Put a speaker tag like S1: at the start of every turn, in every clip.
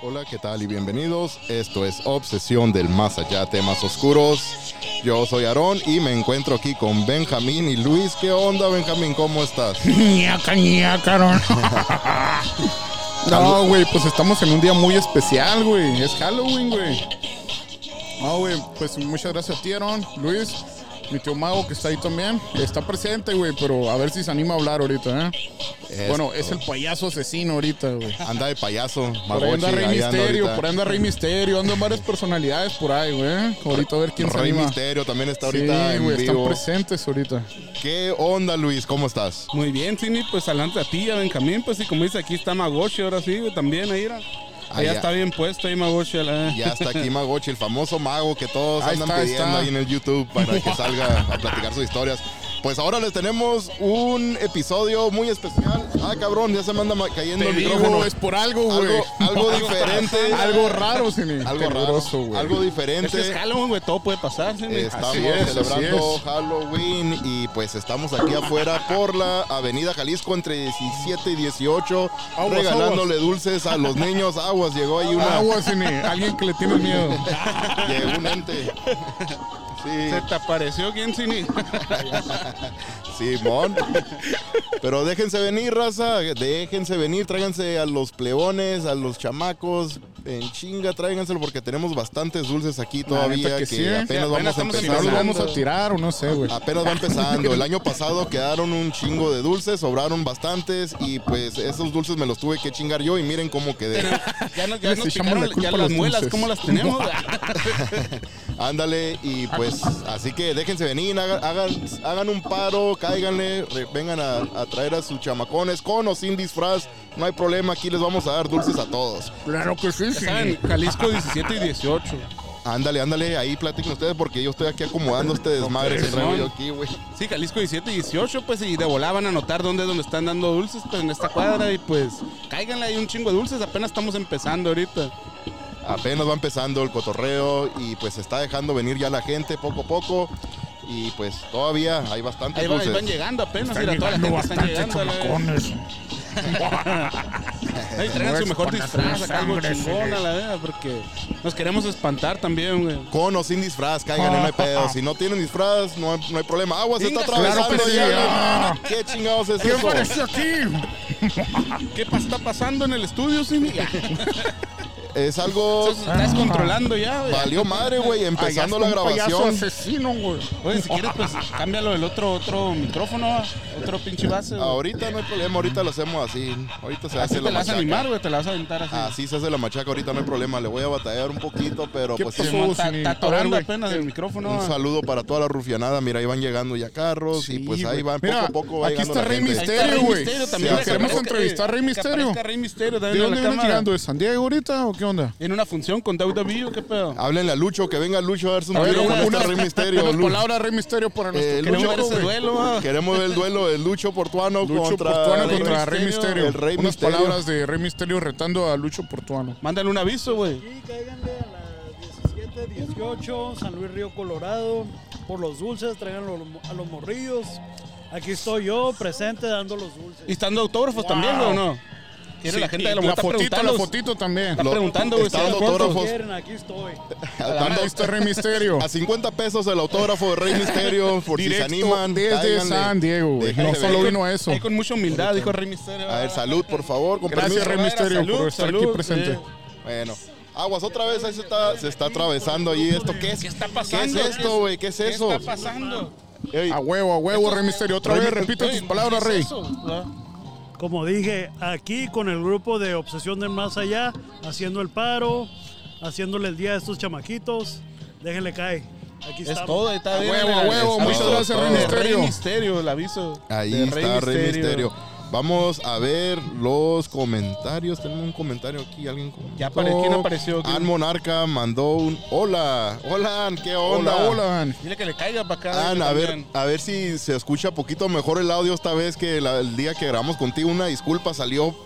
S1: Hola, ¿qué tal y bienvenidos? Esto es Obsesión del Más Allá, temas oscuros. Yo soy Aarón y me encuentro aquí con Benjamín y Luis. ¿Qué onda, Benjamín? ¿Cómo estás?
S2: Ñaca, ñaca, Aarón.
S3: No, güey, pues estamos en un día muy especial, güey. Es Halloween, güey. No, güey, pues muchas gracias a ti, Aaron, Luis, mi tío Mago, que está ahí también. Está presente, güey, pero a ver si se anima a hablar ahorita, ¿eh?
S1: Es
S3: bueno,
S1: todo.
S3: es el payaso asesino ahorita, güey.
S1: Anda de payaso,
S3: Por ahí
S1: Magochi,
S3: anda Rey
S1: ahí anda
S3: Misterio,
S1: ahorita.
S3: por ahí anda Rey Misterio, andan varias personalidades por ahí, güey. Ahorita a ver quién se
S1: Rey
S3: anima.
S1: Misterio también está
S3: Sí,
S1: ahorita en
S3: güey, están
S1: vivo.
S3: presentes ahorita.
S1: ¿Qué onda, Luis? ¿Cómo estás?
S4: Muy bien, Cini, pues adelante a ti, a Benjamín, pues y como dice, aquí está Magoshi, ahora sí, güey, también, ahí, mira.
S1: Ah,
S4: Ahí
S1: ya.
S4: está bien puesto, ahí Magoshi. a la-
S1: Ya está aquí Magochi, el famoso mago que todos
S3: Ahí
S1: andan
S3: está, ahí
S1: pidiendo
S3: está.
S1: ahí en el YouTube para que salga a platicar sus historias. Pues ahora les tenemos un episodio muy especial. Ah, cabrón, ya se me anda ma- cayendo
S3: Te
S1: el
S3: digo,
S1: micrófono.
S3: es por algo, güey.
S1: algo, algo diferente.
S3: Algo raro, Cini.
S1: Algo raro.
S3: Tenebroso, güey.
S1: Algo
S4: Es que es
S1: diferente.
S4: Halloween, güey, todo puede pasar, Cini.
S1: Este- Eh, Estamos
S3: Así es, así
S1: celebrando
S3: es.
S1: Halloween y pues estamos aquí afuera por la Avenida Jalisco entre 17 y 18
S3: Aguas,
S1: regalándole dulces a los niños. Aguas, llegó ahí una,
S3: Agua, Cini. Alguien que le tiene miedo.
S1: llegó un ente. Sí.
S4: ¿Se te apareció quién, Cini?
S1: Simón. Pero déjense venir, raza. Déjense venir. Tráiganse a los plebones, a los chamacos. En chinga, tráiganselo porque tenemos bastantes dulces aquí todavía.
S3: neta
S1: Que,
S3: que sí, ¿eh? Sí, Ah,
S1: apenas, vamos
S4: apenas estamos
S3: Si no, lo
S1: empezando.
S3: vamos a tirar o no sé, güey.
S1: Apenas va empezando. El año pasado quedaron un chingo de dulces, sobraron bastantes y pues esos dulces me los tuve que chingar yo y miren cómo quedé.
S4: Ya nos, ya
S3: Les
S4: nos
S3: echamos
S4: picaron
S3: la
S4: ya
S3: culpa a
S4: las
S3: los
S4: muelas,
S3: dulces.
S4: ¿cómo las tenemos? Ah, güey?
S1: Ándale, y pues, así que déjense venir, hagan, hagan, hagan un paro, cáiganle, re- vengan a, a traer a sus chamacones con o sin disfraz, no hay problema, aquí les vamos a dar dulces a todos.
S3: Claro que sí,
S4: Ya saben, Jalisco 17 y 18.
S1: Ándale, ándale, ahí platiquen ustedes porque yo estoy aquí acomodando este desmadre que traigo yo aquí, güey.
S4: Sí, Jalisco 17 y 18, pues, y de volada van a notar dónde es donde están dando dulces, pues, en esta cuadra, y pues, cáiganle ahí un chingo de dulces, apenas estamos empezando ahorita.
S1: Apenas va empezando el cotorreo y pues se está dejando venir ya la gente poco a poco y pues todavía hay bastantes
S4: Ahí van, ahí
S1: dulces.
S4: van llegando apenas,
S2: Están
S4: mira, toda la
S2: llegando
S4: gente está
S2: bastante
S4: llegando. eh. a la-
S2: chamacones.
S4: Ahí traigan su mejor
S2: Con la
S4: disfraz, acá algo
S2: sangre,
S4: chingón
S2: sí.
S4: a la verga, porque nos queremos espantar también, güey.
S1: Con o sin disfraz, cáiganle, no hay pedo. Si no tienen disfraz, no hay, no hay problema. Agua se está
S4: Chinga, claro
S1: atravesando
S2: que sí,
S1: ya,
S2: ah.
S1: güey. ¿Qué chingados es
S2: ¿Qué
S1: eso?
S2: apareció aquí?
S4: ¿Qué pa- está pasando en el estudio, Cini? Ya,
S1: Es algo.
S4: Estás descontrolando ya, güey.
S1: Valió madre, güey. Empezando la
S2: Payaso
S1: grabación.
S2: asesino, güey.
S4: Oye, si quieres, pues cámbialo el otro, otro micrófono, otro pinche base. güey.
S1: Ahorita no hay problema, ahorita lo hacemos así. Ahorita se
S4: Así
S1: hace
S4: te
S1: la
S4: la vas a
S1: machaca.
S4: animar, güey, te la vas a aventar así.
S1: Así se hace la machaca, ahorita no hay problema. Le voy a batallar un poquito, pero
S3: ¿Qué
S1: pues
S3: pasó?
S1: sí,
S4: Simón, Está
S3: Cini.
S4: está
S3: A ver,
S4: atorando
S3: güey.
S4: apenas el micrófono.
S1: Un
S4: güey.
S1: saludo para toda la rufianada. Mira, ahí van llegando ya carros y
S3: Sí,
S1: pues ahí
S3: güey.
S1: van poco
S3: Mira,
S1: a poco. Va
S3: aquí
S1: llegando
S3: está
S1: la
S3: Rey
S1: gente.
S3: Misterio.
S4: Está Rey
S3: güey.
S4: Misterio
S3: Sí,
S4: también. güey,
S3: queremos
S4: que-
S3: entrevistar a Rey
S4: que
S3: Misterio.
S4: aparezca Rey Misterio
S3: ¿De
S4: también en
S3: dónde
S4: la
S3: viene
S4: cámara.
S3: llegando? ¿De San Diego ahorita o qué onda?
S4: En una función con David o ¿qué pedo?
S1: Háblenle a Lucho, que venga Lucho a darse un
S3: A ver,
S1: tiro con
S3: una-
S1: este
S3: unas-
S1: Rey Misterio.
S3: unas
S1: Lu-
S3: palabras Rey Misterio para nuestro
S1: Eh,
S3: querido
S4: Queremos ver ese
S3: güey.
S4: duelo, güey.
S1: Queremos ver el duelo de Lucho Portuano
S3: Lucho
S1: contra,
S3: Portuano
S1: Rey
S3: contra Rey
S4: Misterio.
S3: Misterio.
S1: El Rey
S3: Unas
S1: Misterio.
S3: palabras de Rey Misterio retando a Lucho Portuano.
S4: Mándale un aviso, güey.
S5: Sí, cáiganle a las 17, 18, San Luis Río Colorado, por los dulces, traigan a los morrillos. Aquí estoy yo, presente, dando los
S4: Y
S5: dulces.
S4: estando autógrafos
S3: Wow.
S4: también, güey, o no? Quiere
S3: Sí,
S4: la gente de la
S3: y la
S4: Mota
S3: fotito, la
S4: preguntarnos.
S3: fotito también.
S4: Está
S1: Lo-
S4: preguntando, güey.
S1: está
S4: si
S1: dando
S4: hay fotos.
S1: autógrafos.
S5: Quieren, aquí estoy.
S3: Ahí está Rey Misterio.
S1: A 50 pesos el autógrafo de Rey Misterio, por si se
S3: Directo
S1: animan.
S3: desde
S1: cáiganle.
S3: San Diego, güey.
S1: Déjense
S3: No solo
S1: ver.
S3: vino a eso.
S4: Ahí con mucha humildad, dijo Rey Misterio.
S1: A ver, salud, por favor, con
S3: Gracias,
S1: permiso.
S3: Rey Misterio,
S4: Salud,
S3: por estar
S4: salud,
S3: aquí presente.
S4: eh.
S1: Bueno. Aguas, otra vez ahí se está, se está atravesando ahí esto. ¿Qué es,
S4: ¿Qué está pasando?
S1: ¿Qué es esto, güey? ¿Qué es
S4: ¿Qué
S1: eso?
S4: está pasando?
S1: Ey,
S3: A huevo, a huevo, Rey Misterio. Otra
S1: Rey
S3: vez,
S1: Misterio.
S3: repite
S4: Oye,
S3: tus palabras,
S4: ¿qué es
S3: Rey.
S4: eso? Ah.
S5: Como dije, aquí con el grupo de Obsesión del Más Allá, haciendo el paro, haciéndole el día a estos chamaquitos. Déjenle caer. Aquí
S4: Es
S5: estamos.
S4: todo, ahí está bien.
S3: huevo, a
S4: el-
S3: huevo,
S4: el-
S1: muchas
S4: el-
S1: gracias, Rey
S4: el
S3: Misterio.
S4: Rey Misterio, el aviso.
S1: ahí
S4: de
S1: está Rey Misterio. Vamos a ver los comentarios. Tenemos un comentario aquí. ¿Alguien comentó?
S4: Ya apare- ¿quién apareció? ¿Quién?
S1: An Monarca mandó un hola. Hola, An, ¿qué onda?
S3: Hola, hola.
S4: Dile que le caiga para acá.
S1: An,
S4: dile
S1: a ver,
S4: también.
S1: a ver si se escucha poquito mejor el audio esta vez que la- el día que grabamos contigo. Una disculpa, salió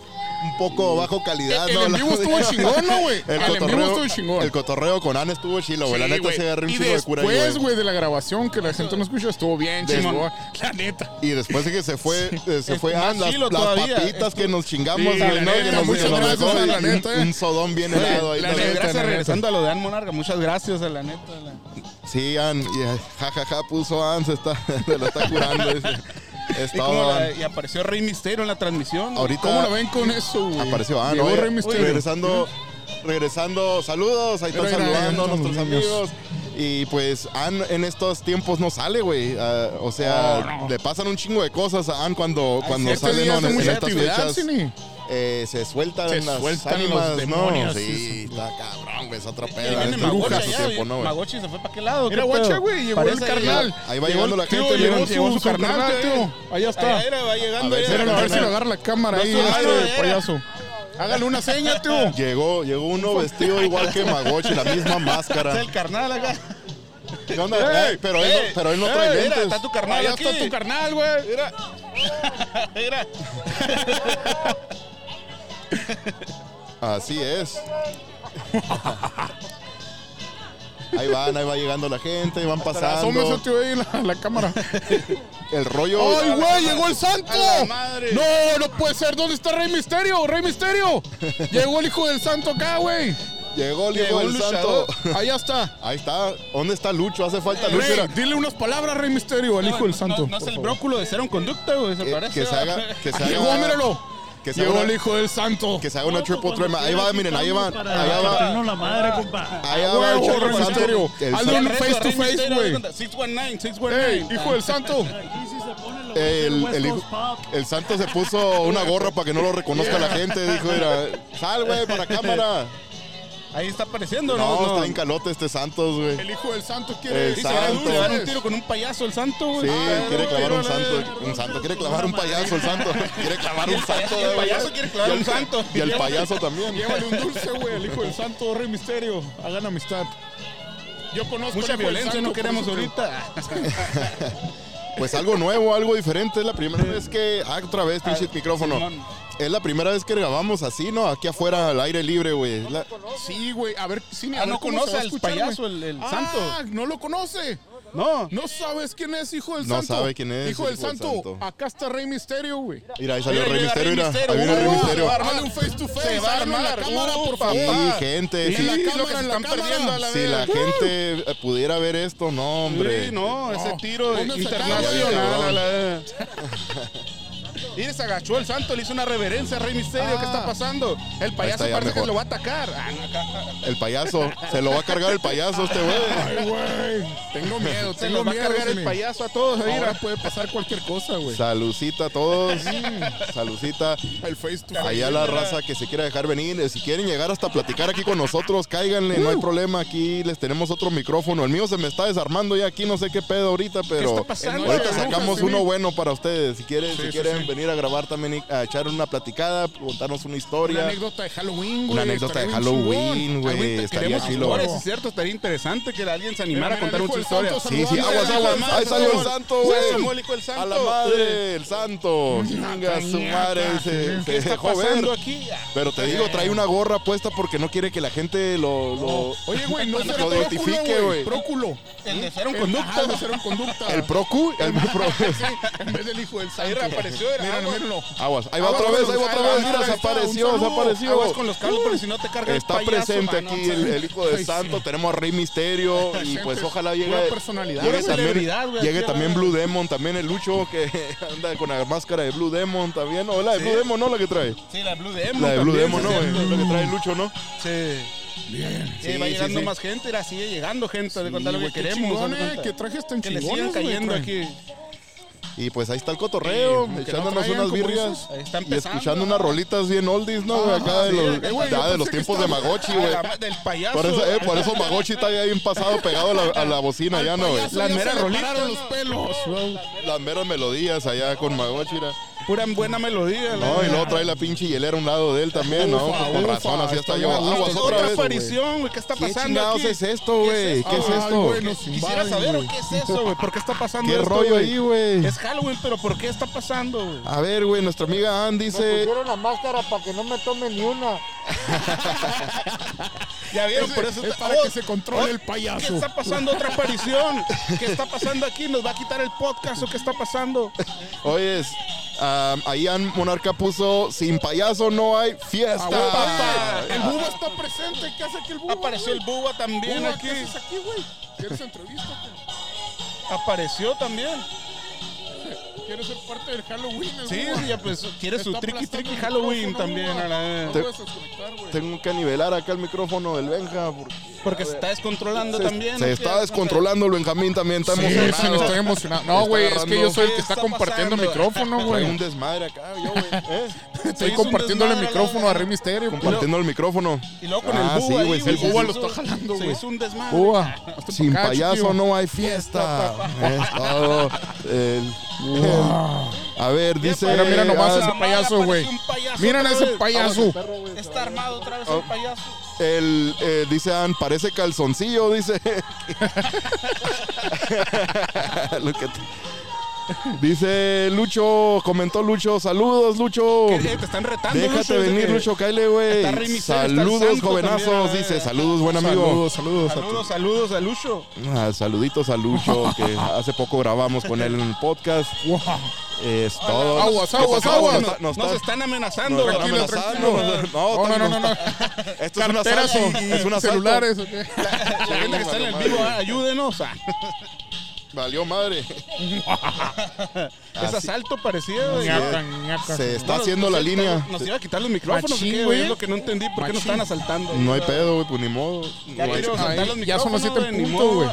S1: un poco bajo calidad.
S3: El- el
S1: ¿no?
S3: en
S1: La-
S3: vivo estuvo chingón, ¿no, güey?
S1: El
S3: El en vivo
S1: cotorreo,
S3: estuvo chingón.
S1: el cotorreo con Ana estuvo chilo, güey. La
S3: Sí,
S1: neta
S3: güey.
S1: se agarró un
S3: Y
S1: chingo de cura ahí,
S3: después, güey, de la grabación que la gente no escucha, estuvo bien,
S1: Des-
S3: chingón. La neta.
S1: Y después de que se fue, eh, se fue
S4: más
S1: ah, las,
S4: chilo
S1: las
S4: todavía.
S1: papitas que nos chingamos,
S3: Sí,
S1: güey,
S3: la
S1: ¿no?
S3: neta,
S1: Que nos-
S3: muchas
S1: nos
S3: gracias,
S1: dejó
S3: la
S1: un-
S3: neta, eh.
S1: Un sodón bien
S4: Oye,
S1: helado ahí.
S4: la
S1: también.
S4: neta, gracias,
S3: la neta.
S4: regresando a lo de Ann Monarca, muchas gracias a la neta. la-
S1: Sí, An, y eh, jajaja puso An, se está, se la está curando. dice.
S4: Y, como
S1: Estaba
S4: la-
S1: An.
S4: y apareció Rey Misterio en la transmisión.
S1: Ahorita
S3: ¿Cómo la ven con eso, güey?
S1: apareció An.
S3: Llegó
S1: oye,
S3: Rey Misterio.
S1: regresando, regresando, saludos, ahí están
S3: Mira, mira,
S1: saludando a
S3: mira,
S1: nuestros
S3: niños.
S1: amigos. Y pues An en estos tiempos no sale, güey. Ah, o sea,
S3: Oh,
S1: le pasan un chingo de cosas a An cuando, cuando
S3: Este
S1: sale
S3: día
S1: ¿no?
S3: hace
S1: en, en
S3: mucha
S1: estas
S3: actividad,
S1: fechas.
S3: Cine.
S1: eh, se sueltan
S3: Se
S1: las
S3: sueltan
S1: ánimas,
S3: los
S1: ¿no?
S3: demonios,
S1: Sí, está cabrón, güey, es otra
S4: Y
S1: peda. Es
S4: viene
S1: bruja
S4: Magocha
S1: su
S4: ya,
S1: tiempo, ¿no, güey?
S4: Magochi se fue para qué lado.
S3: Mira,
S4: ¿Qué
S3: guacha,
S4: pedo?
S3: güey, llegó
S4: Parece
S3: el
S4: ahí-
S3: carnal.
S1: Ahí va
S3: Llegó
S1: llegando
S3: el
S1: la
S3: tío,
S1: gente,
S3: Llegó
S1: miren.
S4: llegó
S3: su,
S4: su
S3: su
S4: carnal,
S3: carnal,
S4: eh.
S3: tío. Ahí
S4: Allá
S3: está.
S4: era, va llegando.
S1: A ver,
S4: ya.
S1: espérame,
S3: Miren, a ver si lo
S1: carnal.
S3: agarra la cámara ahí,
S4: soy
S3: este
S4: madera.
S3: payaso. Hágale una seña, tío.
S1: Llegó, llegó uno vestido igual que Magochi, la misma
S4: Está
S1: máscara.
S4: el carnal acá.
S1: ¿Qué onda?
S4: Ey,
S1: Eh, pero, él,
S4: ey,
S1: no- pero él no
S4: ey,
S1: trae
S4: mira,
S1: lentes.
S4: Está tu carnal
S3: Allá
S4: aquí.
S3: está tu carnal, güey.
S4: Mira. Mira.
S1: Así es. Ahí van, ahí va llegando la gente, van
S3: Asómese,
S1: pasando.
S3: tío, ahí la, la cámara.
S1: El rollo.
S3: ¡Ay, güey! ¡Llegó el santo!
S4: A la madre.
S3: No, no puede ser. ¿Dónde está Rey Misterio? ¡Rey Misterio! Llegó el hijo del santo acá, güey.
S1: Llegó el hijo
S4: Llegó
S1: del
S4: un
S1: santo.
S4: luchador.
S3: Allá está.
S1: Ahí está. ¿Dónde está Lucho? Hace falta Lucho.
S3: Rey,
S1: Mira,
S3: dile unas palabras, Rey Misterio, al hijo
S4: No,
S3: del santo.
S4: No, no es
S3: por
S4: el
S3: favor.
S4: bróculo de Cero en Conducta, güey. Se
S1: eh,
S4: parece.
S1: que se
S4: ¿verdad?
S1: haga. Que se
S3: Ah,
S1: haga
S3: Llegó, míralo.
S1: Que se haga
S3: Llegó
S1: una-
S3: el hijo del santo.
S1: Que se haga una
S5: No,
S1: triple
S5: pues,
S1: threat. Ahí va,
S5: cuando
S1: miren, ahí
S5: quieras
S1: van.
S5: estamos para
S1: Allá va.
S5: partirnos la madre, compa.
S1: Ahí
S3: Ah,
S1: va el
S3: huevo,
S1: Chorro
S3: Rey
S1: Santo.
S3: Misterio.
S1: El
S3: Hazle un
S1: santo.
S3: face to
S4: Rey
S3: face,
S4: Misterio,
S3: güey.
S4: haz de cuenta, 619, 619.
S3: Ey, hijo del santo.
S5: Aquí sí se pone lo que es
S1: El,
S5: West
S1: el hijo-
S5: Coast Pop.
S1: el santo se puso una gorra para que no lo reconozca la gente. Dijo, mira, sal, güey, para cámara.
S4: Ahí está apareciendo,
S1: No,
S4: ¿no?
S1: está bien calote este Santos, güey.
S3: El hijo del santo quiere.
S1: El
S4: Y se
S1: santo.
S4: va a dar un- le
S1: va
S4: dan un tiro con un payaso el santo, güey.
S1: Sí,
S4: Ah,
S1: quiere
S4: no,
S1: clavar un
S4: tírale.
S1: santo. Un santo, quiere clavar un payaso, el santo. Quiere clavar
S4: Y
S1: un
S4: el
S1: santo,
S4: payaso, y el
S1: güey.
S4: payaso quiere clavar
S1: Y el-
S4: un santo.
S1: Y el payaso también.
S3: Llévale un dulce, güey, al hijo del santo, Rey Misterio. Hagan amistad. Yo conozco
S4: Mucha
S3: al hijo del
S4: violencia
S3: santo,
S4: no queremos
S3: por eso
S4: ahorita.
S1: Pues algo nuevo, algo diferente. Es la primera vez que. Ah, otra vez, pinche micrófono.
S4: Simón.
S1: Es la primera vez que grabamos así, ¿no? Aquí afuera, al aire libre, güey. La-
S3: que- Sí, güey, a ver, cine, a
S4: Ah,
S3: ver
S4: no
S3: cómo se
S4: conoce
S3: va a
S4: al
S3: escuchar,
S4: payaso,
S3: güey.
S4: el, el
S3: Ah,
S4: santo.
S3: no lo conoce.
S4: No.
S3: No sabes quién es, hijo del
S1: No
S3: santo.
S1: sabe quién es,
S3: Hijo del santo. acá está Rey Misterio, güey.
S1: Mira, ahí salió el
S4: Mira,
S1: Rey Misterio,
S4: mira,
S1: mira.
S4: Rey Misterio.
S1: Ahí viene el Rey
S4: Uh,
S1: Misterio.
S4: va a
S3: Dale un face to face.
S4: Se va a
S3: háganlo en la
S4: armar.
S3: cámara,
S4: Uh,
S3: por
S4: papá.
S1: Sí,
S3: favor.
S1: gente.
S3: En
S1: sí.
S3: la
S4: Sí, lo que
S3: cámara,
S4: se
S3: en la
S4: están
S3: cámara.
S4: perdiendo a la
S1: Si la
S4: verga.
S1: gente eh, pudiera ver esto, no, hombre.
S4: Sí, no, ese tiro
S3: ¿Dónde se acaba,
S1: güey?
S4: internacional. a la- Y se agachó el santo, le hizo una reverencia a Rey Misterio.
S3: Ah.
S4: ¿Qué está pasando? El payaso
S1: está ya
S4: parece
S1: mejor.
S4: que lo va a atacar. Ah, no, acá.
S1: El payaso. Se lo va a cargar el payaso este güey.
S3: Ay, güey. Tengo miedo,
S4: Se
S3: tengo
S4: lo va a
S3: miedo.
S4: cargar el
S3: cine.
S4: payaso a todos. ahí,
S3: Ahora
S4: mira.
S3: puede pasar cualquier cosa, güey.
S1: Salucita a todos. Salucita.
S3: El face to face.
S1: Allá la raza que se quiera dejar venir. eh, Si quieren llegar hasta platicar aquí con nosotros, cáiganle,
S4: Uh.
S1: no hay problema. Aquí les tenemos otro micrófono. El mío se me está desarmando ya aquí, no sé qué pedo ahorita, pero
S4: está pasando?
S1: ahorita
S4: Brujas,
S1: sacamos
S3: sí.
S1: uno bueno para ustedes. Si quieren, si
S3: sí,
S1: quieren
S3: sí.
S1: venir a grabar también, y- a echar una platicada, contarnos una
S3: Una
S1: historia.
S3: anécdota de Halloween, güey.
S1: Una anécdota de
S3: estaría bien
S1: Halloween,
S3: chingón.
S1: güey.
S3: Ahorita
S1: Estaría
S3: queremos
S1: chilo.
S4: Ahora sí es cierto, estaría interesante que alguien se
S3: Mira, mira,
S4: animara a contar
S3: el
S4: una
S3: hijo del
S4: historia.
S3: santo
S1: Sí, sí,
S3: saludando.
S1: aguas, aguas. Ahí salió el santo,
S4: Se asomó
S1: güey.
S4: el hijo del santo. Mm,
S1: A la madre, el santo. Chinga su madre. Se, se
S4: ¿Qué está
S1: dejó ver.
S4: pasando aquí?
S1: Pero te digo, trae una gorra puesta porque no quiere que la gente lo. lo-
S3: Oye, güey, no será
S1: Lo identifique,
S3: próculo,
S1: güey.
S3: güey. Próculo.
S4: El de Cero en
S3: Conducta.
S4: Conducta.
S3: No será un conducta.
S1: El Procu, el Pro.
S3: En vez del hijo del
S4: Ahí
S3: santo.
S4: reapareció. era
S3: Mírenlo,
S4: agua.
S3: mírenlo.
S1: Aguas, ahí va otra vez, ahí va otra vez. Mira, se apareció, se
S4: Aguas
S1: apareció.
S4: con los cables, porque si no te carga el
S1: Está
S4: payaso.
S1: presente
S4: Ah, no,
S1: aquí
S4: no,
S1: el, el hijo de
S3: Ay,
S1: Santo, tenemos a Rey Misterio y
S3: Presente,
S1: pues ojalá
S3: pura
S1: llegue,
S3: personalidad,
S1: llegue
S4: güey. Celebridad,
S1: también,
S4: güey,
S1: llegue
S4: aquí,
S1: también
S4: ah.
S1: Blue Demon, también el Lucho que anda con la máscara de Blue Demon también, o la de Blue Demon, ¿no? La que trae.
S4: Sí, la Blue Demon.
S1: La de Blue
S4: también,
S1: Demon, ¿no?
S4: sí,
S1: güey?
S4: cierto.
S1: La que trae Lucho, ¿no?
S4: Sí. Bien. Sí, va
S1: Sí,
S4: llegando
S1: sí, sí.
S4: más gente, era, sigue llegando gente, de contar lo que
S3: güey, qué
S4: queremos.
S3: chingón,
S4: haz de
S3: eh,
S4: cuenta.
S3: qué trajes tan
S4: Que le
S3: chingones,
S4: sigan
S3: güey,
S4: cayendo
S3: traen.
S4: aquí.
S1: Y pues ahí está el cotorreo,
S3: Sí, que no
S1: echándonos
S3: traigan
S1: unas
S3: como
S1: birrias.
S3: esos.
S4: Ahí está
S1: Y
S4: empezando.
S1: escuchando unas rolitas bien oldies, ¿no? güey? Acá de
S3: sí,
S1: los,
S3: eh, güey, yo
S1: ya de los
S3: pensé que
S1: tiempos de
S3: estaba-
S1: Magochi,
S4: A
S1: güey.
S4: la ma- Del payaso.
S1: Por eso, eh, por eso Magochi está ahí bien pasado pegado a la, a la bocina ya, ¿no, eh. güey?
S3: Las meras
S4: rolitas,
S3: rolitas. los
S4: ¿no?
S3: pelos. güey.
S1: Las meras melodías allá con Magochi, mira.
S4: Pura buena melodía. la
S1: No, y
S4: verdad.
S1: luego trae la pinche hielera a un lado de él también, ¿no?
S3: Ufa,
S1: Con
S3: ufa,
S1: razón, así hasta
S3: estoy
S1: yo.
S3: a gusto,
S1: Aguas
S3: estoy
S1: otra
S4: Otra
S1: vez. güey.
S4: aparición, güey. ¿Qué está
S1: ¿Qué
S4: pasando
S1: chingados
S4: aquí?
S1: es esto, güey? ¿Qué es
S3: Ay,
S1: esto?
S3: güey, nos
S4: Quisiera
S3: invaden,
S4: saber
S3: güey.
S4: qué es eso, güey. ¿Por qué está pasando
S1: ¿Qué
S4: esto,
S1: rollo ahí, güey?
S4: Es Halloween, pero ¿por qué está pasando, güey?
S1: A ver, güey, nuestra amiga Ann
S6: Me
S1: dice.
S6: pusieron la máscara para que no me tomen ni una.
S4: Ya vieron,
S3: Ese-
S4: por eso
S3: es
S4: está-
S3: para
S4: ¡Oh!
S3: que se controle el
S4: ¿Qué
S3: payaso.
S4: está pasando? Otra aparición. ¿Qué está pasando aquí? ¿Nos va a quitar el podcast o qué está pasando?
S1: Oyes, am, ahí Ann Monarca puso: sin payaso no hay fiesta.
S3: Ah, güey, papá, El bubo está presente. ¿Qué hace aquí el bubo?
S4: Apareció el Búba
S3: güey?
S4: también
S3: Buba,
S4: aquí.
S3: ¿Qué haces aquí, güey? ¿Quieres entrevista?
S4: Apareció también.
S3: güey? ¿Quieres ser parte del Halloween? el
S4: Sí,
S3: Buba?
S4: sí, ya pues quiere su
S3: Está
S4: tricky
S3: aplastando
S4: tricky
S3: el
S4: Halloween
S3: micrófono,
S4: también. eh.
S3: Buba.
S4: a la-
S3: No puedes desconectar, güey.
S1: Tengo que nivelar acá el micrófono del Benja. Porque
S4: Porque se está descontrolando
S1: se,
S4: también.
S1: Este, se
S4: ¿no?
S1: está descontrolando el Benjamín también. Está
S3: Sí,
S1: emocionado.
S3: sí, me estoy emocionado. No,
S1: Está
S3: güey, es que
S1: agarrando-
S3: yo soy el que
S4: ¿Qué
S3: está
S4: está
S3: compartiendo el
S4: pasando?
S3: micrófono,
S1: Trae un
S3: güey.
S1: desmadre acá, yo, güey. ¿eh?
S3: Estoy
S4: hizo un
S3: compartiéndole el
S4: desmadre, la
S3: micrófono a
S4: verdad.
S3: Rey Misterio.
S1: Compartiendo el micrófono.
S4: Y luego con
S1: Ah,
S4: el
S1: sí,
S4: Búba
S1: güey,
S4: ahí,
S1: sí, el
S4: güey,
S1: Búba
S4: se
S1: lo
S4: hizo-
S3: está jalando,
S4: Se
S3: güey.
S4: hizo un desmadre.
S3: Buba, hazte
S1: Sin
S3: pa' acá,
S1: Este payaso
S3: chiquillo.
S1: no hay fiesta. Es todo. El- a ver, dice.
S3: Mira, mira nomás
S1: ah,
S3: ese payaso, güey.
S4: Apareció un payaso
S3: Miren a
S4: otra
S3: ese
S4: vez.
S3: payaso.
S4: Está armado otra vez el payaso.
S1: El, eh, dice Ann, parece calzoncillo, dice. Lo que te- Dice Lucho, comentó Lucho, saludos Lucho.
S4: Eh, Te están retando,
S1: Déjate
S4: Lucho,
S1: Oh. venir,
S4: que-
S1: Lucho, caile,
S4: Está Rey
S1: güey.
S4: Misterio, está el
S1: Saludos,
S4: santo
S1: jovenazos,
S4: también, eh.
S1: dice. Saludos, buen amigo.
S3: Saludos, saludos,
S4: Saludos, saludos a Lucho.
S1: Ah, saluditos a Lucho, que hace poco grabamos con él en el podcast.
S3: a todos. Wow.
S1: Es todo.
S3: Aguas,
S1: Nos-
S3: aguas,
S1: nos-
S3: aguas.
S1: nos- nos-
S4: Nos
S1: nos-
S4: están
S1: nos
S4: amenazando.
S1: están
S4: güey.
S3: tranquilo,
S1: amenazando.
S3: tranquilo.
S1: No,
S3: No, no, no,
S1: nos-
S3: no.
S1: Esto es un
S3: Carteras
S1: asalto.
S3: y,
S1: Es un asalto.
S3: celulares. ¿o qué?
S4: La gente que está en el
S1: Madre.
S4: vivo, ah, ayúdenos. ah.
S1: Valió madre.
S4: Es asalto parecía. güey.
S2: Ñaca, ñaca.
S1: Se está
S4: No,
S1: haciendo
S4: nos
S1: la
S4: iba a quitar-
S1: línea.
S4: Nos iba a quitar los micrófonos.
S3: Machín,
S4: ¿o qué,
S3: güey.
S4: güey? Es lo que no entendí. ¿Por qué nos están asaltando?
S1: No hay pedo, güey, pues ni modo.
S4: Ya
S1: No hay-
S4: quiero saltar los
S3: Ahí, ya son las
S4: micrófonos,
S3: 7 en
S4: güey, ni
S3: punto,
S4: modo.
S3: güey.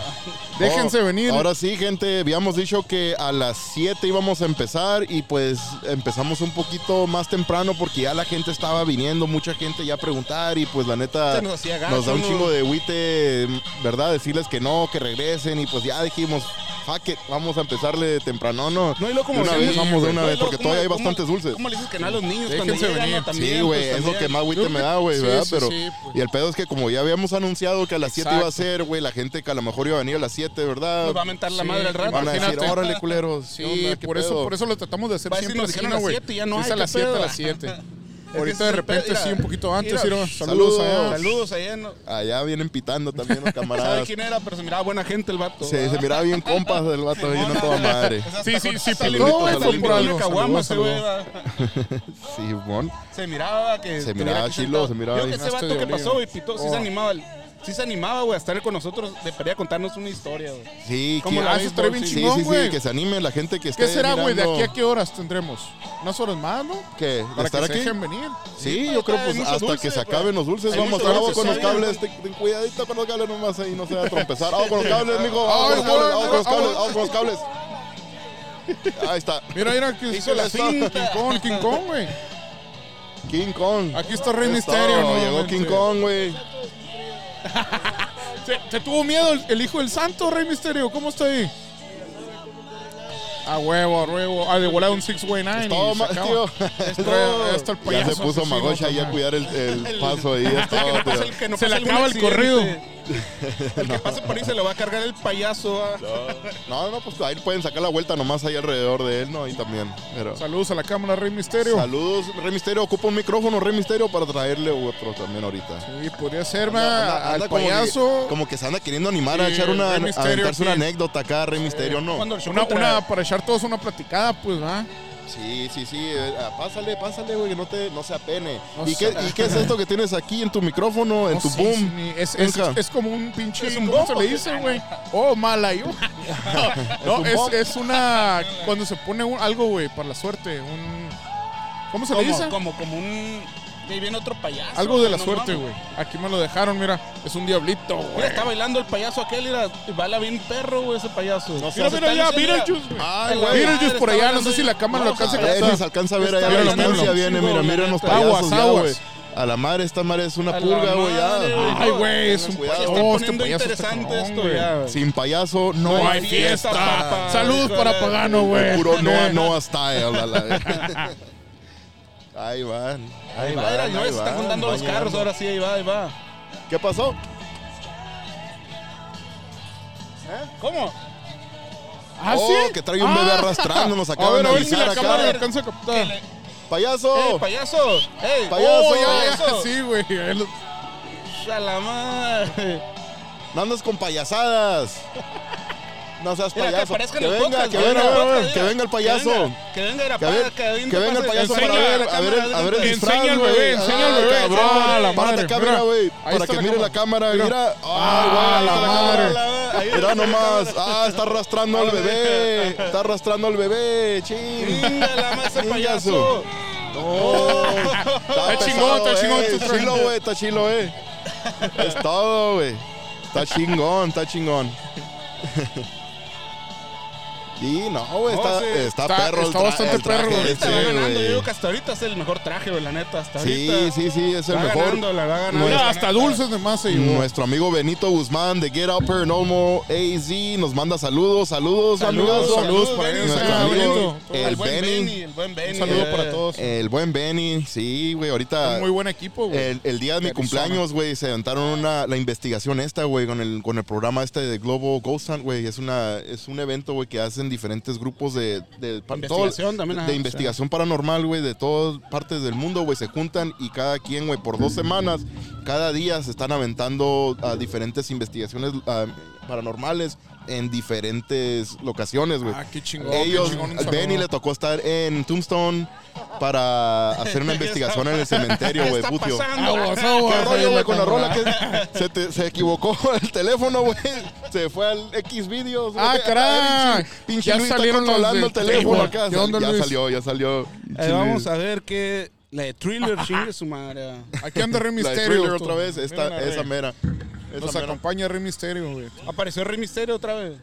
S3: Déjense
S1: Oh,
S3: venir.
S1: Ahora sí, gente, habíamos dicho que a las 7 íbamos a empezar y pues empezamos un poquito más temprano porque ya la gente estaba viniendo, mucha gente ya a preguntar y pues la neta
S4: Se nos hacía gacho,
S1: nos da un
S4: ¿no?
S1: chingo de huite, ¿verdad? Decirles que no, que regresen y pues ya dijimos, fuck it, vamos a empezarle temprano, ¿no?
S4: No, y luego como
S1: De una
S4: le-
S1: vez, vamos de
S4: No,
S1: una vez,
S4: y luego
S1: porque
S4: ¿cómo-
S1: todavía hay
S4: cómo-
S1: bastantes dulces.
S4: ¿Cómo le dices que no a los niños
S3: Déjense
S4: cuando llegan?
S3: venir.
S4: no? También,
S1: sí, güey,
S4: pues,
S1: es lo
S4: también.
S1: que más
S3: Yo
S1: huite
S3: creo
S1: me
S3: que-
S1: da, güey,
S3: sí,
S1: ¿verdad?
S3: sí,
S1: Pero,
S3: sí, pues.
S1: Y el pedo es que como ya habíamos anunciado que a las 7 iba a
S3: Exacto.
S1: ser, güey, la gente que a lo mejor iba a venir a las 7, ¿verdad?
S4: Nos va a mentar la
S3: Sí,
S4: madre al rato.
S1: Van a decir,
S3: Imagínate.
S1: órale, culeros.
S3: Sí,
S1: ¿qué onda? ¿Qué
S3: por, eso,
S1: pedo?"
S3: por eso lo tratamos de hacer
S4: Va a decir,
S3: siempre
S4: nos
S3: así,
S4: dijeron
S3: ¿no,
S4: a las
S3: güey?
S4: siete y ya no
S3: Sí, es
S4: hay,
S3: a
S4: ¿qué
S3: las 7 a
S4: pedo?
S3: las 7.
S4: que ese
S3: Ahorita
S4: es
S3: de
S4: el
S3: repente
S4: pedo,
S3: sí,
S4: mira.
S3: un poquito antes.
S4: Mira,
S3: Ciro. Saludos a ellos.
S4: Saludos allá. ¿no?
S1: Allá vienen pitando también los
S4: ¿Sabe
S1: camaradas.
S4: quién era? Pero se miraba buena gente el vato. Pues,
S1: Se, se miraba bien compas del vato ahí, no toda madre.
S3: Sí, sí, sí,
S4: Salió
S1: Saludos,
S3: pintó
S4: no,
S3: eso
S1: saludos,
S3: por algo.
S4: caguama,
S3: Saludos,
S4: ese
S3: saludos.
S4: güey. va.
S1: Sí, bon.
S4: Se miraba que.
S1: Se
S4: estuviera
S1: miraba
S4: aquí
S1: chilo,
S4: sentado.
S1: se miraba
S4: Yo
S1: bien.
S4: que ese
S3: Hasta
S4: vato
S3: de
S4: que
S3: oliva.
S4: pasó, güey, pitó, sí
S3: Oh.
S4: se animaba. Sí se animaba, güey, a estar con nosotros. Debería contarnos una historia, güey.
S1: Sí,
S4: ¿Cómo
S1: que-
S4: la
S1: ah,
S4: ves,
S1: eso estaría
S3: Bol?
S1: bien
S3: Sí,
S1: chingón,
S3: sí, sí,
S1: güey.
S3: sí.
S1: que se anime la gente que esté
S3: ¿Qué será, güey? ¿De aquí a
S1: que
S3: qué horas tendremos? ¿Unas horas más, no?
S1: ¿De
S3: Para
S1: estar
S3: que se
S1: aquí?
S3: dejen venir.
S1: Sí,
S4: Sí,
S1: yo creo
S4: hay
S1: pues
S4: mucho
S1: hasta
S4: dulce,
S1: que se
S4: güey.
S1: aguaben los dulces.
S4: Hay
S1: vamos
S4: mucho
S1: a agua
S4: dulce,
S1: con los
S4: sí.
S1: cables. Ten, ten cuidadito con los cables nomás ahí, no se va a trompezar. Agua con los cables, mijo. Agua con
S3: Ay,
S1: los cables,
S3: güey,
S1: agua con los
S3: güey,
S1: cables, agua con los cables. Ahí está.
S3: Mira, mira, aquí
S4: Hizo la
S3: está King
S4: cinta.
S3: Kong, King Kong, güey.
S1: King Kong.
S3: Aquí está Rey
S1: Es
S3: Misterio,
S1: todo,
S3: ¿no?
S1: Llegó King Kong, güey.
S3: Se, se tuvo miedo el, el hijo del santo, Rey Misterio. ¿Cómo está ahí? A huevo, a huevo. Ah, de volada un 6-way-9.
S1: Todo más, tío.
S3: Esto, esto el
S1: Ya
S3: payaso.
S1: se puso
S3: asesino
S1: Magocha ahí a
S3: también.
S1: cuidar el, el paso ahí. es todo,
S4: Pues
S1: tío.
S4: el que no
S3: Se
S4: pase
S3: le
S4: algún
S3: acaba el
S4: accidente.
S3: corrido.
S4: El que pase por ahí se lo va a cargar el payaso. ah.
S1: No, no, pues ahí pueden sacar la vuelta nomás ahí alrededor de él, ¿no? Ahí también. Pero...
S3: Saludos a la cámara, Rey Misterio.
S1: Saludos, Rey Misterio. Ocupa un micrófono, Rey Misterio, para traerle otro también ahorita.
S3: Sí, podría ser, ma,
S1: Anda- anda-
S3: al
S1: anda como que-
S3: payaso.
S1: Como que se anda queriendo animar a
S3: Sí,
S1: echar una, a
S3: Rey Misterio
S1: aventarse una
S3: aquí.
S1: anécdota acá, Rey Misterio, ¿no?
S4: Cuando el show
S3: una,
S4: entra-
S3: una, para echar todos una platicada, pues, va.
S1: Sí, sí, sí. eh, ah, Pásale, pásale, güey, que no, te, no se apene.
S3: No
S1: ¿Y,
S3: se-
S1: qué, ¿Y qué es esto que tienes aquí en tu micrófono, en
S3: No
S1: tu
S3: sé,
S1: boom?
S3: sí, ni- es, es,
S1: Venga.
S3: es como un pinche.
S4: Es un
S3: ¿Cómo se
S4: bombo.
S3: le dice, güey? Oh, mala yo. No,
S1: un
S3: es,
S1: bombo.
S3: es una. Cuando se pone un- algo, güey, para la suerte. Un, ¿Cómo se le dice?
S4: como, como, como un. de Ahí viene otro payaso.
S3: Algo de la
S4: no
S3: suerte,
S4: mames.
S3: güey. Aquí me lo dejaron, mira. Es un diablito,
S4: Mira,
S3: güey.
S4: está bailando el payaso aquel, mira, y baila bien perro, güey, ese payaso.
S1: No sé,
S3: Mira,
S1: se
S3: mira allá, mira el
S4: Beetlejuice,
S3: Jus, güey.
S1: Ay,
S4: güey.
S1: güey.
S3: Mira el Jus por allá. No sé
S4: Está
S3: si la cámara lo
S4: bailando
S1: A ver
S3: alcanza a
S1: si se
S3: captar.
S1: alcanza a ver
S4: Está
S1: allá. La
S3: bailando
S1: distancia
S4: un
S1: viene,
S4: chingo,
S1: mira,
S4: la
S1: mira unos
S4: neta.
S1: payasos
S3: Aguas,
S1: ya, güey.
S3: aguas.
S1: A la madre, esta madre es una
S4: A la
S1: pulga, güey.
S4: madre,
S1: ya.
S3: Ay, güey, es un
S1: Cuidado.
S4: Se
S1: Oh,
S4: está
S3: Oh, este
S4: poniendo
S3: payaso está
S4: interesante
S3: cabrón,
S4: esto
S3: güey.
S4: ya.
S1: Sin payaso no,
S4: No
S1: hay
S4: hay fiesta,
S1: fiesta.
S4: papá.
S3: Salud para Pagano, güey.
S1: Puro Noah, Noah style. a la- Ahí van. Ahí,
S4: Ahí
S1: van.
S4: va, mira, no,
S1: ahí
S4: se están
S1: van,
S4: juntando los
S1: van
S4: carros,
S1: llegando.
S4: ahora sí, ahí va, ahí va.
S1: ¿Qué pasó?
S4: ¿Cómo?
S3: ¿Ah,
S1: Oh,
S3: sí?
S1: que trae un bebé
S3: Ah.
S1: arrastrándonos,
S3: A
S1: acaban
S3: ver,
S1: de
S3: a ver si
S1: avisar
S3: la
S1: acá.
S3: cámara alcanza a captar.
S1: ¡Payaso!
S4: ¡Ey, ¡Eh, payaso! ¡Ey,
S1: Payaso,
S4: oh,
S1: ya,
S3: Ah,
S4: payaso!
S3: Sí, güey. ahí lo-
S4: ¡A la madre!
S1: ¡No andas con payasadas! No seas
S4: Mira, que
S1: payaso.
S4: aparezca en
S1: que
S4: el
S1: venga,
S4: podcast,
S1: que
S4: güey,
S1: venga,
S4: en el
S1: güey,
S4: podcast,
S1: que
S4: mira.
S1: venga el payaso.
S4: Que venga, que venga,
S1: Que,
S4: la
S1: ver-
S4: pa- que venga,
S1: que venga el payaso
S3: enseña
S1: para ver, a ver,
S4: la
S1: el- a
S4: cámara,
S1: ver el
S4: adelante.
S1: disfraz,
S3: Enseña al
S1: güey.
S3: bebé, enseña al
S1: Ay,
S3: bebé.
S1: cabrón,
S3: Ah, la
S1: párate
S3: madre,
S1: acá,
S3: mira.
S1: mira, güey,
S3: Ahí
S1: para
S3: está
S1: que
S3: la
S1: mire la cámara, mira.
S3: Ah,
S1: Ay, güey,
S3: la
S1: ahí está
S3: madre.
S1: cámara. Mira nomás, ah, está arrastrando al bebé, está arrastrando al bebé, ching.
S4: ¡Venga, la madre, ese
S1: Chingazo.
S4: payaso!
S1: Oh, Está
S3: chingón, está
S1: pesado,
S3: chingón
S1: eh.
S3: tu traje.
S1: chilo, güey, está chilo, eh. Es todo, güey. Está chingón, está chingón. Y no, güey,
S4: No,
S1: está,
S4: sí.
S1: está,
S3: Está-
S1: perro el
S3: está
S1: tra-
S3: bastante
S1: el traje
S3: perro, güey.
S1: este,
S4: Ahorita va ganando,
S1: güey.
S4: yo digo que hasta ahorita es el mejor traje, güey, la neta, hasta
S1: Sí,
S4: ahorita.
S1: sí, sí, es el
S4: va
S1: mejor.
S4: ganando, la va ganando.
S1: Nuestro-
S3: Mira, hasta dulces nomás se llevó.
S1: Nuestro amigo Benito Guzmán de Get Out Paranormal AZ nos manda saludos, saludos, amigos.
S3: saludos para
S4: Benny,
S1: nuestro
S4: saludos,
S1: amigo,
S4: Benito.
S1: el
S4: El buen
S1: Benny.
S4: Benny, el buen Benny.
S3: Un saludo
S4: eh.
S3: para todos.
S1: El buen Benny, sí, güey, ahorita
S3: Muy buen equipo, güey.
S1: el, el día de mi
S3: Arizona.
S1: cumpleaños, güey, se aventaron una, la investigación esta, güey, con el, con el programa este de Globo Ghost Hunt, güey. Es, una, es un evento, güey, que hacen diferentes grupos de... de pa- todo-
S4: Investigación también,
S1: de-
S4: ajá,
S1: De
S4: sí.
S1: investigación paranormal, güey, de todas partes del mundo, güey. Se juntan y cada quien, güey, por dos semanas, cada día se están aventando a diferentes investigaciones ah, paranormales en diferentes locaciones, güey.
S3: Ah, qué chingón.
S1: Ellos,
S3: qué chingón, un saludo.
S1: Benny le tocó estar en Tombstone para hacer una investigación en el cementerio,
S4: ¿Qué
S1: güey,
S4: está
S1: pucio.
S4: pasando?
S3: Aguas, aguas.
S1: ¿Qué rollo,
S3: ahí
S1: güey,
S3: Ah, la
S1: con la rola
S3: cámara.
S1: que se, te- se equivocó el teléfono, güey? Se fue al X videos.
S3: Ah, caray.
S1: Pinche
S3: Ya
S1: Luis está
S3: salieron los
S1: controlando
S3: de
S1: el teléfono
S3: Playboy.
S1: acá.
S3: ¿Qué onda,
S1: ya
S3: Luis?
S1: salió, ya salió.
S4: Eh, vamos a ver qué... La de Thriller, chingue su madre.
S3: Aquí anda Rey
S1: La de
S3: Misterio.
S1: Thriller otra vez, esta-
S4: Mira,
S1: esa
S4: Rey.
S1: mera. Esa
S3: Nos
S1: mera.
S3: acompaña Rey Misterio, güey.
S4: Apareció Rey Misterio otra vez.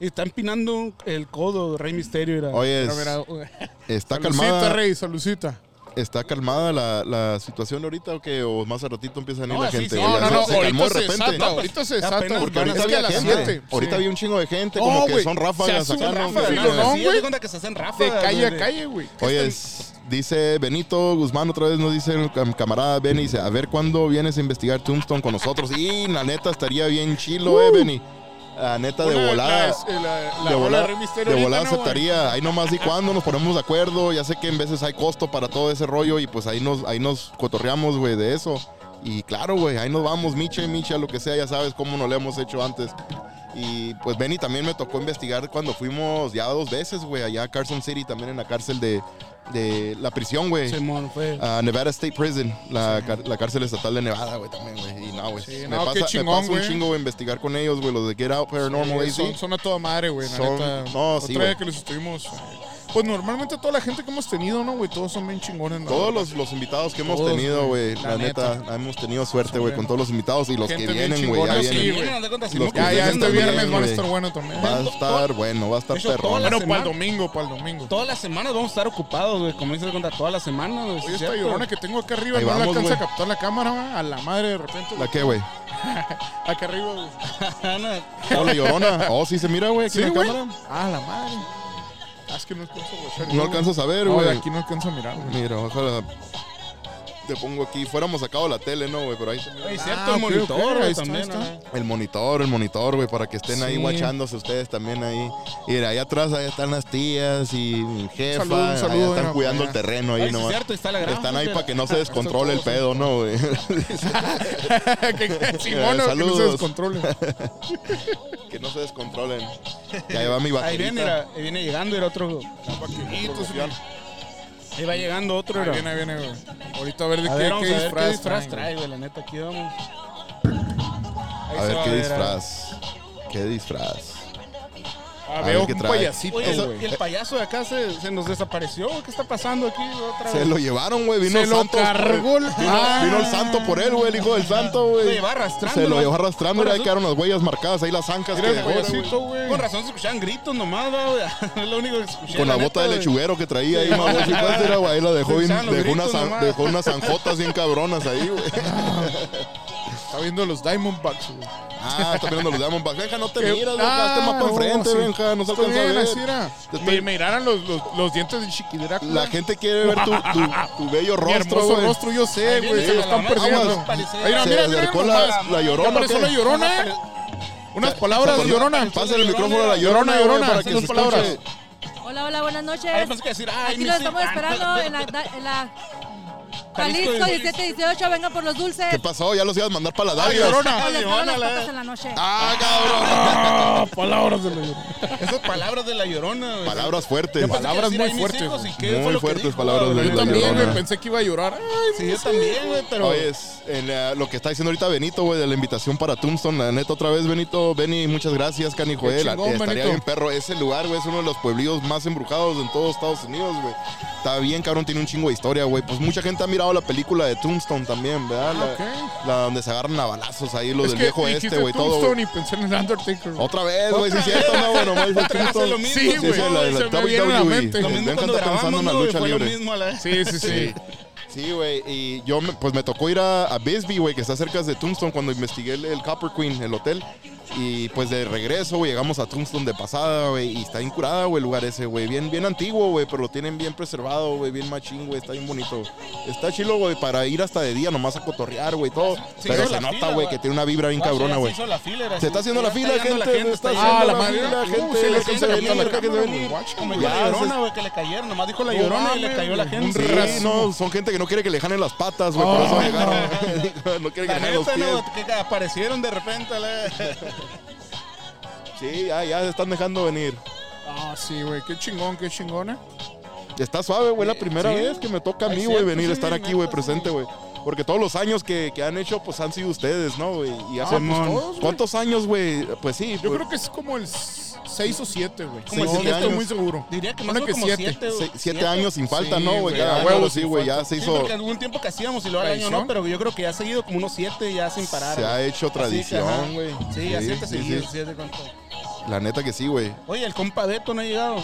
S4: Y está empinando el codo Rey Misterio. Era.
S1: Oye,
S3: Mira,
S1: es-
S3: mira, güey.
S1: está
S3: Salucita,
S1: calmada,
S3: Rey, salucita.
S1: está calmada la, la situación ahorita o que o más a ratito empieza a venir
S4: No,
S1: la
S4: sí,
S1: gente.
S4: sí,
S1: Ya
S3: No, no,
S1: se-
S3: no,
S1: se calmó
S3: ahorita
S1: de
S3: se
S1: repente.
S3: desata, ahorita se desata.
S4: apenas,
S1: Porque
S4: Van a
S1: ahorita
S4: ser
S1: había
S4: a las
S1: gente.
S4: siete,
S1: Ahorita
S3: sí.
S1: había un chingo de gente,
S3: No,
S1: como que
S3: güey,
S1: son
S3: se
S1: ráfagas
S3: hace un
S1: acá, ¿no?
S3: ráfaga,
S1: Sí,
S3: ¿no?
S1: güey.
S3: Filonón,
S4: Sí,
S3: güey.
S4: haz de cuenta que se hacen ráfagas.
S3: De calle a
S4: güey.
S3: calle, güey.
S1: Oye, es- dice Benito Guzmán otra vez, nos dice el cam- camarada Benny, dice, a ver cuándo vienes a investigar Tombstone con nosotros. Y la neta estaría bien chilo, eh, Benny. La neta de
S3: Uh. Una-
S1: volada.
S3: la- la- la
S1: de
S3: rola
S1: volada,
S3: Rey Misterio
S1: de
S3: ahorita,
S1: volada
S3: ¿no, güey?
S1: aceptaría. Ahí nomás y cuando nos ponemos de acuerdo. Ya sé que en veces hay costo para todo ese rollo y pues ahí nos, ahí nos cotorreamos, güey, de eso. Y claro, güey, ahí nos vamos, micha y micha, lo que sea, ya sabes cómo nos lo hemos hecho antes. Y pues Benny también me tocó investigar cuando fuimos ya dos veces, güey, allá a Carson City, también en la cárcel de, de la prisión, güey.
S4: Simón, fue.
S3: Ah,
S1: a Nevada State Prison, la, car- la cárcel estatal de Nevada, güey, también, güey. Y no, güey.
S3: Sí,
S1: me,
S3: no, qué
S1: pasa, me
S3: chingón,
S1: pasa un
S3: güey.
S1: chingo, güey, investigar con ellos, güey, los de Get Out Paranormal
S3: Sí,
S1: AC.
S3: son, son a toda madre, güey. la
S1: Son-
S3: neta.
S1: no, sí,
S3: Otra
S1: güey.
S3: vez que los estuvimos. eh, Pues normalmente toda la gente que hemos tenido, ¿no, güey? Todos son bien chingones, ¿no?
S1: Todos los, los invitados que hemos
S3: Todos,
S1: tenido, güey,
S3: güey.
S1: la,
S3: La
S1: neta, hemos tenido suerte, güey, con todos los invitados y los
S3: Gente
S1: que
S3: bien
S1: vienen, güey, ya
S3: chingona,
S1: vienen.
S3: sí, güey.
S1: Los que
S3: Ya, ya, este
S1: también,
S3: viernes van a
S1: güey.
S3: estar bueno también.
S1: Va a estar bueno, va a estar
S4: De hecho, todas
S1: perrón.
S4: las-
S3: Bueno, para el
S4: semana.
S3: domingo, para el domingo.
S4: Todas las semanas vamos a estar ocupados, güey. Como dices, contra todas las semanas, güey.
S3: Oye, esta
S4: ¿cierto?
S3: llorona que tengo acá arriba
S1: Ahí
S3: no
S1: vamos,
S3: la alcanza
S1: güey.
S3: a captar la cámara, güey. A la madre de repente. güey.
S1: ¿La qué, güey?
S3: Acá arriba, güey.
S4: Ana,
S1: Oh, la llorona. Oh, sí se mira, güey, aquí en la cámara.
S3: Ah, la madre. Ah, es que no alcanzo a guachar,
S1: No
S3: güey.
S1: alcanzas a ver,
S3: No, de
S1: güey. Ah,
S3: aquí no alcanzo a mirar, güey.
S1: Mira, ojalá. Te pongo aquí. Fuéramos sacado la tele, ¿no, güey? Pero ahí se mira.
S4: es
S3: Ah,
S4: cierto,
S3: ok,
S4: el monitor,
S3: ok,
S4: güey,
S3: ahí está,
S4: también.
S3: ahí está.
S1: El monitor, el monitor, güey, para que estén ahí
S3: Sí.
S1: guachándose ustedes también ahí. Y allá atrás, ahí están las tías y mi jefa.
S3: Saludo, un
S1: allá
S3: saludo,
S1: están
S3: mira,
S1: cuidando
S3: allá.
S1: el terreno ahí
S4: Ahí es
S1: nomás.
S4: Ah, cierto, ahí está la granja.
S1: Están ahí para que no se descontrole el pedo, ¿no, güey?
S3: que Simona, que no se
S1: saludos.
S3: descontrole.
S1: que no se descontrolen. Y ahí va mi vaquerita.
S4: Ahí viene, mira, ahí viene llegando, era otro. Ahí va llegando otro,
S3: Ahí
S4: era.
S3: viene, ahí viene, güey. Ahorita a ver de
S4: A
S3: qué,
S4: ver, vamos
S3: qué
S4: a ver qué
S3: disfraz
S4: disfraz
S3: traen,
S4: trae, güey. La neta, aquí vamos.
S1: A ver qué disfraz. ¿Qué disfraz?
S3: güey. Ah,
S1: A
S3: veo
S1: ver qué
S3: un
S1: trae.
S3: payasito,
S4: Oye,
S3: güey.
S4: el, el payaso de acá se, se nos desapareció. ¿Qué está pasando aquí otra
S1: Se
S4: vez?
S1: lo llevaron, güey. Vino
S4: Se
S1: el
S4: lo
S1: santo.
S4: cargó el-
S1: Vino,
S4: Ah.
S1: vino el santo por él, güey. El hijo del santo,
S4: Se lo
S1: güey.
S4: lleva arrastrando.
S1: Se lo
S4: ¿no?
S1: llevó arrastrando.
S4: Con
S1: Mira, ahí
S4: razón-
S1: quedaron las huellas marcadas. Ahí las zancas que
S3: Mira el
S1: dejó, güey.
S3: payasito, güey.
S4: Con razón se escuchaban gritos nomás, va, güey. Es lo único que escuché.
S1: Con la
S4: neta,
S1: bota de
S4: güey.
S1: lechuguero que traía ahí,
S4: Sí.
S1: mamón. si fuese, era, güey, Ahí la dejó, bien-
S4: Pensaban los
S1: dejó, unas,
S4: gritos
S1: zan-
S4: nomás.
S1: dejó unas zanjotas bien cabronas ahí, güey.
S3: Está viendo los Diamondbacks, güey.
S1: Ah, está mirando los Diamondbacks. Benja, no te
S3: Que-
S1: miras,
S3: Ah,
S1: Benja. Este más para
S3: no,
S1: enfrente,
S3: sí.
S1: Benja. No se
S3: Estoy
S1: alcanza a
S3: bien,
S1: ver.
S3: así era.
S1: Te estoy-
S3: Me, me miraran los, los, los dientes de Chiquidraco.
S1: La gente quiere ver tu, tu- tu bello
S3: Mi
S1: rostro,
S3: hermoso
S1: güey.
S3: rostro, yo sé,
S4: Ahí
S3: güey.
S4: viene
S3: Se lo
S4: la
S3: están
S4: mamá.
S3: perdiendo.
S4: Aguas, parecía.
S3: Mira,
S1: Se
S3: mira, mira.
S1: acercó la,
S3: nomás.
S1: la
S3: Ya
S1: llorona.
S3: apareció la
S1: ¿qué?
S3: llorona. ¿eh? Unas palabras,
S1: Pásale-
S3: llorona.
S1: Pásale el micrófono a la llorona,
S3: Llorona,
S1: güey,
S3: llorona,
S1: para que
S3: dos
S1: se
S3: palabras.
S1: escuche.
S7: Hola, hola, buenas noches.
S4: Ay, pensé que decir, ay,
S7: Aquí
S4: mi
S7: los
S4: sí.
S7: estamos esperando en la, en la
S4: Jalisco,
S7: Jalisco
S4: Jalisco.
S7: 17 18. Vengan por los dulces.
S1: ¿Qué pasó? Ya los ibas a mandar para la
S3: Ay,
S1: Darius.
S3: llorona.
S7: O les muevo
S4: Órale,
S7: las patas
S4: órale.
S7: en la noche.
S1: ¡Ah, cabrón!
S3: Ah, palabras de la llorona.
S4: Esas palabras de la llorona, güey.
S1: Palabras fuertes.
S4: Pensé que
S3: palabras
S4: decir,
S3: muy
S4: "Ay, mis
S3: fuertes,
S4: hijos", ¿y qué
S1: muy
S4: fue lo que
S1: fuertes
S4: dijo,
S1: palabras
S4: güey?
S1: de
S3: Yo
S1: la
S3: también,
S1: llorona.
S3: güey. Pensé que iba a llorar. Ay,
S4: Sí, yo también, güey, pero.
S1: Oye, es- en la- lo que está diciendo ahorita Benito, güey, de la invitación para Tombstone, la neta, otra vez, Benito, Benny, muchas gracias, canijo,
S3: Qué
S1: eh, la-
S3: chingón,
S1: estaría
S3: Benito.
S1: bien perro, ese lugar, güey, es uno de los pueblillos más embrujados en todos Estados Unidos, güey, está bien, cabrón, tiene un chingo de historia, güey, pues mucha gente ha mirado la película de Tombstone también, ¿verdad? La,
S3: Ah, Ok.
S1: la donde se agarran a balazos ahí, los
S3: es
S1: del
S3: que
S1: viejo este,
S3: dijiste
S1: güey, todo, güey.
S3: Tombstone y pensé en el Undertaker. güey.
S1: Otra vez, güey, sí
S4: Otra
S1: es cierto, no, bueno, más de Tombstone.
S4: lo mismo.
S3: Sí,
S1: Sí,
S3: güey.
S1: sí, la E. de la
S3: Se me viene a la
S1: WWE.
S3: mente.
S1: Benja
S4: Lo mismo
S1: está
S4: cuando
S1: pensando
S4: grabamos,
S1: en la
S4: ¿no, güey?
S1: lucha
S4: Fue lo
S1: libre.
S4: mismo a la-
S3: Sí, sí, sí.
S1: Sí, güey, y yo me- pues me tocó ir a, a Bisbee, güey, que está cerca de Tombstone cuando investigué el, el Copper Queen, el hotel. Y pues de regreso, güey, llegamos a Tombstone de pasada, güey, y está bien curada, güey, el lugar ese, güey. Bien, bien antiguo, güey, pero lo tienen bien preservado, güey, bien machín, güey, está bien bonito. Está chilo, güey, para ir hasta de día nomás a cotorrear, güey, todo.
S4: Sí,
S1: pero
S4: hizo
S1: se
S4: la
S1: nota,
S4: fila,
S1: güey,
S4: güey.
S1: que tiene una vibra bien
S4: Guacha,
S1: cabrona,
S4: ya
S1: güey.
S4: Se hizo la fila, era
S1: Se está
S4: así.
S1: haciendo la
S4: Ya
S1: fila,
S4: llegando
S1: gente.
S4: la
S1: se está
S4: está
S1: haciendo
S4: llegando
S3: Ah,
S1: la,
S3: la
S1: madre. Fila,
S3: madre. Uh,
S1: gente.
S3: se le
S1: la
S3: está
S1: gente venía,
S3: sacando la
S1: la que se
S3: cámara,
S1: venía.
S3: güey, guacho,
S4: Como
S1: Ya,
S4: ya la
S1: se-
S4: llorona, güey, que le cayeron. Nomás dijo la
S3: No
S4: llorona y
S3: mames,
S4: le cayó la
S3: güey.
S4: gente.
S3: Un rato.
S1: Sí, no, son gente que no quiere que le jalen las patas, güey, por eso llegaron. no quiere que
S4: Oh. La
S1: le jalen los
S4: neta,
S1: pies.
S4: no, que aparecieron de repente. la-
S1: Sí, ya, ya se están dejando venir.
S3: Ah, sí, güey. Qué chingón, qué chingona.
S1: Está suave, güey, la primera
S4: sí.
S1: vez que me toca a mí,
S4: Es
S1: güey,
S4: cierto,
S1: venir a
S4: sí,
S1: estar aquí,
S4: neta,
S1: güey,
S4: sí.
S1: presente, güey. Porque todos los años que, que han hecho, pues han sido ustedes, ¿no, güey? Y hace-
S3: pues, todos, güey.
S1: ¿Cuántos años, güey? Pues sí,
S3: Yo
S1: pues,
S3: creo que es como el 6 o 7, güey.
S4: Como
S1: el
S3: No,
S1: siete
S3: no estoy
S1: años.
S3: muy seguro.
S4: Diría que más
S3: Ponle
S4: o menos
S3: que
S4: como
S3: siete.
S4: siete,
S1: se-
S4: güey.
S1: siete, años sin falta,
S3: Sí,
S1: ¿no, güey?
S3: güey,
S1: Cada
S3: a
S1: año,
S3: huevo
S1: sí,
S3: sin
S1: güey, ya
S3: falta.
S1: se
S4: Sí,
S1: hizo,
S4: porque algún tiempo que hacíamos y lo ahora ya no,
S3: Tradición.
S4: pero yo creo que ya ha seguido como unos siete ya sin parar.
S1: se ha
S4: güey.
S1: hecho
S4: Así que, ajá.
S1: tradición, güey.
S4: Sí, ya siete
S1: sí,
S4: seguidos.
S1: sí.
S4: siete con todo.
S1: La neta que sí, güey.
S4: Oye, el compa Beto no ha llegado.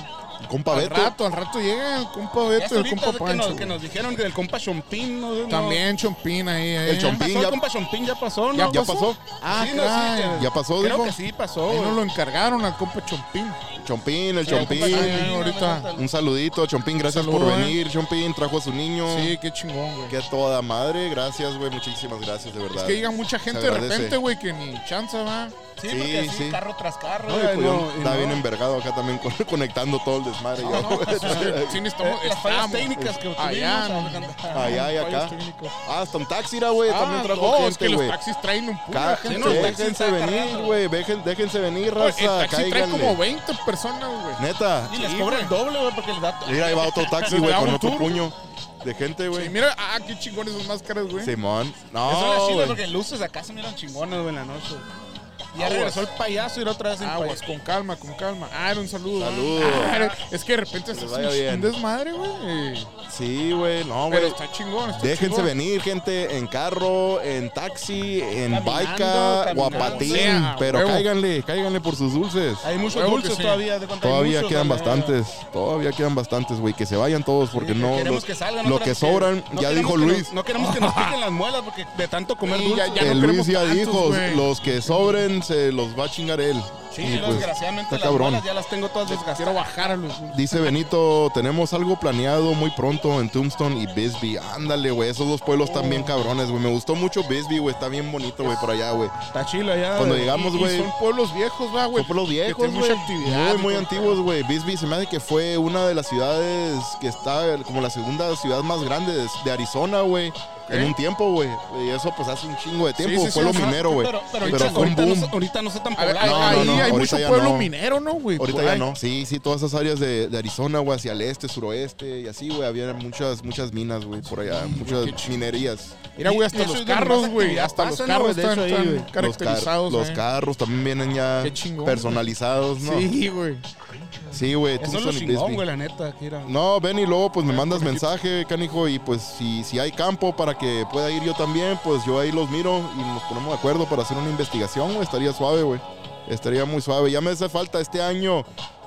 S1: Compa
S3: Al
S1: Beto.
S3: rato, al rato llega el compa
S4: Ya hasta
S3: Beto y el
S4: ahorita
S3: compa
S4: es que, nos,
S3: Pancho.
S4: que nos dijeron que el compa Chompín. No, no-
S3: güey. También Chompín ahí.
S1: El
S3: eh.
S1: Chompín.
S4: Pasó,
S1: ya-
S4: el compa Chompín ya pasó, ¿no?
S1: ¿Ya pasó?
S3: Ah,
S4: Sí, no, sí,
S3: claro.
S1: ¿Ya pasó,
S4: Creo
S1: dijo?
S4: que sí pasó.
S3: Ahí
S4: güey.
S3: nos lo encargaron al compa Chompín.
S1: Chompín, el
S4: Sí, el compa
S1: Chompín.
S4: Chompín,
S3: Ay, ahorita.
S1: Un saludito, Chompín, gracias
S3: Saludo,
S1: por
S3: eh.
S1: venir. Chompín trajo a su niño.
S3: Sí, qué chingón, güey.
S1: Que a toda madre, gracias, güey, muchísimas gracias, de verdad.
S3: Es que llega mucha gente
S1: Se
S3: de
S1: agradece. Eh,
S3: repente, güey, que ni chance va.
S4: Sí,
S1: Sí,
S4: porque así
S1: sí.
S4: carro tras carro.
S1: No, y
S4: güey,
S1: pues
S4: no,
S1: yo
S4: y
S1: estaba
S4: no.
S1: bien envergado acá también con- conectando todo el desmadre. yo.
S3: pues, Sí, ni
S4: Eh,
S3: estamos,
S4: Las fallas
S3: estamos.
S4: técnicas que tuvimos.
S3: Allá, no.
S1: Allá y acá. Ah, hasta un taxi, era, güey, también
S3: Ah,
S1: trajo
S3: no, es
S1: gente,
S3: que los
S1: güey.
S3: taxis traen un puto
S1: Ca-
S3: gente.
S4: no, el taxi
S1: déjense
S4: está
S1: venir,
S4: cargado.
S1: güey, dejen- déjense venir,
S3: Güey, El
S1: raza,
S3: taxi trae como
S1: cáiganle.
S3: 20 personas, güey.
S1: Neta,
S4: Y les
S3: Sí,
S4: cobra
S3: güey.
S4: el doble, güey, porque les da.
S1: mira, ahí va otro taxi,
S3: Les
S1: güey,
S3: da
S1: con
S3: un
S1: otro
S3: tour.
S1: puño de gente,
S3: Y
S1: güey.
S3: mira, ah, qué chingones son máscaras, güey.
S1: Simón,
S4: Eso era
S1: no,
S4: chido
S1: güey.
S4: porque luces acá se miran chingones, güey, en la noche. güey. Ya
S3: Aguas.
S4: regresó el payaso y era otra vez el
S3: Aguas,
S4: payaso.
S3: con calma, con calma. Ah, era un saludo.
S1: Saludo.
S3: Ah, era- es que de repente se
S1: vaya
S3: hace un-
S1: bien.
S3: un desmadre, güey. y-
S1: sí, güey, no,
S3: Pero
S1: güey.
S3: está chingón. Está
S1: Déjense
S3: chingón.
S1: venir, gente, en carro, en taxi, en
S4: Caminando,
S1: baica,
S4: caminando.
S1: guapatín.
S3: O sea,
S1: pero
S3: huevo.
S1: cáiganle, cáiganle por sus dulces.
S4: Hay muchos
S3: Huevo que
S4: dulces
S3: sí.
S4: todavía. De cuenta, hay
S1: Todavía
S4: muchos,
S1: quedan
S4: la neta.
S1: bastantes, todavía quedan bastantes, güey. Que se vayan todos porque
S4: Sí,
S1: no.
S4: queremos
S1: los-
S4: que salgan
S1: lo
S4: otra
S1: que
S4: vez,
S1: sobran,
S4: no
S1: ya
S4: queremos
S1: dijo
S4: que nos-
S1: Luis.
S4: no queremos que nos piquen las muelas porque de tanto comer
S3: Sí,
S4: dulces.
S3: ya- ya
S1: el
S3: no
S1: Luis
S3: queremos
S1: ya
S3: tantos,
S1: dijo,
S3: güey.
S1: los que sobren se los va a chingar él.
S4: Sí,
S1: Y,
S4: luego,
S1: pues,
S4: desgraciadamente
S1: está
S4: las
S1: cabrón.
S4: muelas ya las tengo todas
S3: Quiero
S4: desgastadas.
S3: bajar a los.
S1: Dice Benito, tenemos algo planeado muy pronto en Tombstone y Bisbee. Ándale, güey, esos dos pueblos están
S4: Oh.
S1: bien cabrones, güey. Me gustó mucho Bisbee, güey, está bien bonito, güey, por allá, güey.
S4: Está chilo allá.
S1: Cuando
S4: güey.
S1: llegamos,
S3: Y- y
S1: güey.
S3: Son pueblos viejos, va, güey.
S1: Son pueblos
S3: que tienen
S1: viejos,
S3: mucha
S1: güey.
S3: actividad.
S1: Muy, muy
S3: güey.
S1: antiguos, güey. Bisbee se me hace que fue una de las ciudades que está como la segunda ciudad más grande de, de Arizona, güey. en un tiempo, güey. Y eso pues hace un chingo de tiempo.
S3: sí,
S1: fue
S3: sí,
S1: lo
S3: o sea,
S1: minero, güey.
S4: Pero, pero ahorita,
S1: pues, Pero fue un
S4: ahorita no,
S1: boom.
S4: se- ahorita no se tan
S3: A ver,
S4: poblado.
S1: No,
S3: ahí,
S1: no,
S3: ahí
S1: no,
S3: hay
S1: ahorita
S3: mucho
S1: ya
S3: pueblo
S1: no.
S3: minero, ¿no, güey?
S1: Ahorita
S3: Por
S1: ya
S3: ahí.
S1: no. Sí, sí, todas esas áreas de, de Arizona, güey, hacia el este, suroeste y así, güey. Había muchas, muchas minas, güey, por allá. Muchas minerías.
S3: Mira, güey,
S4: Y
S3: hasta
S4: eso
S3: los
S4: es de
S3: carros,
S4: más
S3: güey.
S4: actividad
S3: Hasta los
S4: pasa, ¿no,
S3: carros
S4: güey? De
S3: están,
S4: hecho, ahí,
S3: están
S4: güey. Los
S1: Los, car-
S3: caracterizados, ¿eh?
S1: los
S3: güey.
S1: carros también vienen ya
S3: Qué chingón,
S1: personalizados, ¿no?
S3: Sí, güey.
S1: Sí, güey.
S4: Eso es
S1: Tucson
S4: lo
S1: y
S4: chingón,
S1: Disney.
S4: güey, la neta. que era-
S1: No, ven y luego pues me mandas mensaje, canijo, y pues si, si hay campo para que pueda ir yo también, pues yo ahí los miro y nos ponemos de acuerdo para hacer una investigación, güey. Estaría suave, güey. Estaría muy suave. Ya me hace falta este año.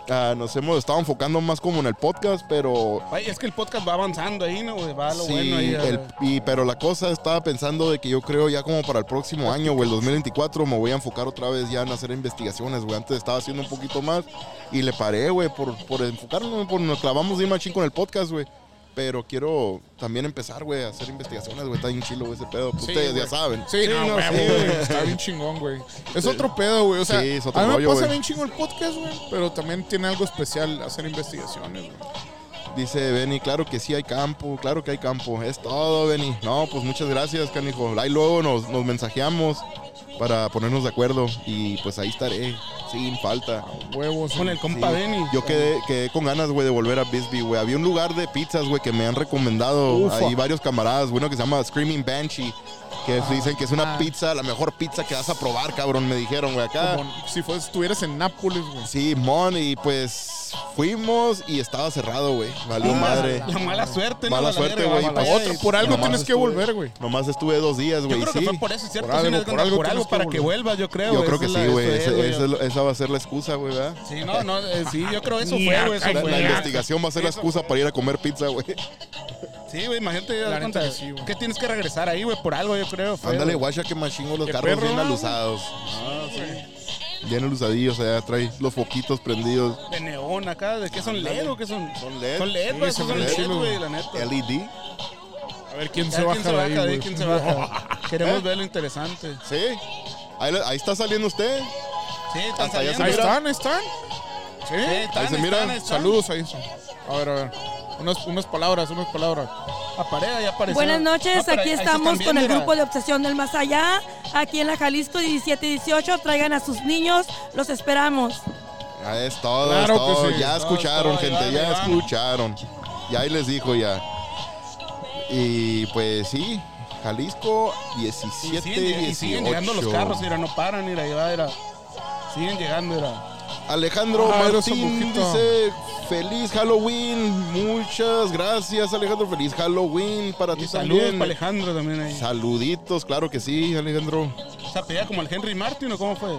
S1: ah, nos hemos estado enfocando más como en el podcast, pero
S4: Ay, es que el podcast va avanzando ahí, ¿no, güey? Va Ah, lo
S1: sí,
S4: bueno ahí. a-
S1: el- y- pero la cosa estaba pensando de que yo creo ya como para el próximo año, güey, el 2024, me voy a enfocar otra vez ya en hacer investigaciones, güey. Antes estaba haciendo un poquito más y le paré, güey, por, por enfocarnos, güey, por nos clavamos bien machín con el podcast, güey. Pero quiero también empezar, güey, a hacer investigaciones, güey. Está bien chilo, güey, ese pedo. Pues
S3: Sí,
S1: ustedes ya
S3: güey.
S1: saben.
S3: Sí, no,
S1: no,
S3: güey,
S1: sí,
S3: güey,
S1: güey.
S3: Está bien chingón, güey. Es otro pedo, güey. O sea,
S1: Sí, es otro
S3: a mí
S1: rollo,
S3: me pasa
S1: güey.
S3: bien chingón el podcast, güey. Pero también tiene algo especial hacer investigaciones, güey.
S1: Dice Benny, claro que sí hay campo, claro que hay campo. Es todo, Benny. No, pues muchas gracias, canijo. Ahí luego nos, nos mensajeamos para ponernos de acuerdo y pues ahí estaré, sin falta.
S3: Huevos.
S4: Con el compa
S1: Sí.
S4: Benny.
S1: Yo quedé, quedé con ganas, güey, de volver a Bisbee, güey. Había un lugar de pizzas, güey, que me han recomendado.
S3: Ufa.
S1: Hay varios camaradas, güey, uno que se llama Screaming Banshee, que dicen que es
S4: Ah.
S1: una pizza, la mejor pizza que vas a probar, cabrón, me dijeron, güey, acá.
S3: Como Ah, si fues- estuvieras en Nápoles, güey.
S1: Sí, mon, y pues fuimos y estaba cerrado, güey. Valió madre.
S4: Ah, La mala suerte, ¿no?
S1: Mala
S4: La
S1: suerte,
S4: verga,
S1: güey.
S4: la
S1: pa'
S4: mala
S1: otro.
S4: suerte.
S3: Por algo
S1: Nomás
S3: tienes que
S1: estuve-
S3: volver, güey.
S1: Nomás estuve dos días,
S4: Yo
S1: güey.
S4: creo que
S1: sí.
S4: fue por eso, ¿cierto?
S3: Por algo,
S4: Sí, no es
S3: por
S4: cuando-
S3: algo
S4: por
S3: tienes
S4: algo
S3: que
S4: para que
S3: volver.
S4: vuelva, yo creo.
S1: Yo creo que
S4: Esa es
S1: sí,
S4: la-
S1: güey.
S4: eso es,
S1: Ese- esa es lo- esa va a ser la excusa, güey, ¿verdad?
S4: Sí, no, no, eh, sí, yo creo eso fue, güey. eso
S1: La,
S4: fue.
S1: la investigación va a ser la excusa para ir a comer pizza, güey.
S4: Sí, güey, imagínate,
S3: La
S4: das
S3: neta
S4: cuenta,
S3: que sí, güey.
S4: que tienes que regresar ahí, güey, por algo, yo creo. fue,
S1: Ándale,
S4: güey.
S1: guacha, que machingo los
S3: Qué
S1: carros
S3: perro,
S1: bien
S3: ¿no?
S1: aluzados.
S4: Ah,
S1: Bien alusadillos, allá trae los foquitos prendidos.
S4: De neón acá, ¿de qué son LED o qué son?
S1: Son LED.
S4: Son LED, güey,
S1: Sí, son
S4: esos son
S1: LED,
S4: LED, güey, la neta.
S1: LED.
S3: A ver quién
S4: Ya,
S3: se
S4: ¿Quién se
S3: baja de
S4: baja
S3: ahí,
S4: de ahí?
S3: güey.
S4: ¿Quién se baja?
S1: ¿Eh?
S4: Queremos ver lo interesante.
S1: Sí. Ahí, la- ahí está saliendo usted.
S4: Sí,
S1: Hasta
S4: están
S1: allá
S4: saliendo.
S1: se
S3: Ahí
S1: Mira.
S3: están, ahí están. Sí.
S4: Sí, están,
S1: Ahí se
S4: están,
S1: mira.
S4: están.
S3: Saludos ahí. sí. A ver, a ver. Unas, unas palabras, unas palabras.
S4: A pared, ahí apareció.
S7: Buenas
S4: Ah,
S7: noches,
S4: pero
S7: aquí
S4: ahí- ahí se
S7: estamos
S4: están
S7: con el
S4: viendo,
S7: grupo
S4: mira.
S7: de Obsesión del Más Allá, aquí en la Jalisco 17 y 18. Traigan a sus niños, los esperamos.
S1: Ya es todo,
S3: Claro
S1: es todo.
S3: que sí.
S1: Ya
S4: Todo,
S1: escucharon,
S4: todo, ahí
S1: gente,
S4: van,
S1: ya
S4: ahí van.
S1: escucharon. Ya ahí les dijo ya. Y pues sí, Jalisco 17,
S4: Y siguen, y siguen llegando los
S1: 18.
S4: carros, mira, no paran, mira, ahí va, mira. Siguen llegando, mira.
S1: Alejandro
S3: Ah, era
S1: Martín
S3: Zambuquito.
S1: dice feliz Halloween, muchas gracias Alejandro, feliz Halloween para ti
S4: Y saludos
S1: también.
S4: para Alejandro también ahí.
S1: Saluditos, claro que sí, Alejandro.
S4: ¿Se apellida como el Henry Martin o cómo fue?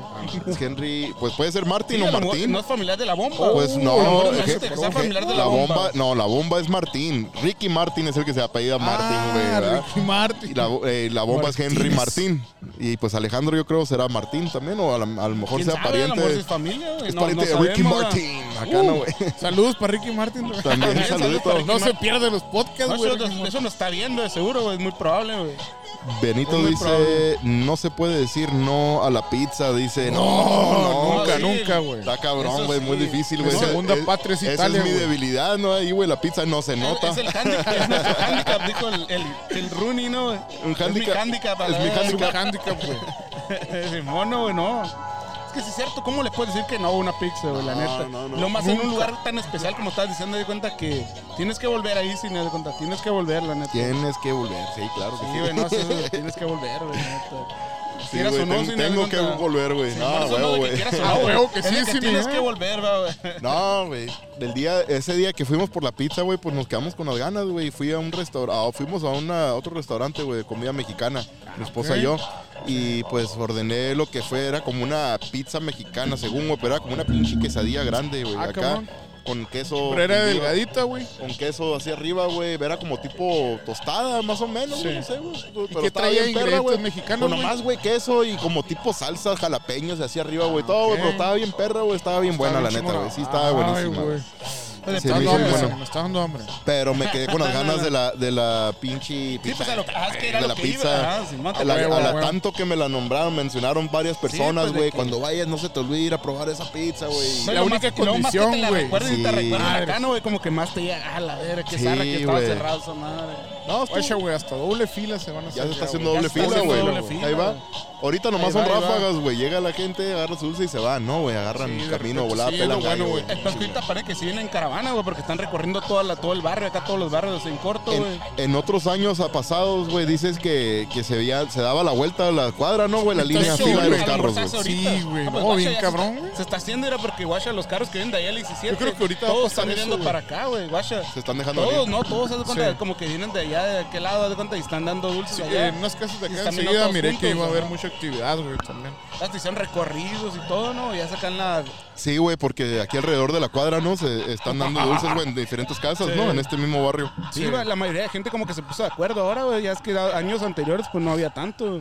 S1: Es Henry, pues puede ser Martín
S4: Sí,
S1: o
S4: a lo mejor
S1: Martín.
S4: No es familiar de la bomba.
S1: Pues no,
S4: A lo mejor
S1: es
S4: es
S1: que-
S4: este, que sea familiar de
S1: la,
S4: la, bomba.
S1: bomba, no, la bomba es Martín. Ricky Martin es el que se apellida Martín, güey.
S3: Ah,
S1: ¿verdad?
S3: Ricky Martin.
S1: Y la, eh, la bomba es Henry Martín. Y pues Alejandro yo creo será Martín también, o a, la- a lo mejor
S4: ¿Quién
S1: sea
S4: sabe? A lo
S1: pariente,
S4: mejor es familia, güey.
S1: es
S4: No-
S1: pariente
S4: no
S1: de Ricky
S4: sabemos, ¿verdad? Uh.
S1: Martin. Acá no, güey.
S3: Uh, Saludos para Ricky Martin.
S1: También
S4: También saludos para
S1: saludito.
S4: Ricky
S3: No se
S4: Martin.
S3: pierde los podcasts,
S4: No,
S3: güey.
S4: eso,
S3: Ricky
S4: eso no está viendo, de seguro, güey. Es muy probable, güey.
S1: Benito
S4: Es muy
S1: dice,
S4: probable.
S1: no se puede decir no a la pizza, dice, no,
S3: No,
S1: no,
S3: nunca,
S4: sí.
S3: nunca, güey.
S1: Está cabrón,
S4: Eso
S1: güey, muy
S4: sí.
S1: difícil,
S3: Mi
S1: güey.
S3: segunda
S1: Es-
S3: patria es
S1: esa
S3: Italia,
S1: es mi
S3: güey.
S1: debilidad, ¿no? Ahí, güey, la pizza no se nota.
S4: Es, es el handicap, es nuestro handicap, dijo el, el, el Rooney, ¿no? güey?
S1: Un
S4: Es mi
S1: handicap.
S4: handicap. a
S1: Es
S4: la
S1: mi
S4: verga.
S3: Es un
S1: handicap.
S3: handicap, güey.
S4: Ese mono, güey, no. Es que si es cierto, ¿cómo le puedes decir que no a una pizza, güey? La
S1: No,
S4: neta.
S1: no, no.
S4: Lo más en un lugar tan especial como estás diciendo, de cuenta que tienes que volver ahí sin dar cuenta. Tienes que volver, la neta.
S1: Tienes que volver, sí, claro. que
S4: Sí, güey, no, sí, güey, tienes que volver, güey, la neta.
S1: Sí,
S4: Quieras
S1: güey,
S4: o no,
S1: ten-
S4: sin
S1: tengo
S4: darle
S1: que
S4: cuenta.
S1: volver, güey.
S4: Sí,
S1: no,
S4: por eso
S1: huevo,
S4: no, de que
S1: güey.
S4: quieras o
S3: Ah,
S4: no,
S3: huevo que
S4: Es de
S3: sí, sí,
S4: tienes
S3: mira.
S4: que volver, va, güey.
S1: No, güey. Del día, ese día que fuimos por la pizza, güey, pues nos quedamos con las ganas, güey. Fui a un restaurante, fuimos a una, otro restaurante, güey, de comida mexicana, mi esposa y yo. Y pues ordené lo que fue, era como una pizza mexicana, según, güey, pero era como una pinche quesadilla grande, güey.
S3: Ah,
S1: acá,
S3: cabrón.
S1: con queso.
S3: Pero era
S1: fundido,
S3: delgadita, güey.
S1: Con queso hacia arriba, güey. Era como tipo tostada, más o menos, güey,
S3: Sí.
S1: no sé, güey.
S3: ¿Y
S1: Pero
S3: qué
S1: estaba
S3: traía
S1: bien perra, güey.
S3: ingredientes mexicanos,
S1: Pues
S3: güey?
S1: nomás, güey, queso y como tipo salsas
S4: Ah,
S1: jalapeños hacia arriba, güey. Todo,
S3: ok.
S1: güey. Pero estaba bien perra, güey. Estaba bien buena,
S3: Está
S1: la
S3: bien
S1: neta,
S3: chingona.
S1: güey. Sí, estaba
S3: Ay,
S1: buenísima.
S3: güey. Me
S1: Sí,
S3: está dando
S1: me
S3: hambre,
S1: hizo-
S3: sí,
S1: bueno.
S3: me está dando hambre.
S1: Pero me quedé con las ganas de la, de la pinche
S4: Sí,
S1: pizza.
S4: pues a lo ah, es que era
S1: de
S4: lo
S1: la
S4: que
S1: pizza.
S4: iba, ajá, Simón,
S1: A
S4: te
S1: la,
S4: acuerdas.
S1: a la
S3: güey.
S1: tanto que me la nombraron, mencionaron varias personas,
S4: pues, de
S1: güey.
S4: que-
S1: Cuando vayas, no se te olvide ir a probar esa pizza, güey.
S4: No, y
S3: La
S4: lo
S3: única
S4: más- y lo más que te
S3: condición,
S4: la
S3: güey.
S4: recuerden y te
S1: Sí.
S4: recuerden
S1: Madre.
S4: acá, ¿no, güey? Como que más te llega, ah, la verga, qué
S1: Sí,
S4: zarra que estaba
S1: güey.
S4: cerrado esa madre.
S1: No, estuvo-
S3: Oye, güey, hasta doble fila se van a hacer.
S1: ya se está haciendo
S3: güey.
S1: doble
S4: Ya se está
S1: fila,
S4: haciendo
S1: güey.
S4: doble fila,
S1: Ahí va.
S4: güey.
S1: Ahorita
S3: Ahí
S1: nomás son
S3: va, ahí va.
S1: ráfagas, güey. Llega la gente, agarra su dulce y se va, ¿no, güey? Agarran
S3: Sí, de
S1: camino,
S3: repente,
S1: volada,
S3: sí,
S1: pelan
S3: lo bueno,
S1: gallo,
S3: güey.
S1: güey.
S4: El ahorita parece que si vienen en caravana, güey, porque están recorriendo toda la, todo el barrio, acá todos los barrios en corto, güey.
S1: En, en otros años a pasados, güey, dices que, que se, veía, se daba la vuelta a la cuadra, ¿no, güey? La
S3: Entonces,
S1: línea
S3: sí,
S1: fila de
S3: güey,
S1: los carros, güey.
S4: Ahorita.
S3: Sí, güey,
S4: pues,
S3: no,
S4: guacha,
S3: bien
S4: ya se
S3: cabrón,
S4: está-
S3: güey.
S4: Se está haciendo, era porque, guacha, los carros que vienen de allá el 17.
S3: Yo creo que ahorita va a
S4: Todos
S3: pasar
S4: están
S3: eso,
S4: viniendo
S3: güey.
S4: para acá, güey, guacha.
S1: Se están dejando
S4: Todos,
S1: venir.
S4: no, todos se dan cuenta,
S3: Sí.
S4: como que vienen de allá, de aquel lado, haz de cuenta, y están dando dulces
S3: Sí,
S4: allá.
S3: en Eh, unas casas de
S4: Y
S3: acá
S4: están viniendo
S3: enseguida
S4: todos
S3: miré que
S4: juntos,
S3: iba a haber
S4: ¿no?
S3: mucha actividad, güey, también.
S4: Hasta hicieron recorridos y todo, ¿no? Ya sacan la...
S1: Sí, güey, porque aquí alrededor de la cuadra, ¿no? Se están dando dulces, güey, en diferentes casas, ¿no? En este mismo barrio.
S4: Sí, güey, la mayoría de gente como que se puso de acuerdo ahora, güey. Ya es que a- años anteriores pues no había tanto.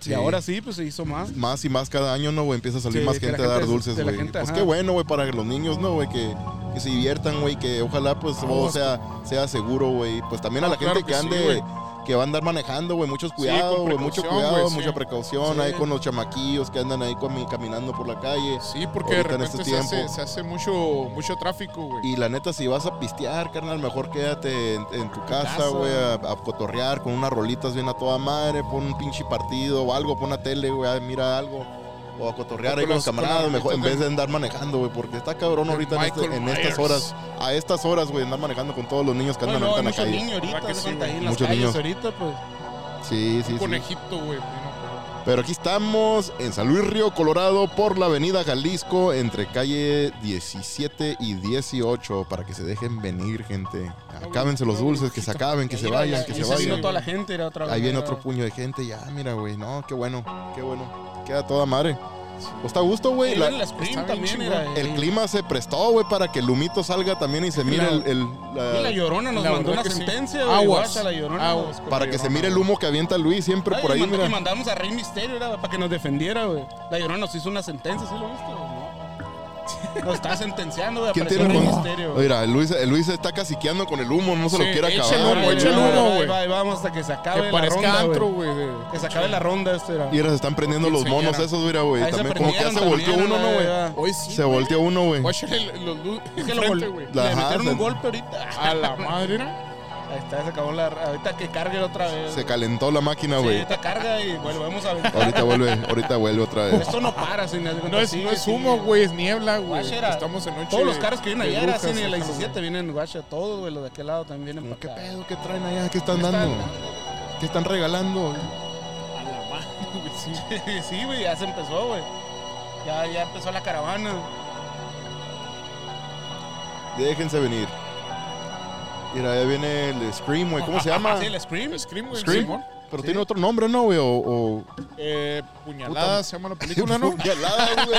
S1: Sí.
S4: Y ahora sí, pues se hizo más.
S1: Más y más cada año, ¿no, güey? Empieza a salir
S4: Sí,
S1: más
S4: que la
S1: gente a dar
S4: gente-
S1: dulces,
S4: de la
S1: güey.
S4: gente,
S1: Pues
S4: ajá.
S1: qué bueno, güey, para los niños, ¿no, güey? Que, que se diviertan, güey, que ojalá, pues, todo sea, sea seguro, güey. Pues también a la
S3: Ah, claro
S1: gente que
S3: que sí,
S1: ande,
S3: güey.
S1: que va a andar manejando, güey, muchos cuidados,
S3: con
S1: güey, mucho
S3: precaución,
S1: cuidado,
S3: güey, sí.
S1: mucha precaución
S3: Sí.
S1: ahí con los chamaquillos que andan ahí comi- caminando por la calle.
S3: Sí, porque de
S1: Ahorita en
S3: repente
S1: este
S3: se, hace,
S1: tiempo.
S3: se hace mucho, mucho tráfico, güey.
S1: Y la neta, si vas a pistear, carnal, mejor quédate en, en tu casa,
S4: casa.
S1: güey, a, a cotorrear con unas rolitas bien a toda madre, pon un pinche partido o algo, pon una tele, güey, a- mira algo. O a cotorrear
S3: O
S1: ahí con los
S3: con las- con
S1: camaradas,
S3: las
S1: mejor, en
S3: rolitas
S1: vez de andar manejando, güey, porque está cabrón
S3: de
S1: ahorita en, este-
S3: Michael
S1: en estas
S3: Myers.
S1: horas. A estas horas, güey, andar manejando con todos los niños que
S4: Bueno,
S1: andan
S4: no, hay
S1: ahorita en la calle.
S4: muchos niños ahorita,
S3: ¿Verdad que
S4: haz de
S3: sí,
S4: cuenta, ahí en las
S1: muchos
S4: calles
S1: niños.
S4: ahorita, pues.
S1: Sí, sí,
S3: Un
S1: sí.
S3: conejito, güey. no,
S1: Pero aquí estamos en San Luis Río, Colorado, por la avenida Jalisco, entre calle 17 y 18, para que se dejen venir, gente. Acábense los dulces, que se acaben, que se vayan, que
S4: Y
S1: se
S4: se vino
S1: vayan.
S4: toda la gente, era otra
S1: Ahí viene
S4: era-
S1: otro puño de gente, ya, mira, güey. No, qué bueno, qué bueno. Queda toda madre. Pues está a gusto, güey.
S4: Ahí
S1: La-
S4: viene la Scream
S3: está bien
S4: también
S3: chingón.
S4: era.
S1: el clima se prestó, güey, para que el humito salga también y se mire
S3: La-
S1: el... el- la-
S4: Y la llorona nos
S3: La
S4: mandó
S3: verdad
S4: una
S3: que sí.
S4: sentencia, güey.
S3: Aguas.
S4: guacha, la llorona. güey.
S3: Aguas. con
S1: para que se
S3: Llorona,
S1: mire el
S3: güey.
S1: humo que avienta Luis siempre
S4: Ay,
S1: por
S4: y
S1: ahí,
S4: mand-
S1: mira.
S4: Y mandamos a Rey Misterio, era, para que nos defendiera, güey. La llorona nos hizo una sentencia, ¿sí lo viste? güey? No. Nos está sentenciando, güey.
S1: ¿Quién
S4: apareció
S1: tiene el
S4: Rey
S1: humo?
S4: Misterio, güey.
S1: Mira, el Luis, el Luis está caciqueando con el humo, no se
S3: Sí,
S1: lo quiere
S3: echa
S1: acabar.
S3: el humo,
S1: güey.
S3: echa el humo,
S4: Ahí
S3: güey.
S4: va, ahí vamos hasta que se acabe
S3: Que
S4: la ronda,
S3: parezca
S4: Ah, güey.
S3: antro, güey. de-
S4: Que se acabe la ronda, este era.
S1: Y ahora se están prendiendo los
S3: Quinceañera.
S1: monos esos, mira, güey.
S4: Ahí se
S1: También como que ya se
S4: prendieron
S1: volteó
S4: también,
S1: uno, ¿no, güey?
S4: la-
S3: Hoy sí. Pues,
S1: Se volteó uno, güey.
S3: Oye, el- los luz.
S4: Es que lo
S3: enfrente,
S4: vol-
S3: güey.
S1: La-
S4: le
S1: Ajá,
S4: metieron
S1: se-
S4: un golpe ahorita.
S3: A la madre, ¿no?
S4: Ahí está, se acabó la. Ahorita que cargue otra vez.
S1: Se calentó la máquina,
S4: Sí,
S1: güey.
S4: ahorita carga y volvemos a ver.
S1: Ahorita vuelve, ahorita vuelve otra vez.
S4: Esto no para, sin
S3: No es, no es humo, güey, es niebla, güey.
S4: Guacha, era-
S3: Estamos en noche.
S4: Todos los
S3: de-
S4: carros que vienen
S3: de
S4: allá era
S3: brujas,
S4: así, en la
S3: déjalo,
S4: 17
S3: güey.
S4: vienen guacha, todos, güey, los de aquel lado también vienen
S1: ¿Qué
S4: para acá.
S1: pedo? ¿Qué traen allá? ¿Qué están dando? ¿Qué están regalando?
S4: sí, güey, ya se empezó, güey. Ya, ya empezó la caravana.
S1: Déjense venir. Mira, ya viene el Scream, güey. ¿Cómo se llama?
S4: Ah, Sí, el Scream.
S3: Scream, güey.
S1: Scream.
S3: Simón.
S1: Pero tiene otro nombre, ¿no, güey? O. o...
S3: Eh, puñalada se llama la película, ¿no?
S1: Puñalada, güey.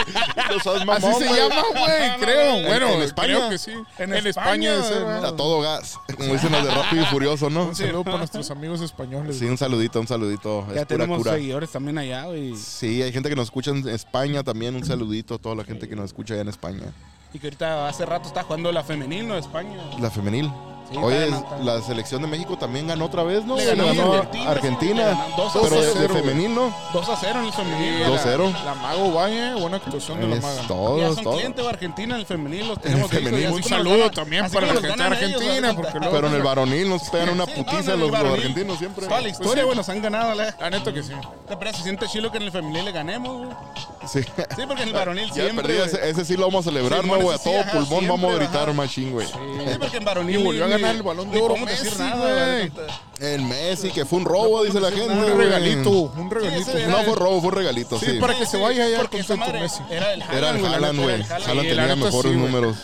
S1: No seas mamón,
S3: Así se
S1: güey.
S3: llama, güey, creo. Bueno,
S1: en
S3: creo
S1: España.
S3: que sí. En,
S4: En
S3: España,
S4: España,
S3: sí,
S1: A
S3: ¿no?
S1: todo gas. Como dicen los de Rápido y Furioso, ¿no?
S3: Un saludo para nuestros amigos españoles.
S1: Sí, un saludito, un saludito.
S4: ya
S1: es pura
S4: tenemos
S1: cura.
S4: seguidores también allá, güey.
S1: Sí, hay gente que nos escucha en España también. Un saludito a toda la gente que nos escucha allá en España.
S4: Y que ahorita hace rato está jugando la femenil, ¿no? España.
S1: La femenil.
S4: Sí,
S1: Oye,
S4: está adelantada.
S1: la selección de México también ganó otra vez, ¿no?
S4: Le
S1: Le
S4: ganó
S1: ganó
S4: a
S1: a
S4: Argentina, le
S1: Argentina.
S4: ganó dos a
S1: Pero de- de
S4: cero, güey.
S1: femenil, ¿no?
S4: 2 a 0 en el femenil. güey.
S3: La-
S1: 2-0.
S3: La Mago Valle, buena actuación de la
S1: Es
S3: Maga.
S1: todo,
S4: ya
S1: es
S4: son
S1: todo.
S4: clientes de Argentina, el femenil, los tenemos
S1: femenil.
S4: que ir, güey,
S3: Un
S4: así como
S3: saludo
S4: nos gana-
S3: también
S4: así
S3: para
S4: como
S3: la
S4: nos
S3: gente de
S4: ganan ellos,
S3: Argentina,
S4: ahorita.
S3: porque luego.
S1: Pero en el varonil nos pegan una
S4: Sí,
S1: putiza
S4: ándale,
S1: los, los
S4: varonil.
S1: argentinos siempre.
S4: Toda la
S3: sí.
S4: historia, güey, nos han ganado. La,
S3: La neta que sí.
S4: la verdad se siente chilo que en el femenil le ganemos, güey.
S1: Sí.
S4: Sí, porque en el varonil
S1: Ya
S4: siempre.
S1: perdí,
S4: güey.
S1: ese, ese sí lo vamos a celebrar,
S4: Sí,
S1: ¿no, güey?
S4: bueno,
S1: A
S4: ese sí,
S1: todo
S4: ajá,
S1: pulmón
S4: siempre,
S1: vamos a
S4: ajá.
S1: gritar machín, güey.
S4: Sí, porque en varonil.
S3: Y volvió a
S4: ni-
S3: ganar
S4: ni-
S3: el balón
S4: ni
S3: de oro.
S4: podemos
S3: Messi,
S4: decir nada,
S3: güey.
S4: güey.
S1: El Messi, que fue un robo, dice la gente.
S3: Un
S1: güey.
S3: regalito, un regalito.
S4: ese era-
S1: No fue robo, fue un regalito, sí.
S3: Sí, para que se vaya allá
S4: Porque
S3: con
S4: esa
S3: Santo
S4: madre
S3: Messi.
S4: Era el
S1: Era el Haaland, güey.
S4: Haaland.
S1: Haaland
S3: Sí, la
S1: tenía
S3: neta
S1: mejores
S3: sí, güey.
S1: números.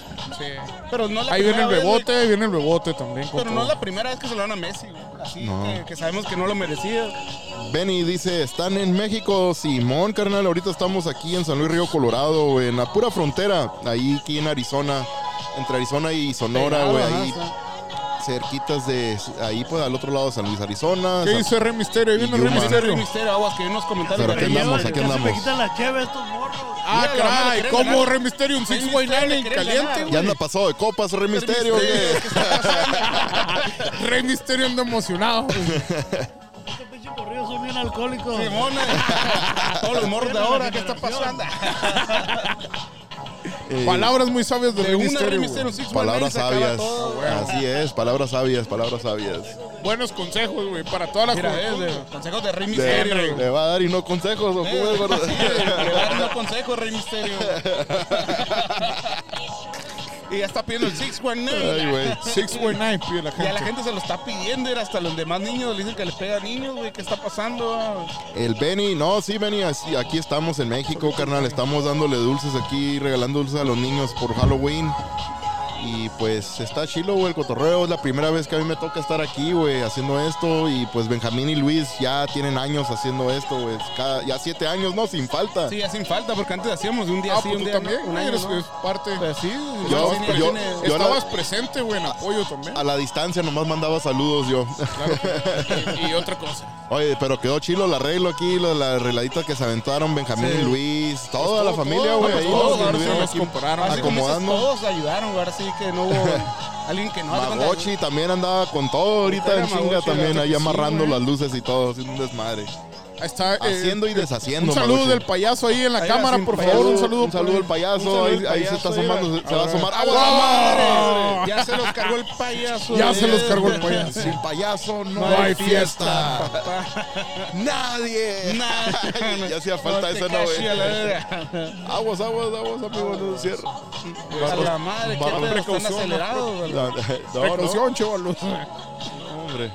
S4: Pero no la
S3: Ahí viene el
S4: primera vez, güey,
S3: rebote, viene el rebote también. con
S4: Pero no es
S3: todo.
S4: la primera vez que se lo dan a Messi, güey. Así
S1: No.
S4: que, que sabemos que no lo merecía.
S1: Benny dice, están en México, Simón, carnal, ahorita estamos aquí en San Luis Río Colorado, güey, en la pura frontera, ahí aquí en Arizona, entre Arizona y Sonora,
S4: Pegado,
S1: güey,
S4: ajá,
S1: ahí
S4: o sea,
S1: cerquitas de ahí, pues al otro lado de San Luis, Arizona.
S3: ¿Qué
S1: San-
S3: dice Rey Misterio? Viene
S1: Y
S3: Rey
S1: Yuma.
S3: Misterio.
S4: Misterio, aguas, que hay unos comentarios.
S1: Pero
S4: de
S1: aquí
S4: que-
S1: andamos,
S5: Llevan-
S1: aquí
S5: casi
S1: andamos.
S5: me quitan la cheve estos morros.
S3: Ah,
S4: Mira, la madre,
S3: caray,
S4: ¿quieren
S3: ¿cómo
S4: ganar?
S3: Rey Misterio? Un
S4: Rey
S3: 619 en
S4: Misterio, ¿quieren
S3: caliente,
S4: ganar?
S1: Ya anda pasado de copas, Rey Misterio. güey.
S3: güey. Rey Misterio anda emocionado.
S5: Estos pinches corridos son bien alcohólicos.
S4: Simona, Todos los morros de ahora, ¿qué está pasando?
S1: Eh,
S3: Palabras muy sabias de
S4: De
S3: Rey
S4: una
S3: Misterio.
S4: Rey
S3: güey.
S4: Misterio, Six Man Nine,
S1: Palabras
S4: se acaba
S1: sabias.
S4: todo, güey.
S1: Así es, palabras sabias, palabras sabias.
S3: Buenos consejos, güey, para todas las
S4: Mira, es
S3: juventudes.
S4: de- consejos de Rey
S1: Le,
S4: Misterio. güey.
S1: le va a dar y no consejos. ¿o
S4: Eh,
S1: cómo es, verdad?
S4: sí, Le va dando consejos, Rey Misterio. Y ya está pidiendo el 619.
S1: Ay, güey.
S3: 619 pide la
S4: Ya
S3: gente.
S4: la gente se lo está pidiendo, era hasta los demás niños le dicen que les pega a niños, güey, ¿qué está pasando?
S1: El Benny, no, sí, Benny, así, aquí estamos en México, carnal. Estamos dándole dulces aquí, regalando dulces a los niños por Halloween. Y pues está chilo, güey, el cotorreo. Es la primera vez que a mí me toca estar aquí, güey, haciendo esto. Y pues Benjamín y Luis ya tienen años haciendo esto, güey. Cada- Ya siete años, ¿no? Sin falta.
S4: Sí, hacen falta, porque antes hacíamos de un día
S3: Ah,
S4: sí,
S3: pues
S4: un
S3: tú
S4: día
S3: también,
S4: no, un
S3: güey,
S4: año
S3: eres,
S4: no.
S3: es parte.
S4: Pues sí,
S1: Yo-
S4: sí,
S1: yo-
S4: sí, sí.
S1: yo Ah, la-
S3: Estabas presente, güey, en apoyo también.
S1: A la distancia nomás mandaba saludos yo.
S3: Y otra cosa.
S1: Oye, pero quedó chilo el arreglo aquí, la, la arregladita que se aventaron Benjamín
S4: Sí.
S1: y Luis, toda la
S3: todo,
S1: familia,
S3: todo,
S1: güey.
S3: pues
S1: ahí
S3: todos,
S1: los que
S3: ahora sí
S1: anduvieron
S3: nos
S1: aquí
S3: compararon.
S4: Ahora sí, como dices,
S1: acomodando.
S4: todos ayudaron, güey, ahora sí que no hubo alguien que no hace cuenta-
S1: Magochi también andaba con todo ahorita
S4: Era
S1: en chinga
S4: Magochi,
S1: también,
S4: la
S1: ahí
S4: neta que sí,
S1: amarrando
S4: güey.
S1: las luces y todo, haciendo un desmadre.
S3: Está, eh,
S1: Haciendo y deshaciendo.
S3: Un saludo
S1: Magochi.
S3: del payaso ahí en la
S4: Ahí,
S3: cámara,
S4: sin
S3: por
S4: payaso,
S3: favor. Un saludo.
S1: Un saludo al
S4: Un saludo
S1: payaso, ahí, ahí
S4: al
S1: se
S4: payaso,
S1: está asomando,
S4: mira.
S1: se va a asomar.
S4: ¡Agua,
S1: ¡Agua,
S4: madre!
S1: madre!
S4: Ya se los cargó el payaso.
S3: Ya se los
S4: Eh,
S3: cargó el payaso.
S1: Sin payaso no,
S4: No
S1: hay
S4: hay
S1: fiesta. Nadie.
S4: Nah.
S1: ya hacía falta
S4: te
S1: esa, ¿no,
S4: caches
S1: güey?
S4: a la verga.
S1: Aguas, aguas, aguas, amigo, no cierre.
S4: A la madre, qué
S1: Barra-
S4: pedo, están
S1: precaución, ¿no?
S4: acelerados. güey.
S1: No, no,
S3: Precaución, chavalos.
S1: no, hombre.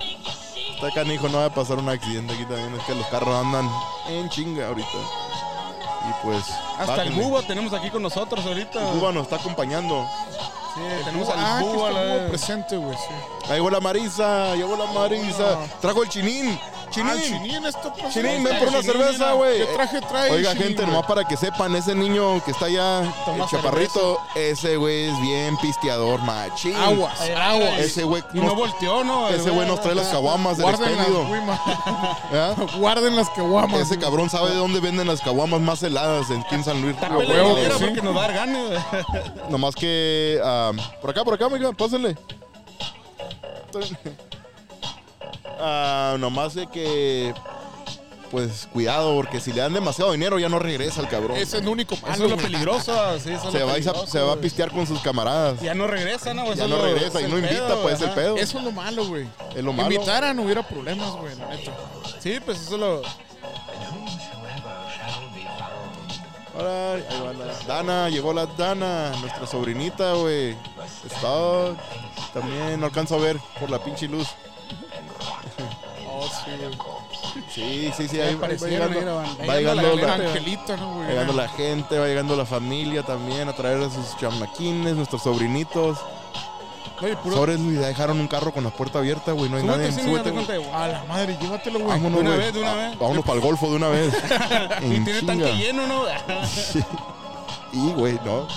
S1: Está canijo, no va a pasar un accidente aquí también. Es que los carros andan en chinga ahorita. Y pues.
S4: Hasta el
S1: bájenle.
S4: Buba tenemos aquí con nosotros ahorita.
S1: Cuba nos está acompañando.
S4: Sí, tenemos
S3: Ah,
S4: al
S3: que
S4: Buba. la
S3: estuvo
S4: verga.
S3: presente, güey. sí.
S1: Ahí llegó la Marisa, llegó la Marisa. Trajo el chinín. Chinín.
S3: Ah, Chinin, esto
S1: Chinín,
S4: está
S1: ven por una
S4: el Chinín,
S1: cerveza,
S4: mira.
S1: güey.
S3: ¿Qué traje trae?
S1: Oiga,
S3: Chinin,
S1: gente,
S3: güey?
S1: nomás para que sepan, ese niño que está allá,
S4: Toma
S1: el chaparrito, ese güey es bien pisteador, machín.
S3: Aguas,
S4: Ay,
S3: aguas.
S4: ay,
S1: Ese güey
S4: Y no
S1: nos-
S4: volteó, ¿no?
S3: Ah,
S4: El
S1: Ese güey nos trae las caguamas del
S3: Guarden las
S1: expendio.
S3: guimas.
S1: ¿verdad?
S3: Guarden las que guamas.
S1: Ese cabrón sabe de dónde venden las caguamas más heladas en King San Luis.
S4: Está
S3: A
S4: peleadera
S3: huevo que sí.
S4: porque nos va a dar ganas, güey.
S1: Nomás que. ah, por acá, por acá, amiga, pásenle. Ah, nomás de que. Pues cuidado, porque si le dan demasiado dinero ya no regresa el cabrón.
S3: Es el único malo.
S4: Eso es Ah, lo
S3: güey.
S4: peligroso. Sí, eso es
S1: se,
S4: lo
S1: va y se,
S4: peligroso,
S1: se va a
S4: güey.
S1: pistear con sus camaradas.
S4: Ya no regresa, ¿no?
S1: Ya no regresa y no invita, pues es el pedo.
S3: Eso es lo malo, güey.
S1: Es lo malo.
S3: Invitaran, hubiera problemas, güey, la neta.
S4: Sí, pues eso lo.
S1: Ahora, ahí va la Dana, llegó la Dana, nuestra sobrinita, güey. Está. También no alcanzo a ver por la pinche luz.
S3: Oh, sí, güey.
S1: Sí, sí, sí, ahí va, ahí va
S4: Aparecieron,
S1: llegando.
S4: mira, van.
S1: Va
S4: Ahí anda
S1: llegando
S4: la
S1: la-
S4: gente, güey.
S3: Angelito, ¿no,
S1: Va
S3: güey?
S1: llegando la gente, va llegando la familia también a traer a sus chamaquines, nuestros sobrinitos.
S3: Oye, puro-
S1: Sobres, güey, ya dejaron un carro con la puerta abierta, güey, no hay nadie.
S4: Súbete, sí, mira,
S1: Súbete,
S4: te cuenta
S1: güey.
S4: de guau.
S3: A la madre, llévatelo, güey.
S1: Vámonos,
S4: De una
S1: güey.
S4: vez, de una vez.
S1: Vámonos para el golfo de una vez.
S4: Y
S1: En
S4: tiene
S1: chinga.
S4: tanque lleno, ¿no?
S1: Y, güey, no.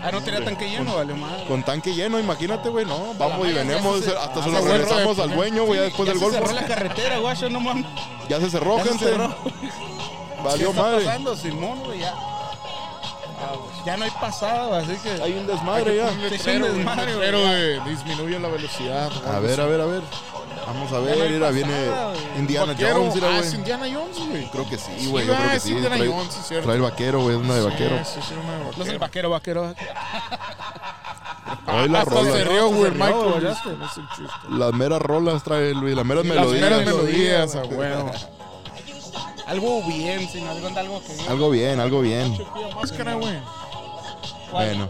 S4: Ah, no tenía tanque lleno,
S1: Pues,
S4: vale, madre.
S1: Con tanque lleno, imagínate, güey, no. Vamos y
S4: ya se
S1: venimos,
S4: hace-
S1: hasta se
S4: ah, se
S1: lo
S4: cerró,
S1: regresamos al dueño, güey, ya después
S4: Ya
S1: pues, del
S4: se
S1: golfo.
S4: cerró la carretera, guacho, no mames.
S1: Ya se cerró,
S4: Ya se
S1: gente.
S4: cerró. ¿Qué
S1: Valió
S4: está
S1: madre.
S4: pasando, Simón, güey? Ya. Ah, pues, Ya no hay pasada, así que.
S1: Hay un desmadre ya.
S3: Un
S4: Te hizo
S3: letrero,
S4: un
S3: güey, un
S4: desmadre,
S3: letrero de eh, disminuye la velocidad. güey.
S1: A ver, a ver, a ver. Vamos a ver,
S4: no hay
S1: mira, viene
S4: pasada, güey.
S1: Indiana
S3: Vaquero.
S1: Jones, mira,
S3: Ah,
S1: güey.
S3: es Indiana Jones, güey.
S1: Creo que sí, güey. Yo
S3: ah,
S1: creo que
S3: es
S1: sí.
S3: Indiana
S1: Trae,
S3: Jones, sí, cierto.
S1: trae el vaquero, güey. Es una de vaquero.
S3: Sí, sí, sí, una de vaquero.
S4: No es el vaquero, vaquero.
S1: Hoy las
S3: Hasta
S1: rolas.
S3: se rió, güey,
S4: Se rió,
S3: Michael.
S4: ¿verdad?
S3: No es el chiste.
S1: Las meras rolas trae Luis. Las meras
S3: Las
S1: melodías.
S3: primeras melodías,
S4: melodías,
S3: a
S4: güey.
S3: huevo.
S4: Algo bien, sin algo, anda algo que.
S1: Algo bien, algo bien.
S3: Máscara, güey.
S1: Bueno.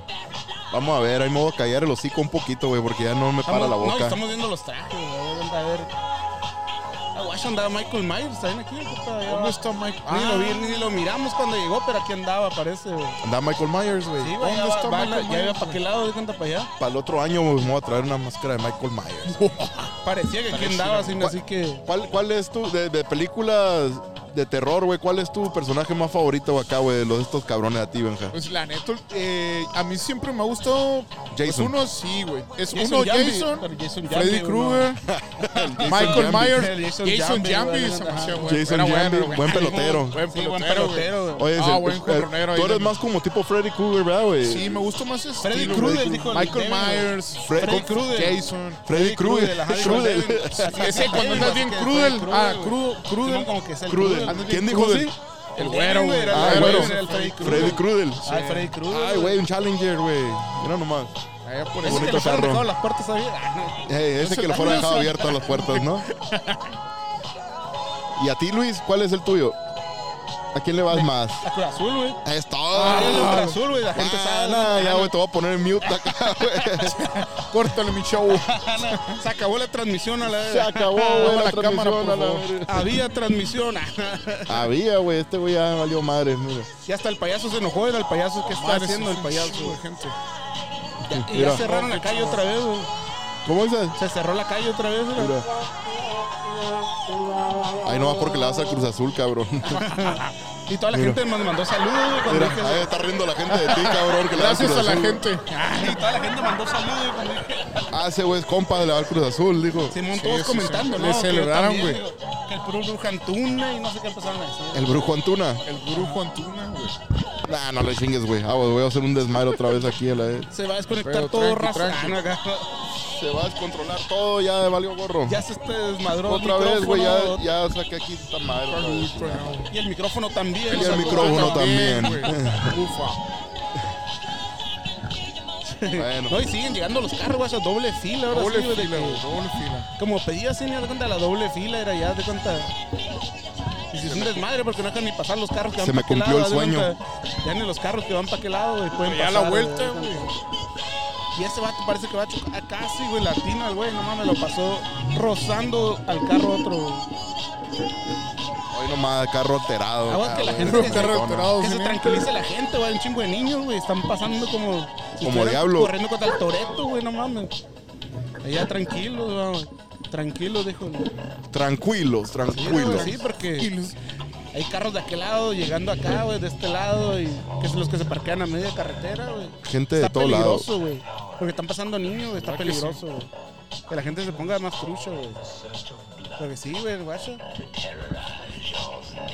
S1: Vamos a ver, ahí me voy a callar el hocico un poquito, güey, porque ya no me para
S4: Estamos-
S1: la
S4: No, y
S1: boca.
S4: estamos viendo los trajes, güey. A ver, anda, a ver. Ah, guacho, andaba Michael Myers también aquí, puta, ya
S3: ¿Dónde
S4: va.
S3: está Michael?
S4: Ni
S3: Ah,
S4: lo vi, ni lo miramos cuando llegó, pero aquí andaba, parece, güey.
S1: Anda Michael Myers, güey.
S4: Sí, güey,
S3: ¿Dónde
S4: ya
S3: está
S4: va- va-
S3: Michael
S4: Ya iba
S3: Myers,
S4: para qué lado, de cuenta para allá.
S1: Para el otro año, güey, me voy a traer una máscara de Michael Myers.
S4: Parecía que aquí andaba, así, así que.
S1: ¿Cuál, cuál es tu de, de películas de terror, güey, ¿cuál es tu personaje más favorito acá, güey, de los de estos cabrones a ti, Benja?
S3: Pues la neta, eh, a mí siempre me ha gustado. pues,
S1: Jason.
S3: uno sí, güey. Es
S8: Jason
S3: uno
S8: Jambi,
S3: Jason,
S8: pero Jason Jambi,
S3: Freddy
S8: güey,
S3: Krueger, Michael Myers,
S8: Jason
S3: Jason
S8: Jambi,
S3: Jambi.
S8: güey,
S3: se me
S8: ajá.
S3: hacía bueno.
S1: Jason
S3: Era
S1: Jambi,
S3: bueno, güey.
S1: buen pelotero.
S3: Buen
S8: Sí, buen
S3: pelotero, güey.
S8: pelotero, güey.
S1: Oye,
S3: Ah,
S1: ese-
S3: buen
S1: eh,
S3: cotorrero ahí
S1: tú eres
S3: también.
S1: más como tipo Freddy Krueger, ¿verdad, güey?
S3: Sí, me gustó más ese
S8: Freddy
S3: estilo,
S8: Krueger,
S3: güey.
S8: dijo el
S3: Michael
S8: David.
S3: Myers,
S1: Fre-
S3: Freddy
S1: con-
S3: Krueger, Jason.
S1: Freddy Krueger.
S8: ajá, dijo el
S1: Krueger.
S8: David.
S3: Ese cuando andas bien
S8: Porque
S3: crudel.
S8: Freddy
S3: Ah,
S8: güey.
S3: crudo, crudel.
S8: Simón, como que es el
S1: Crudel.
S8: crudel.
S1: ¿Quién dijo así?
S3: El güero, güey.
S8: Era
S1: Ah,
S8: el
S1: güero.
S8: era el Freddy Krueger.
S1: Freddy Krueger.
S4: Ah,
S8: Ay, Freddy Krueger.
S1: Ay, güey, un challenger, güey. Mira nomás.
S3: Ah, por
S1: Qué
S3: eso.
S1: bonito
S8: Le han dejado
S1: carro.
S8: las puertas abiertas. Ah,
S1: Ey, ese que le fuera dejado abiertas las puertas, ¿no? Y a ti, Luis, ¿cuál es el tuyo? ¿A quién le vas más?
S8: no. La Cruz Azul, güey.
S1: Es todo.
S8: Ah, la Cruz Azul, güey. La gente
S1: Ah,
S8: sabe.
S1: no, ya, güey, te voy a poner en mute acá, güey.
S3: Córtale mi show.
S4: Se acabó la transmisión a la
S1: Se acabó, güey, la,
S3: la
S1: cámara,
S3: cámara, por favor.
S4: Había transmisión. ah,
S1: Había, güey, este güey ya valió madre, mira.
S4: Y hasta el payaso se enojó. Era el payaso que está haciendo el payaso.
S3: gente.
S4: Y
S1: Mira.
S4: ya cerraron la calle otra vez, güey.
S1: ¿Cómo dices?
S4: Se cerró la calle otra vez, güey.
S1: Mira. Ahí nomás porque le vas al Cruz Azul, cabrón.
S4: Y toda la gente nos mandó saludos, güey. Cuando
S1: Mira,
S4: dije,
S1: ahí está riendo la gente de ti, cabrón. Que le vas al
S3: Gracias
S1: Cruz
S3: a la
S1: Azul.
S3: gente.
S4: "Ay", toda la gente mandó saludos, güey. cuando dije-
S1: Ah, ese güey es compa de la Cruz Azul, dijo.
S4: Simón, todos
S3: sí,
S4: comentando,
S3: sí.
S4: ¿no?
S3: Le
S4: Que yo
S3: celebraron,
S4: también,
S3: güey.
S4: digo, Que el Perú Brujantuna y no sé qué empezaron a decir.
S1: El brujo Antuna.
S3: El brujo Antuna, güey.
S1: Nah, no le chingues, güey. Ah, güey, voy a hacer un desmadre otra vez aquí a la vez.
S4: Se va a desconectar
S3: Pero
S4: todo
S3: tranqui,
S4: raza.
S3: tranqui.
S4: Ah, no, acá.
S1: Se va a descontrolar todo, ya valió gorro.
S4: Ya se este desmadró el
S1: otra vez, güey, ya,
S4: micrófono,
S1: ya saqué aquí esta madre. otra vez, chingada.
S4: Y el micrófono también.
S1: Y
S4: o sea,
S1: el micrófono también.
S3: güey. Ufa.
S1: Bueno.
S4: No, y siguen llegando los carros, güey, a doble fila ahora
S3: Doble
S4: sí, güey, de
S3: fila,
S4: que-
S3: güey. Doble fila.
S4: Como pedía así, me de cuenta la doble fila, era ya de cuenta. Y si es un desmadre porque no dejan ni pasar los carros que van
S1: Se me
S4: pa' aquel
S1: cumplió
S4: lado,
S1: el
S4: haz de
S1: sueño.
S4: cuenta. Ya ni los carros que van para aquel lado, güey, pueden
S3: Ya
S4: pasar,
S3: la vuelta,
S4: güey.
S3: güey.
S4: Y ese vato parece que va a chocar casi, güey, latino, el güey, no mames, lo pasó rozando al carro otro, güey.
S1: Hoy nomás carro alterado.
S4: Aguas
S1: acá,
S4: que la
S1: güey,
S4: gente
S1: de
S4: se-
S1: Maradona.
S3: alterado.
S4: Que se
S3: Sí,
S4: tranquilice la gente, güey. Un chingo de niños, güey. Están pasando como. si
S1: Como
S4: estuvieran
S1: diablo.
S4: Corriendo contra el toreto, güey. No mames. Allá tranquilos, güey. Tranquilos, dijo.
S1: Tranquilos,
S4: Sí, güey,
S1: tranquilos.
S4: sí, porque hay carros de aquel lado llegando acá, güey, de este lado. Y que son los que se parquean a media carretera, güey.
S1: Gente
S4: está
S1: de todo lado.
S4: peligroso, güey. Porque están pasando niños, güey. Está peligroso, güey. Que la gente se ponga más trucha, güey. Porque sí, güey, guacho.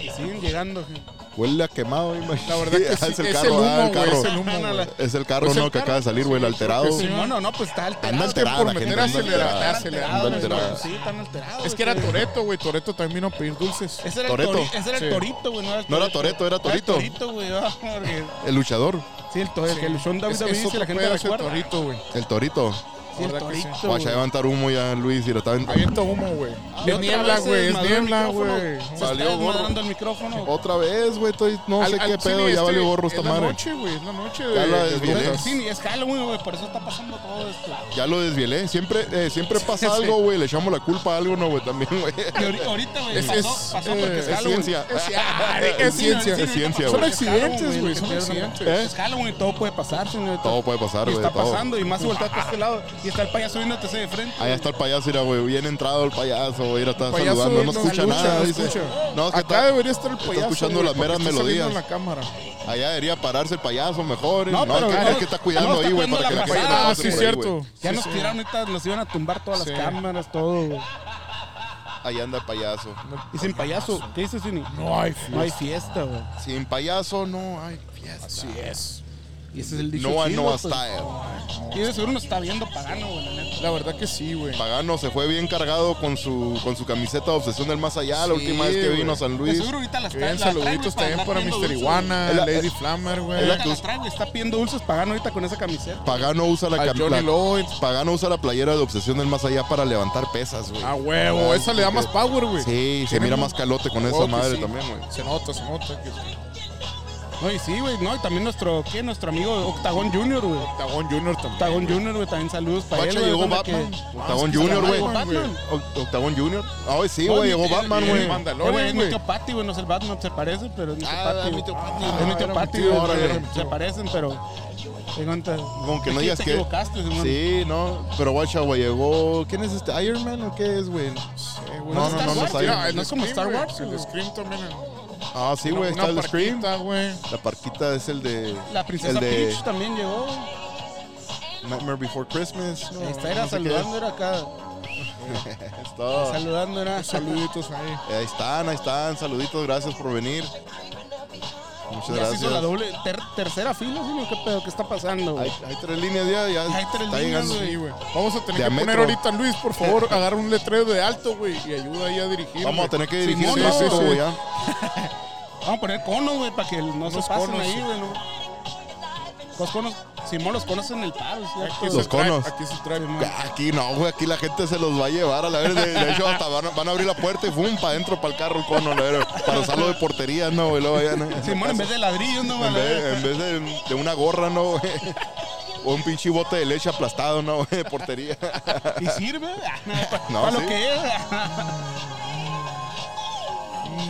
S4: Y siguen llegando, güey.
S1: Huele a quemado, imagínate.
S3: La verdad que sí,
S1: es el
S3: es
S1: carro,
S3: el
S1: ah, el
S3: humo, güey,
S1: carro.
S3: es el humo, güey.
S1: Es el carro,
S3: Es el
S1: no, que
S3: carro.
S1: acaba de salir, güey, el alterado.
S3: Sí,
S4: Simón, no, no, pues está
S1: Oh. Anda
S4: alterado.
S1: alterada
S3: por
S1: la gente.
S3: meter
S1: Anda
S3: acelerada,
S1: alterada.
S3: acelerada,
S1: Anda
S4: güey,
S1: alterada.
S4: Sí, están alterados.
S3: Es que era
S4: güey.
S3: Toreto, güey. Toreto también vino a pedir dulces.
S4: Ese era
S1: Toretto.
S4: el torito. Ese era el
S3: Sí.
S4: torito, güey. No era el
S1: No era Toretto, era Torito.
S4: Torito, güey. ah, porque-
S1: El luchador,
S4: Sí, el torito. Que el son David
S3: Es-
S4: David,
S3: es
S4: si la
S3: otro
S4: gente
S3: pedo ese
S4: recuerda.
S3: torito, güey.
S1: el Torito.
S4: Sí, el
S3: ¿Verdad que sí?
S4: torito.
S1: Vaya a
S4: güey.
S1: levantar humo ya, Luis, y lo está
S3: Avienta humo, güey.
S4: Y
S3: Es
S4: otra
S3: niebla,
S4: vez se
S3: güey. Es
S4: desmadró el
S3: niebla,
S4: micrófono.
S3: güey.
S4: Se
S1: Valió
S4: está
S1: gorro.
S4: desmadrando el micrófono.
S1: Otra vez, güey, estoy- no sé
S3: Al-
S1: qué
S3: al
S1: pedo,
S3: cine
S1: ya
S3: este
S1: valió gorro
S3: es
S1: esta
S3: la
S1: madre.
S3: noche, güey. Es la noche de...
S1: Ya la
S3: de-
S1: desvielé.
S3: de-
S4: Sí, y es Halloween, güey. Por eso está pasando todo esto.
S1: Ya lo desvielé. Siempre, eh, siempre pasa
S4: Sí.
S1: algo, güey. Le echamos la culpa a algo, no, güey, también, güey.
S4: Y ahori- ahorita, güey,
S3: Es-
S4: pasó,
S3: es-
S4: pasó porque es
S1: Es
S4: Halloween. Ah,
S1: ciencia.
S3: Es ciencia.
S1: Es ciencia,
S3: Son
S1: güey.
S3: accidentes, güey. Son accidentes.
S1: ¿Eh?
S4: Es Halloween y todo puede pasar, señorita.
S1: Todo puede pasar,
S4: Y
S1: güey.
S4: está
S1: todo.
S4: pasando, y más si volteaste a este lado, y está el payaso viéndote así de frente.
S1: Allá está el payaso, mira, güey. Bien entrado el payaso, güey. Mira, está
S3: payaso
S1: saludando. No
S3: no
S1: escucha
S3: escucha,
S1: nada,
S3: no
S1: dice.
S3: escucha.
S1: No, es que
S3: Acá
S1: está,
S3: debería estar el payaso.
S1: escuchando
S3: güey,
S1: las
S3: porque
S1: meras
S3: está saliendo
S1: melodías.
S3: en la cámara.
S1: allá debería pararse el payaso mejor. No,
S4: No,
S1: no
S4: pero
S1: es, que,
S4: no-
S1: es que está cuidando
S4: no está
S1: ahí, güey,
S4: cuidando
S1: para que
S4: la
S1: la gente
S4: pasada.
S1: no
S3: Ah,
S1: pase
S3: sí,
S1: por ahí,
S3: cierto.
S1: güey.
S4: Ya
S3: Sí,
S4: nos
S3: sí.
S4: tiraron ahorita, nos iban a tumbar todas
S3: Sí.
S4: las cámaras, todo. güey.
S1: Allá anda el payaso.
S4: Y sin payaso, ¿qué dices, Vini?
S3: No hay
S4: No hay fiesta, güey.
S1: Sin payaso no hay fiesta.
S3: Así es.
S4: Y ese es el dicho.
S1: No hay
S4: chido,
S1: no
S4: pues.
S1: style.
S4: Y de seguro nos está viendo pagano, güey, la neta.
S3: La verdad que sí, güey.
S1: Pagano se fue bien cargado con su, con su camiseta de Obsesión del Más Allá la
S3: Sí,
S1: última vez que
S3: güey.
S1: vino a San
S4: De
S1: Luis.
S4: seguro ahorita las
S3: Que
S4: trae-
S3: Bien,
S4: las trae,
S3: saluditos
S4: güey,
S3: también para
S4: andar
S3: Mr.
S4: viendo
S3: Iguana,
S1: Es la-
S3: Lady Flammer,
S4: dulces.
S3: güey.
S4: Ahorita las trae, güey, está pidiendo dulces pagano ahorita con esa camiseta.
S1: Pagano usa la
S3: A
S1: cam-
S3: Johnny
S1: la-
S3: Lloyd.
S1: Pagano usa la playera de Obsesión del Más Allá para levantar pesas, güey.
S3: A huevo. Ah, Esa le da más power, güey.
S1: Sí, se
S3: Tiene
S1: mira
S3: un-
S1: más calote con
S3: Huevo
S1: esa
S3: que
S1: madre
S3: sí.
S1: también, güey.
S3: Se nota, se nota. que-
S4: No, y sí, güey, no, y también nuestro, ¿qué? Nuestro amigo Octagón Junior, güey.
S3: Octagón Junior también.
S4: Octagón Junior, güey, también saludos para él.
S1: Pacha
S4: güey,
S1: llegó
S4: donde
S1: Batman.
S4: que-
S1: Octagón
S4: que
S1: Junior, güey.
S4: Batman, güey.
S1: Oct- Octavón Junior. Ah, güey, sí,
S4: No,
S1: güey,
S4: mi
S1: llegó
S4: tío-
S1: Batman,
S4: mi-
S1: güey.
S4: mi-
S3: Mandalorian,
S4: eh, güey, Es mi
S3: güey.
S4: tío Patty, güey, no es el Batman, se parece, pero es mi tío
S1: Ah,
S4: Patty.
S1: mi
S4: güey.
S1: tío Patty.
S4: Es mi
S1: Ah, era
S4: tío
S1: mi
S4: Patty,
S1: tío,
S4: güey,
S1: órale.
S4: pero se parecen, pero... Con
S1: Con que no digas
S4: te
S1: que.
S4: equivocaste, Simón.
S1: Sí, no. Pero guacha, güey, llegó. ¿Quién es este? ¿Iron Man o qué es, güey?
S3: Eh, güey,
S1: No,
S3: es
S1: no,
S3: Star
S1: no, no
S3: Wars,
S1: está
S3: mira,
S1: bien.
S3: el
S4: No es como
S3: Scream,
S4: Star
S3: güey.
S4: Wars,
S3: El
S4: güey.
S3: Scream también.
S1: Ah, sí, güey, está
S3: Una
S1: el de Scream.
S3: parquita, güey.
S1: La parquita es el de.
S4: La princesa
S1: el de
S4: Peach también llegó. güey.
S1: Nightmare Before Christmas. No,
S4: Esta era
S1: no sé qué es.
S4: saludando, era acá.
S1: Está-
S4: Saludando, era.
S3: Saluditos ahí.
S1: Eh, Ahí están, ahí están. Saluditos, gracias por venir. Muchas
S4: Ya se hizo la
S1: gracias.
S4: doble, ter- tercera fila, sino qué pedo, qué está pasando, güey?
S1: Hay, hay tres líneas ya, ya
S4: Hay tres
S1: está
S4: líneas,
S1: llegando.
S4: güey.
S3: Sí, güey. Vamos a tener
S1: De
S3: que
S1: a
S3: poner
S1: metro.
S3: ahorita, Luis, por favor, agarra un letrero de alto, güey, y ayuda ahí a dirigir.
S1: Vamos
S3: güey.
S1: a tener que dirigir
S3: Simón,
S1: esto,
S3: sí, sí.
S1: güey, ya.
S4: Vamos a poner conos, güey, para que no se
S3: Unos
S4: pasen
S3: conos,
S4: ahí,
S3: sí.
S4: güey. ¿no? Los conos, Simón, los conos en el paro, ¿sí?
S3: Aquí
S1: Los
S3: se trae-
S1: conos.
S3: Aquí se trae.
S1: Aquí no, güey, aquí la gente se los va a llevar a la verga. De, de hecho, hasta van, a- van a abrir la puerta y fum, para adentro, para el carro, el cono, la verga. Para usarlo de portería, no, güey, luego ya, no.
S4: Simón en vez de ladrillos, no,
S1: En
S4: güey.
S1: vez, en vez de, de una gorra, no, güey. O un pinche bote de leche aplastado, no, güey, de portería.
S4: Y sirve, para
S1: No, sí.
S4: lo que es.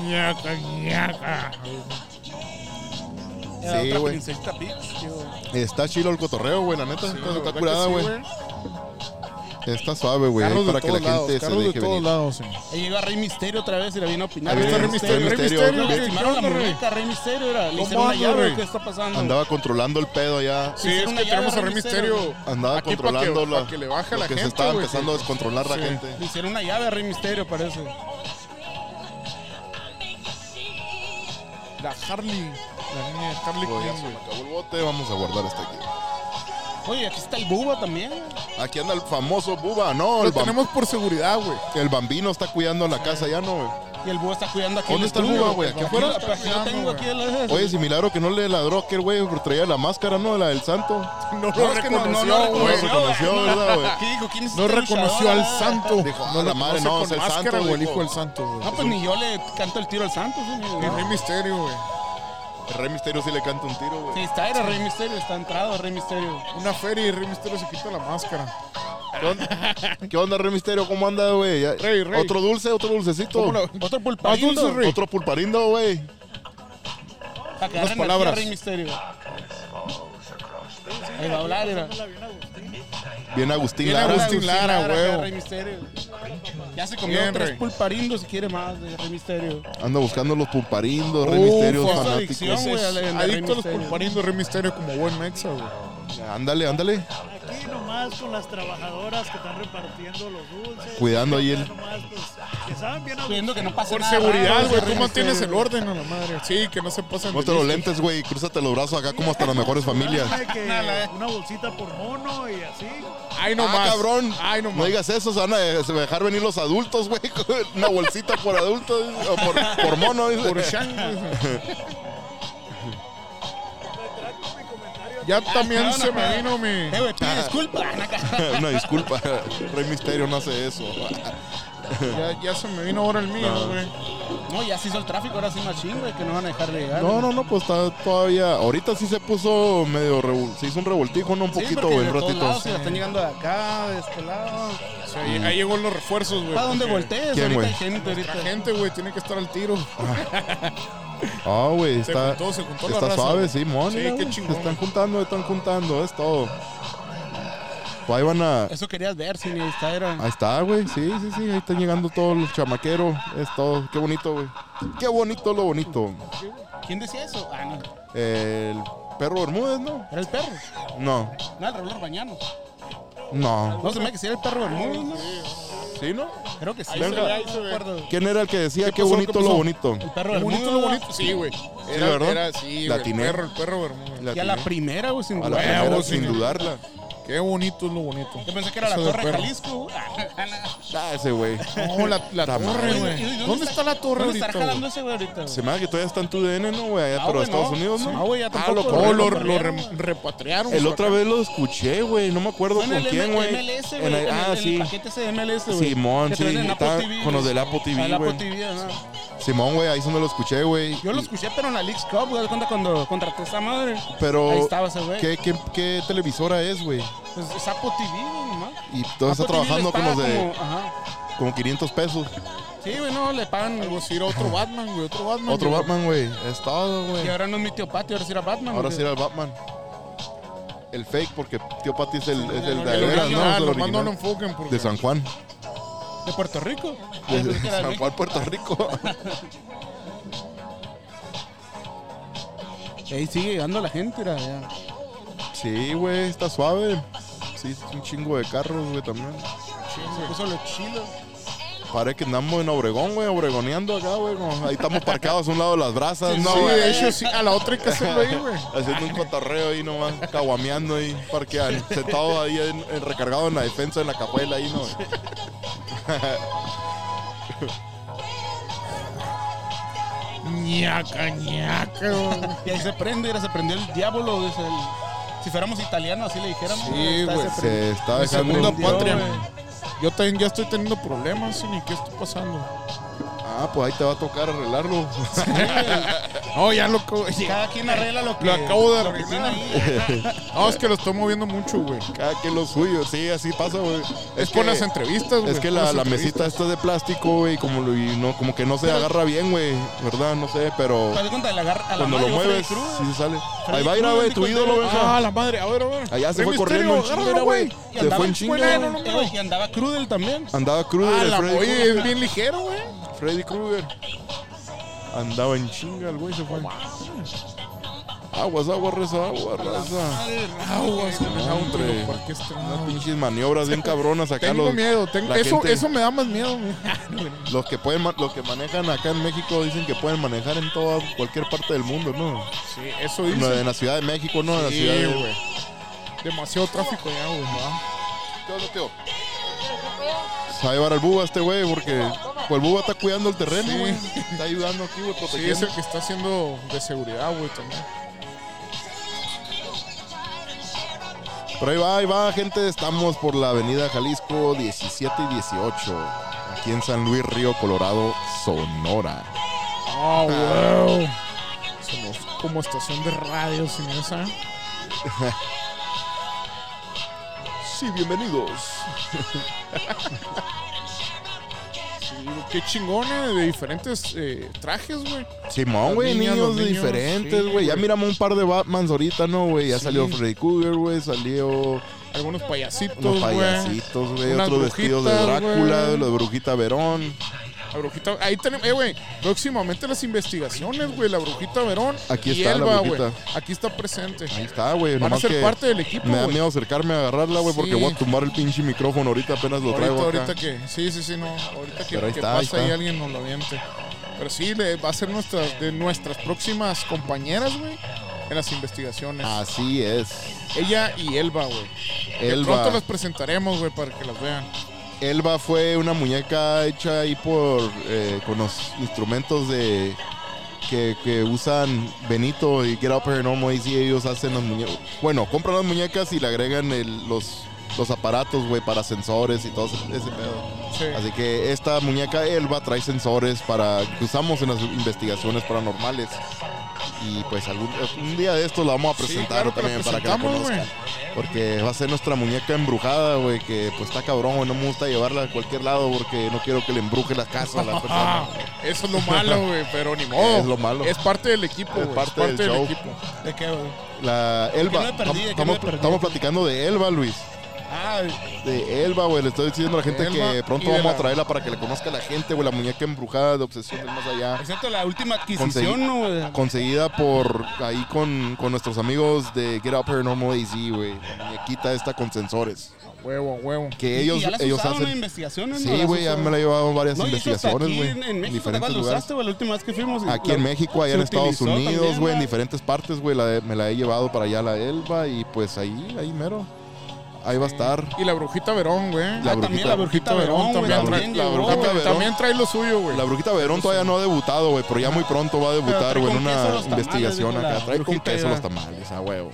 S2: Ñaca, ñaca.
S4: Era
S1: Sí,
S4: otra
S1: güey.
S4: princesita Peach, güey.
S1: Está chilo el cotorreo, güey, la neta. está está
S3: ¿Verdad que
S1: curada,
S3: sí,
S1: güey. Está suave, güey. ahí
S3: Carros de
S1: Para que la
S3: todos lados,
S1: gente se
S3: carros de
S1: deje
S3: todos
S1: venir.
S3: lados, sí.
S4: Ahí llegó Rey Misterio otra vez y la vino a opinar.
S1: Ahí viene
S4: Rey
S1: Rey
S4: Misterio,
S1: Misterio, Rey
S4: Rey Misterio,
S1: Misterio,
S4: le
S1: ¿qué-
S4: lastimaron
S3: qué
S4: la
S3: onda, Rey?
S4: muñeca, Rey Misterio, era. Le
S3: ¿Cómo
S4: hicieron una
S3: anda,
S4: llave,
S3: Rey?
S4: ¿qué está pasando?
S1: Andaba controlando el pedo allá.
S3: Sí, es
S4: una
S3: que
S4: llave
S3: tenemos a
S4: Rey
S3: Rey
S4: Misterio.
S3: Misterio.
S1: Andaba
S3: aquí para que-
S1: controlando la,
S3: para que le baje a
S1: lo
S3: la
S1: que se
S3: gente,
S1: estaba
S3: güey,
S1: empezando a
S3: que-
S1: descontrolar la
S3: sí.
S1: gente.
S4: Le hicieron una llave a Rey Misterio, parece.
S3: La Harley. La niña de Harley
S1: Güey, ya
S3: Quinn,
S1: se
S3: güey.
S1: me acabó el bote, vamos a guardar este aquí.
S4: Oye, aquí está el Buba también.
S1: Aquí anda el famoso Buba, no,
S3: Lo
S1: el, bam-
S3: tenemos por seguridad, güey.
S1: el bambino está cuidando la casa ya, no, güey.
S4: Y el Buba está cuidando aquí.
S1: ¿Dónde
S4: el
S1: está el
S4: estudio.
S1: Buba, güey? ¿Aquí afuera?
S4: lo- Aquí lo tengo, aquí lo
S1: Oye, si milagro que no le ladró a aquel güey, porque traía la máscara, ¿no? La del santo.
S3: No
S4: No,
S3: lo
S4: es que no, no, no
S3: reconoció,
S1: No
S3: güey.
S1: lo reconoció, ¿verdad, güey?
S4: ¿Qué dijo? ¿Quién es
S3: No
S4: este
S3: reconoció
S4: luchador?
S3: al santo.
S1: Dijo, ah,
S3: no
S1: la madre,
S3: reconoce
S1: no,
S3: con
S1: es el
S3: máscara,
S1: santo,
S3: güey, el
S1: dijo.
S3: hijo del santo, güey.
S4: No, pues ni yo le canto el tiro al santo. Sí, ni-
S3: El
S4: no.
S3: Rey Misterio, güey.
S1: El Rey Misterio sí le canta un tiro,
S4: Sí,
S1: güey.
S4: está, era Rey Misterio, está entrado Rey Misterio.
S3: Una feria y Rey Misterio se quita la máscara.
S1: ¿Qué onda, ¿Qué onda, Rey Misterio? ¿Cómo anda, güey? Ya-
S3: Rey, Rey.
S1: Otro dulce, otro dulcecito.
S4: Otro
S3: Más dulce,
S4: pulparindo.
S3: Rey.
S1: Otro pulparindo, güey.
S4: Para que agarren aquí a
S3: palabras.
S4: Rey Misterio. Ahí va a hablar, era.
S1: Bien Agustín
S3: Bien
S1: Lara.
S3: Agustín. Lara,
S4: güey.
S3: huevo.
S4: Rey Misterio. Ya se comió
S3: Bien,
S4: tres
S3: Rey.
S4: pulparindos si quiere más de Rey Misterio.
S1: Anda buscando los pulparindos, Rey
S3: Uf,
S1: Misterio,
S3: fue su
S1: fanático.
S4: adicción. güey, al- al Rey
S3: Adicto a los
S4: Misterio.
S3: pulparinos, Rey Misterio como buen mexa, güey.
S1: Ándale, ándale.
S5: Aquí nomás con las trabajadoras que están repartiendo los dulces.
S1: Cuidando ahí
S5: Acá
S1: el-
S5: nomás, pues, que saben bien a
S4: Viendo que no pasa
S3: Por
S4: nada. raro,
S3: seguridad, güey,
S4: Rey
S3: tú mantienes el
S4: Misterio.
S3: orden a la madre. Sí, que no se pasen.
S1: Ponte
S3: de
S1: los
S3: listos.
S1: lentes, güey, y crúzate los brazos acá como hasta las mejores familias.
S5: Dame que
S4: Nada, eh.
S5: una bolsita por mono y así.
S3: Ay, no
S1: ah,
S3: más.
S1: cabrón.
S3: Ay, no
S1: No
S3: más.
S1: digas eso, se van a de- se van a dejar venir los adultos, güey. con Una bolsita por adulto, dice, o por, por mono. dice.
S3: Por Shang, güey. Ya también
S4: no,
S3: se
S4: no, no.
S3: me vino mi.
S4: Eh, güey, pide disculpa.
S1: Una disculpa, Rey Misterio no hace eso.
S3: Ya, ya se me vino ahora el mío, güey.
S4: No, ya se hizo el tráfico, ahora sí machín, güey, que no van a dejar de llegar.
S1: No, no, no, pues está todavía. Ahorita sí se puso medio. revol- Se hizo un revoltijo, no un
S4: Sí,
S1: poquito,
S4: porque
S1: güey,
S4: de
S1: un
S4: todos
S1: ratito.
S4: lados, se la están llegando de acá, de este lado.
S3: Sí, ahí, ahí llegó los refuerzos, güey.
S4: ¿Para dónde
S3: porque
S4: voltees?
S1: ¿Quién,
S4: ahorita
S1: güey?
S4: hay gente, ahorita.
S3: La gente, güey, tiene que estar al tiro.
S1: Ah, güey,
S3: Se
S1: está.
S3: juntó, se juntó la
S1: Está
S3: raza,
S1: suave,
S3: güey.
S1: sí, mon.
S3: Sí,
S1: mira,
S3: qué
S1: güey,
S3: chingón.
S1: Se están juntando, están juntando, es todo. Pues ahí van a.
S4: Eso querías ver, si ni está, era.
S1: Ahí está, güey. Sí, sí, sí. Ahí están llegando todos los chamaqueros. Es todo. Qué bonito, güey. Qué bonito lo bonito.
S4: ¿Quién decía eso? Ah, no.
S1: El perro Bermúdez, ¿no?
S4: Era el perro.
S1: No.
S4: No, el Raúl Bañano.
S1: No.
S4: No se me que si era el perro Bermúdez, ¿no?
S1: ¿Sí, no?
S4: Creo que sí.
S1: Venga.
S4: güey, ahí se ve. Acuerdo.
S1: ¿Quién era el que decía qué,
S3: pasó?
S1: bonito
S3: ¿Qué
S1: lo
S3: pasó?
S1: bonito?
S4: El perro
S3: Lo
S4: Bermúdez.
S3: bonito, lo bonito. Sí, güey. Era,
S1: ¿verdad?
S3: era
S1: La
S3: sí, güey. El
S1: atiné.
S3: perro, el perro Bermúdez.
S1: La
S4: Y a la
S1: atiné.
S4: primera, güey, sin
S1: A la
S4: duda.
S1: primera,
S3: huevo,
S1: sin
S3: sí.
S1: dudarla.
S3: Qué bonito es lo bonito.
S4: Yo pensé que era la
S3: Eso del
S4: Torre
S3: perro.
S4: Jalisco. güey.
S1: Ah, ese güey.
S3: No, la, la
S1: Ta
S3: torre,
S1: madre.
S3: güey.
S4: ¿Y- y dónde
S3: ¿Dónde
S4: está-
S3: está la torre
S4: ¿Dónde
S3: ahorita?
S4: está jalando ese güey ahorita? güey?
S1: Se me hace que todavía está en tu DN, ¿no, güey? Allá,
S3: Ah,
S4: No,
S1: pero
S4: güey,
S1: en Estados
S4: no.
S1: Unidos,
S4: Sí.
S1: ¿no?
S4: No, güey, ya
S1: Ah, lo
S4: tampoco.
S1: corrieron.
S3: Oh, lo,
S4: corrieron,
S3: lo
S4: güey.
S3: re- repatriaron.
S1: El
S3: güey,
S1: otra
S3: acá.
S1: vez lo escuché, güey. No me acuerdo
S4: Fue en
S1: con
S4: el
S1: quién,
S4: M-
S1: güey.
S4: MLS,
S1: En
S4: güey.
S1: el-
S4: en el-
S1: Ah,
S4: en el
S1: sí.
S4: paquete ese de MLS, güey.
S1: Simón,
S4: que
S1: sí.
S4: traen en Apple
S1: estaba
S4: TV,
S1: Con los del Apple
S4: Ah, el
S1: TV,
S4: Apple
S1: güey.
S4: TV, ajá.
S1: Simón, güey, ahí es donde lo escuché, güey.
S4: Yo lo escuché, pero en la Leagues Cup, güey, haz cuenta cuando contraté esa madre.
S1: Pero,
S4: Ahí estaba ese güey.
S1: ¿qué, qué, qué televisora es, güey?
S4: Pues es Apple TV, güey, nomás.
S1: Y todo está
S4: Apple TV
S1: trabajando
S4: les
S1: con los
S4: paga
S1: de
S4: pues, como- ajá.
S1: como 500 pesos.
S4: Sí, güey, no, le pagan algo
S3: Algo así era otro Batman, güey. Otro Batman.
S1: Otro
S3: güey.
S1: Batman, güey. Es todo,
S4: Y
S1: güey.
S4: ahora no es mi tío Patio, ahora sí era Batman.
S1: Ahora
S4: güey.
S1: sí era el Batman. El fake, porque tío Patty es el, es el de
S4: El Ah,
S1: veras, ¿no? Es
S3: original,
S1: el
S3: nomás no
S1: original.
S3: lo enfoquen porque
S1: De San Juan.
S4: De Puerto Rico. Ah,
S1: De
S4: pensé que era
S1: San
S4: de México.
S1: Juan, Puerto Rico.
S4: Ahí sigue llegando la gente, mira, ya.
S1: Sí, güey, está suave. Sí, es un chingo de carros, güey, también.
S4: Se puso los chilos.
S1: Parece que andamos en Obregón, güey, obregoneando acá, güey. como- Ahí estamos parcados a un lado de las brasas, ¿no, eh. Ah,
S3: sí,
S1: güey?
S3: de hecho, sí. A la otra hay que hacerlo ahí, güey.
S1: Haciendo un cotorreo ahí nomás, caguameando ahí, parqueando, sentado ahí en- en- recargado en la defensa, en la cajuela ahí, ¿no? güey?
S2: ñaca, ñaca.
S4: Y ahí se prende, mira, se prendió el diablo. es el- si fuéramos italianos, así le dijéramos.
S3: Sí,
S4: mira, está
S3: güey,
S4: ese pre-
S1: Se está
S3: Mi
S1: dejando...
S3: segunda
S1: hundir,
S3: patria.
S1: güey.
S3: Yo también ya estoy teniendo problemas, ni qué está pasando.
S1: Ah, pues ahí te va a tocar arreglarlo.
S3: No, ya loco.
S4: Cada quien arregla lo que.
S3: Lo acabo de
S4: lo que tiene
S3: arreglar.
S4: ahí.
S3: No, es que lo estoy moviendo mucho, güey.
S1: Cada quien lo suyo, sí, así pasa, güey.
S3: Es,
S1: que-
S3: con las entrevistas, güey.
S1: Es que
S3: con
S1: la,
S3: las
S1: la
S3: entrevistas.
S1: mesita esta es de plástico, güey, como, lo- y no, como que no se agarra bien, güey, ¿verdad? No sé, pero
S4: Haz de cuenta, le agarra a la
S1: cuando lo
S4: Mario Freddy
S1: mueves,
S4: Cruz.
S1: sí se sale.
S4: Freddy
S1: Ahí va, mira,
S4: Krueger,
S1: güey, tu
S4: dijo
S1: ídolo,
S4: Andrés.
S1: Benja.
S3: Ah, la madre. A ver, a ver.
S1: Allá se
S3: Rey
S1: fue
S3: Misterio,
S1: corriendo en
S3: agárralo,
S1: chinga, güey.
S4: Y
S1: Se fue
S4: andaba
S1: en chinga.
S4: Crudel,
S1: güey.
S4: eh, güey, Y andaba Crudel también.
S1: Andaba crudo
S3: Ah,
S1: el
S3: la
S1: Freddy,
S3: oye,
S1: Krueger.
S3: es bien ligero, güey.
S1: Freddy Krueger. Andaba en chinga el güey, se fue. Aguas, aguas, reza, aguas, reza.
S3: Aguas, que me da un
S1: Ah. Hombre.
S3: tiro, ¿para qué está?
S1: Pinches maniobras bien cabronas acá.
S3: Tengo
S1: los-
S3: miedo, tengo,
S1: la
S3: eso,
S1: gente- Ah,
S3: eso me da más miedo. güey.
S1: Los que pueden, ma- los que manejan acá en México dicen que pueden manejar en toda cualquier parte del mundo, ¿no?
S3: Sí, eso
S1: No,
S3: dice.
S1: en la Ciudad de México, no, en la
S3: Sí,
S1: Ciudad de...
S3: güey. Demasiado tráfico ya, güey. ¿no?
S1: ¿Qué onda, tío? Se va a llevar al Buba este güey porque pues el Buba está cuidando el terreno,
S3: Sí.
S1: güey. Está ayudando aquí, güey,
S3: Sí, es
S1: protegiendo.
S3: el que está haciendo de seguridad, güey, también.
S1: Pero ahí va, ahí va, gente. Estamos por la avenida Jalisco 17 y 18. Aquí en San Luis Río, Colorado, Sonora.
S3: Ah, wow. Somos como estación de radio sin esa.
S1: Sí, bienvenidos.
S3: Sí, güey, qué chingones de diferentes eh, trajes, güey.
S1: Simón, güey,
S3: Las niñas,
S1: niños,
S3: los niños,
S1: diferentes,
S3: sí,
S1: güey. ya
S3: güey.
S1: miramos un par de Batmans ahorita, ¿no, güey? Ya
S3: Sí.
S1: salió Freddy Krueger, güey. Salió
S3: Algunos payasitos,
S1: unos
S3: güey.
S1: payasitos, güey.
S3: Unas
S1: Otros vestidos de
S3: brujitas,
S1: Drácula,
S3: güey.
S1: de la brujita Verón.
S3: La brujita, ahí tenemos, eh, güey, próximamente las investigaciones, güey, la brujita Verón
S1: Aquí
S3: y
S1: está la
S3: Elba,
S1: brujita.
S3: güey. Aquí está presente.
S1: Ahí está, güey.
S3: Van a
S1: nomás
S3: ser
S1: que-
S3: parte del equipo,
S1: Me da
S3: güey.
S1: miedo acercarme a agarrarla, güey, porque
S3: Sí.
S1: voy a tumbar el pinche micrófono ahorita apenas lo
S3: Ahorita,
S1: traigo acá.
S3: ahorita que, sí, sí, sí, no, ahorita que,
S1: Pero ahí
S3: que
S1: está, ahí
S3: pasa ahí
S1: está.
S3: alguien nos lo aviente. Pero sí, le- va a ser nuestras, de nuestras próximas compañeras, güey, en las investigaciones.
S1: Así es.
S3: Ella y Elba, güey. Que Pronto
S1: Elba.
S3: las presentaremos, güey, para que las vean.
S1: Elba fue una muñeca hecha ahí por eh, con los instrumentos de que, que usan Benito y Get Out Paranormal y sí, ellos hacen las muñecas. Bueno, compran las muñecas y le agregan el- los, los aparatos, güey, para sensores y todo ese ese pedo.
S3: Sí.
S1: Así que esta muñeca Elba trae sensores para que usamos en las investigaciones paranormales. Y pues algún un día de esto la vamos a
S3: Sí,
S1: presentar
S3: claro que la
S1: también para que la
S3: presentamos,
S1: conozcan. Porque va a ser nuestra muñeca embrujada, güey, que pues está cabrón, güey. No me gusta llevarla a cualquier lado porque no quiero que le embruje la casa a la persona.
S3: Eso es lo malo, güey, pero ni modo.
S1: Es lo malo.
S3: Es parte del equipo,
S1: Es
S3: güey. Es
S1: parte
S3: parte,
S1: del
S3: del,
S1: show.
S3: equipo.
S4: ¿De qué, güey?
S1: La Elba.
S4: me perdí? ¿De qué
S1: estamos,
S4: me perdí?
S1: estamos platicando de Elba, Luis.
S4: Ah,
S1: De Elba, güey. Le estoy diciendo a la gente
S3: Elba
S1: que
S3: y
S1: pronto
S3: de
S1: vamos a
S3: la-
S1: traerla para que la conozca la gente, güey. La muñeca embrujada de Obsesión del Más Allá.
S4: excepto la última
S1: Conseguí-
S4: adquisición, ¿no, güey?
S1: Conseguida por ahí con, con nuestros amigos de Get Out Paranormal AZ, güey. La muñequita esta con sensores.
S3: Huevo, huevo.
S1: Que
S4: Y
S1: ellos,
S4: ya las
S1: ellos
S4: usaron en
S1: hacen.
S4: investigaciones, ¿no?
S1: Sí,
S4: Las
S1: güey, ya
S4: usaron.
S1: me la he llevado en varias
S4: No, y eso hasta
S1: investigaciones,
S4: aquí
S1: güey.
S4: En, en
S1: En
S4: México, ¿te
S1: diferentes
S4: acuerdas? Lo
S1: lugares.
S4: usaste, güey, la última vez que fuimos.
S1: Aquí en
S4: La-
S1: México, allá
S4: se
S1: en Estados
S4: utilizó
S1: Unidos,
S4: también,
S1: güey, en
S4: ¿no?
S1: diferentes partes, güey. la- Me la he llevado para allá a la Elba y pues ahí, ahí mero. Ahí va a estar.
S3: Y la brujita Verón, güey.
S1: La
S4: Ah, también
S1: brujita
S4: la brujita Verón,
S3: Verón,
S4: güey.
S3: la
S1: bru-
S4: también
S1: la
S4: llegó,
S1: brujita
S4: güey.
S1: Verón.
S3: También trae lo suyo, güey.
S1: La Brujita Verón todavía no ha debutado, güey, pero ya muy pronto va a debutar,
S4: trae
S1: güey, en
S4: con queso
S1: una
S4: los tamales,
S1: investigación
S4: dijo la
S1: acá. Trae con
S4: Brujita
S1: queso
S4: ya.
S1: los tamales, a huevo.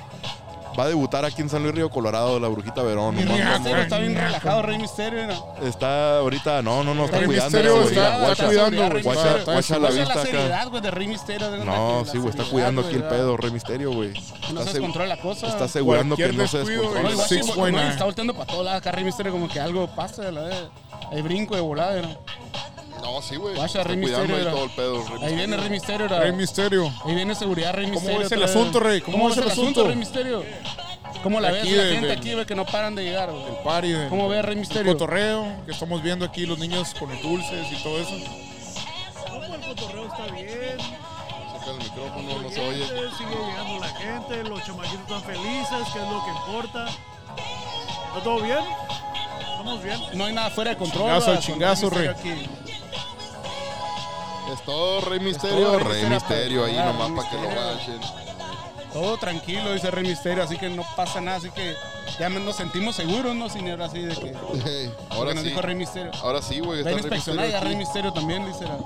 S1: Va a debutar aquí en San Luis Río Colorado la Brujita Verón.
S4: Y
S1: no
S4: Rey
S1: mames.
S4: Misterio está bien relajado, Rey Misterio. mira.
S1: Está ahorita, no, no, no, está
S3: Rey
S1: cuidando.
S3: Misterio
S1: la
S3: está-
S1: seguridad,
S3: está
S1: guacha.
S3: cuidando, güey.
S1: Guacha-
S3: Está-
S1: guacha
S3: está-
S1: la
S4: O sea,
S1: vista
S4: la
S1: acá.
S4: seriedad, güey, de Rey Misterio.
S1: No,
S4: de- de la
S1: sí, güey, está
S4: seriedad,
S1: cuidando
S4: güey,
S1: aquí el
S4: ya.
S1: pedo, Rey Misterio, güey. Está
S4: Pues No se
S1: segu-
S4: descontrola la cosa.
S1: Está asegurando que
S3: Cualquier
S1: no se
S3: descuido,
S1: descontrole.
S4: No, igual sí,
S3: 6.9.
S4: porque, no, está volteando para todos lados. Acá Rey Misterio como que algo pasa. La de, ahí brinco de volada. ¿no?
S1: No, sí, güey.
S4: Guacha,
S1: Está
S4: Rey
S1: cuidando ahí
S4: Misterio,
S1: todo el pedo. Rey
S4: Ahí viene
S1: Misterio.
S4: Rey Misterio. ¿no?
S3: Rey Misterio.
S4: Ahí viene seguridad, Rey Misterio.
S3: ves el
S4: otra vez.
S3: asunto, Rey? ¿Cómo
S4: ves
S3: ves el asunto?
S4: Rey Misterio? ¿Cómo la
S3: Aquí
S4: ves la
S3: de-
S4: gente
S3: de-
S4: aquí, güey, que no paran de llegar, güey?
S3: Party de.
S4: ¿Cómo ves Rey
S3: el
S4: Misterio?
S3: cotorreo que estamos viendo aquí, los niños con los dulces y todo eso.
S5: No, pues, el cotorreo está bien.
S3: Se
S1: acerca el micrófono, no se oye.
S5: Gente, Sigue llegando la gente, los chamaquitos están felices, que es lo que importa. ¿Está todo bien? ¿Estamos bien?
S4: No hay nada fuera de control.
S8: Chingazo,
S4: ¿verdad?
S8: chingazo,
S4: Con Rey
S8: Rey.
S4: Misterio aquí.
S1: Es todo Rey Misterio.
S4: todo Rey
S1: Rey
S4: Misterio,
S1: Misterio ahí
S4: ah,
S1: nomás
S4: Rey
S1: para que lo
S4: Misterio.
S1: bachen.
S4: Todo tranquilo, dice Rey Misterio, así que no pasa nada, así que ya nos sentimos seguros, ¿no? Sin era así de que.
S1: Ey,
S4: Ahora
S1: ahora
S4: nos
S1: sí.
S4: dijo Rey Misterio.
S1: Ahora sí, güey. Está
S4: Ven
S1: Rey
S4: inspeccionar
S1: Misterio
S4: ya Rey
S1: aquí.
S4: Misterio también, dice. la-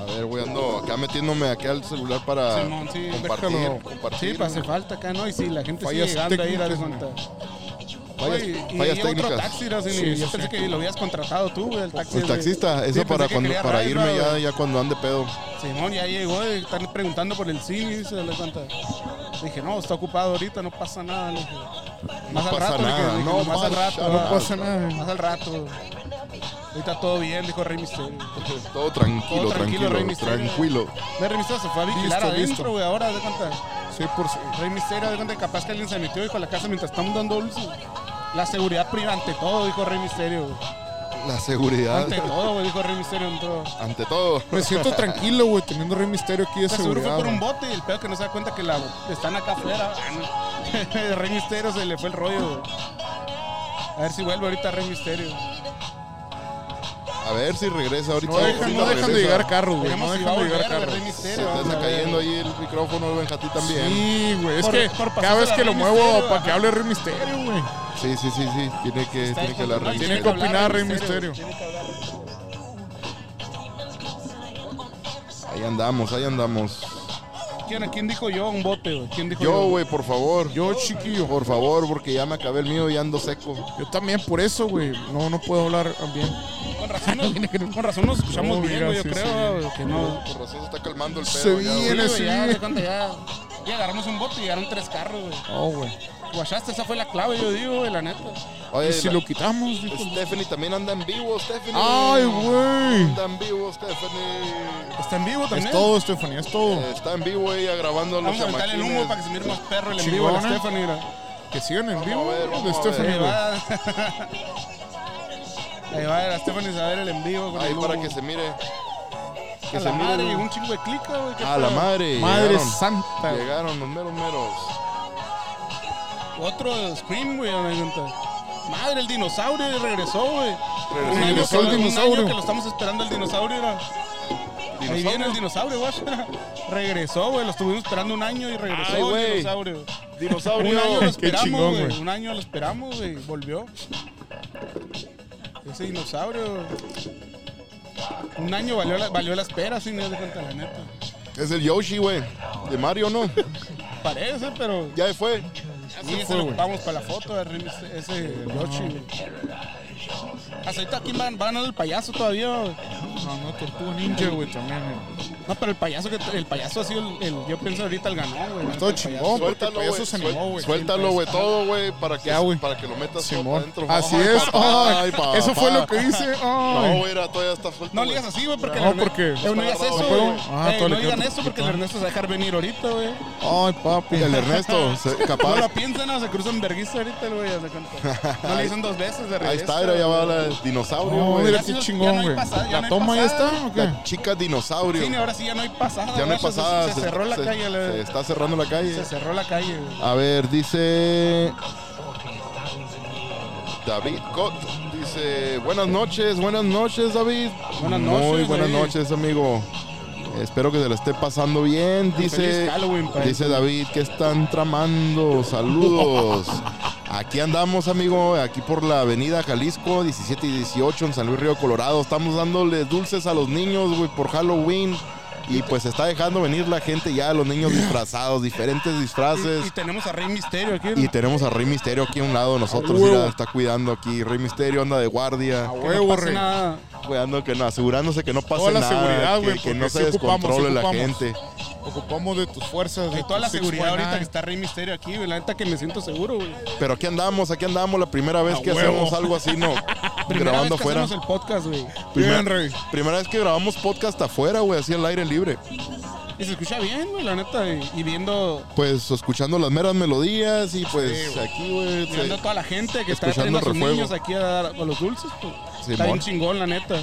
S1: A ver, güey, ando acá metiéndome aquí al celular para
S4: Simón, sí, déjalo.
S1: compartir. compartir.
S4: Sí, pues hace falta acá, ¿no? Y sí, la gente sigue
S3: Fallas
S4: llegando ahí,
S3: técnicas,
S4: dale
S3: güey.
S4: cuenta.
S1: Fallas-
S4: Oye, pues, y
S1: fallas
S4: llega otro
S1: técnicas.
S4: taxi, ¿no? Así,
S3: Sí,
S4: yo
S3: sí,
S4: pensé
S3: sí.
S4: que lo habías contratado tú, güey, el taxi.
S1: Pues, El
S4: güey.
S1: taxista,
S4: Sí,
S1: eso
S4: pensé
S1: para,
S4: que
S1: cuando,
S4: quería
S1: para
S4: ride,
S1: irme
S4: ¿no,
S1: ya,
S4: güey?
S1: ya cuando ande pedo.
S4: Simón ya llegó, eh, están preguntando por el cine, dice, dale cuenta. Dije, no, está ocupado ahorita, no pasa nada, le dije. Más al
S1: pasa
S4: rato, le dije,
S1: nada,
S4: dije,
S1: no
S4: más al
S1: pasa-
S4: rato.
S1: no
S4: ah,
S1: pasa
S3: nada.
S4: Más al rato. Ahorita todo bien, dijo Rey Misterio.
S1: Todo tranquilo, tranquilo,
S4: Todo tranquilo, Rey
S1: tranquilo.
S4: Misterio. De Rey Misterio se fue a vigilar
S3: Listo,
S4: adentro,
S3: listo.
S4: güey, ahora, de cuenta.
S3: Sí, por sí.
S4: Rey Misterio, de cuenta, capaz que alguien se metió, dijo, a la casa mientras estamos dando dulce. La seguridad priva ante todo, dijo Rey Misterio.
S1: La seguridad,
S3: Ah.
S4: Ante todo, güey, dijo Rey Misterio, ante todo.
S1: ante todo.
S3: Me siento tranquilo, güey, teniendo Rey Misterio aquí de
S4: Pues seguro fue
S3: seguridad.
S4: por un
S3: güey.
S4: bote y el pedo que no se da cuenta que la que están acá afuera. Ah, no. El Rey Misterio se le fue el rollo. güey. A ver si vuelve ahorita Rey Misterio.
S1: A ver si regresa ahorita.
S3: No dejan,
S1: ahorita
S3: no dejan de
S1: regresa.
S3: llegar carros, güey.
S4: Veremos
S3: No
S4: si va
S3: dejan
S4: a
S3: de
S4: volver
S3: llegar
S4: el
S3: carros.
S4: Rey
S1: Se
S4: Misterio.
S1: te
S4: vamos
S1: está
S4: a ver.
S1: cayendo ahí el micrófono, Benjati también.
S3: Sí, güey. Es
S4: Por-
S3: que
S4: por
S3: cada vez
S4: pasarse
S3: que lo
S4: la Rey
S3: muevo
S4: Misterio,
S3: para
S4: ajá.
S3: que hable Rey Misterio, güey.
S1: Sí, sí, sí, sí. Tiene que,
S4: Está
S1: tiene que hablar Rey
S4: descontrolado,
S3: Tiene
S1: Misterio.
S3: que opinar Rey Misterio.
S4: Tiene que hablar.
S1: Ahí andamos, ahí andamos.
S4: ¿Quién, quién dijo yo? Un bote, güey. ¿Quién dijo
S1: Yo, güey, por favor.
S3: Yo, chiquillo.
S1: Por favor, porque ya me acabé el mío y ando seco.
S3: Yo también, por eso, güey. No, no puedo hablar bien.
S4: Con razón, nos- con razón nos escuchamos
S3: No,
S4: bien,
S3: mira,
S4: güey, yo
S3: sí,
S4: creo. güey, Que no.
S1: Por razón se está calmando el pedo.
S3: Se
S1: ya, güey.
S3: viene.
S4: Sí, güey, ya,
S3: sí.
S4: de cuenta, ya. Ya agarramos un bote y llegaron tres carros, güey.
S3: No, güey.
S4: Guachaste, esa fue la clave, yo digo, güey, la neta.
S1: Oye,
S3: Y si
S1: la-
S3: lo quitamos, dijo.
S1: Stephanie también anda en vivo, Stephanie.
S3: Ay, güey.
S1: Anda en vivo, Stephanie.
S4: Está en vivo también.
S3: Es todo, Estefanía, es todo.
S1: Eh, Está en vivo ella grabando los
S4: Vamos a aumentar el humo
S1: chamaquines.
S4: para que se mire más perro el en vivo a la
S3: Chingona.
S4: Stephanie. mira.
S3: Que sigan en
S1: Vamos
S3: vivo
S1: a ver, vamos
S3: de
S1: a
S3: Stephanie,
S4: Ahí
S3: güey.
S4: va. Ahí va la Stephanie a ver el en vivo con
S1: Ahí
S4: el
S1: para
S4: humo.
S1: que se mire. Que
S4: a
S1: se
S4: la madre,
S1: mire.
S4: llegó un chingo de clica, güey. qué
S1: A la
S4: pedo.
S1: madre.
S3: Madre
S1: llegaron.
S3: santa. güey.
S1: Llegaron los meros meros.
S4: Otro Scream, güey, me cuenta. Madre, el dinosaurio regresó, güey. Un año
S3: Regresó
S4: que-
S3: el
S4: un año
S3: dinosaurio.
S4: que lo estamos esperando el dinosaurio, era. Ahí viene el dinosaurio, güey. Regresó, güey. Lo estuvimos esperando un año y regresó
S1: Ay,
S4: el
S1: güey.
S4: dinosaurio.
S1: Dinosaurio.
S4: Un año lo
S3: Qué
S4: esperamos,
S3: chingón,
S4: güey.
S3: güey.
S4: Un año lo esperamos, güey. Volvió. Ese dinosaurio. Un año valió la, valió la espera, sin me de cuenta, la neta.
S1: Es el Yoshi, güey. De Mario, ¿no?
S4: Parece, pero.
S1: Ya fue.
S4: Sí, ese lo ocupamos para la foto de Remy- ese Yoshi, güey. Hasta ahorita aquí van, van al payaso todavía, güey.
S3: No, no, Tortuga Ninja, güey, también. güey.
S4: No, pero el payaso que el payaso ha sido el, el- yo pienso ahorita el ganón, güey.
S3: Todo
S4: El payaso.
S3: chingón, porque el
S1: Suéltalo, güey.
S3: payaso se animó, güey.
S1: Suel- Suéltalo, güey, todo, güey, para que
S3: Ya, güey.
S1: para que lo metas todo
S3: Simón.
S1: adentro.
S3: Así
S1: Ay,
S3: es.
S1: papá,
S3: Ay,
S1: ay, papá.
S3: Eso fue lo que hice.
S1: No,
S3: Ay.
S1: güey, era- todavía está suelto.
S4: No
S1: güey.
S4: digas así, güey, porque
S3: No,
S4: el Ernesto-
S3: porque-
S4: Eh, no digas
S1: No,
S4: eso,
S1: pero-
S4: güey.
S3: Ah,
S4: Eh,
S3: todo
S4: no
S3: le quedó
S4: digan eso porque el Ernesto se va a dejar venir ahorita, güey.
S3: Ay, papi.
S1: El Ernesto, se-
S4: No
S1: capaz.
S4: lo piensan, no, se cruzan verguisa ahorita, el güey, ya se cuenta. No le dicen dos veces de
S1: Ahí
S4: regreso.
S1: está, era, ya va la dinosaurio,
S3: No,
S1: güey.
S3: mira
S4: Ya
S3: qué
S4: no- ya no
S3: chingón,
S4: hay
S3: güey.
S4: pasada, ya no
S3: ¿La
S4: hay
S3: toma ya
S4: pasada.
S3: está o qué?
S1: La chica dinosaurio.
S4: Sí, ahora sí ya no hay pasada.
S1: ya no hay
S4: güey, se-
S1: pasada.
S4: Se, se cerró la calle, la-
S1: Se está cerrando la calle.
S4: se cerró la calle, güey.
S1: A ver, dice. David Cot dice: Buenas noches, buenas noches, David.
S4: Buenas
S1: Muy
S4: noches,
S1: buenas
S4: David.
S1: noches, amigo. Espero que se la esté pasando bien. Dice,
S4: feliz Halloween para
S1: dice David que están tramando. Saludos. Aquí andamos, amigo, aquí por la avenida Jalisco, 17 y 18 en San Luis Río Colorado. Estamos dándole dulces a los niños, güey, por Halloween. Y pues está dejando venir la gente ya, los niños disfrazados, diferentes disfraces.
S4: Y, y tenemos a Rey Misterio aquí.
S1: Y tenemos a Rey Misterio aquí a un lado de nosotros.
S3: A huevo.
S1: mira, está cuidando aquí. Rey Misterio anda de guardia.
S4: Que
S3: Huevo,
S4: no pase
S3: Rey.
S4: nada.
S1: Cuidando que no, asegurándose que no pase
S3: Toda la
S1: nada.
S3: seguridad,
S1: que-
S3: güey,
S1: Que,
S3: porque
S1: no se
S3: sí ocupamos,
S1: descontrole
S3: sí
S1: la
S3: ocupamos.
S1: gente.
S3: Ocupamos de tus fuerzas.
S4: Pues De
S3: De
S4: toda la
S3: tus
S4: seguridad ahorita
S3: 649.
S4: que está Rey Misterio aquí, güey. La neta que me siento seguro, güey.
S1: Pero aquí andamos, aquí andamos. La primera vez
S3: A
S1: que
S3: huevo.
S1: hacemos algo así, no.
S4: Primera
S1: grabando
S4: vez que
S1: afuera.
S4: hacemos el podcast, güey.
S1: Primera-
S3: Bien, Rey.
S1: Primera vez que grabamos podcast afuera, güey, así al aire libre.
S4: Y se escucha bien, güey, la neta. Y, y viendo,
S1: Pues escuchando las meras melodías y pues aquí, güey.
S4: viendo a
S1: se-
S4: toda la gente que está
S1: Escuchando
S4: trayendo a
S1: el
S4: sus
S1: refuego.
S4: niños aquí a, dar- a los dulces, pues. Está
S1: Simón.
S4: bien chingón, la neta.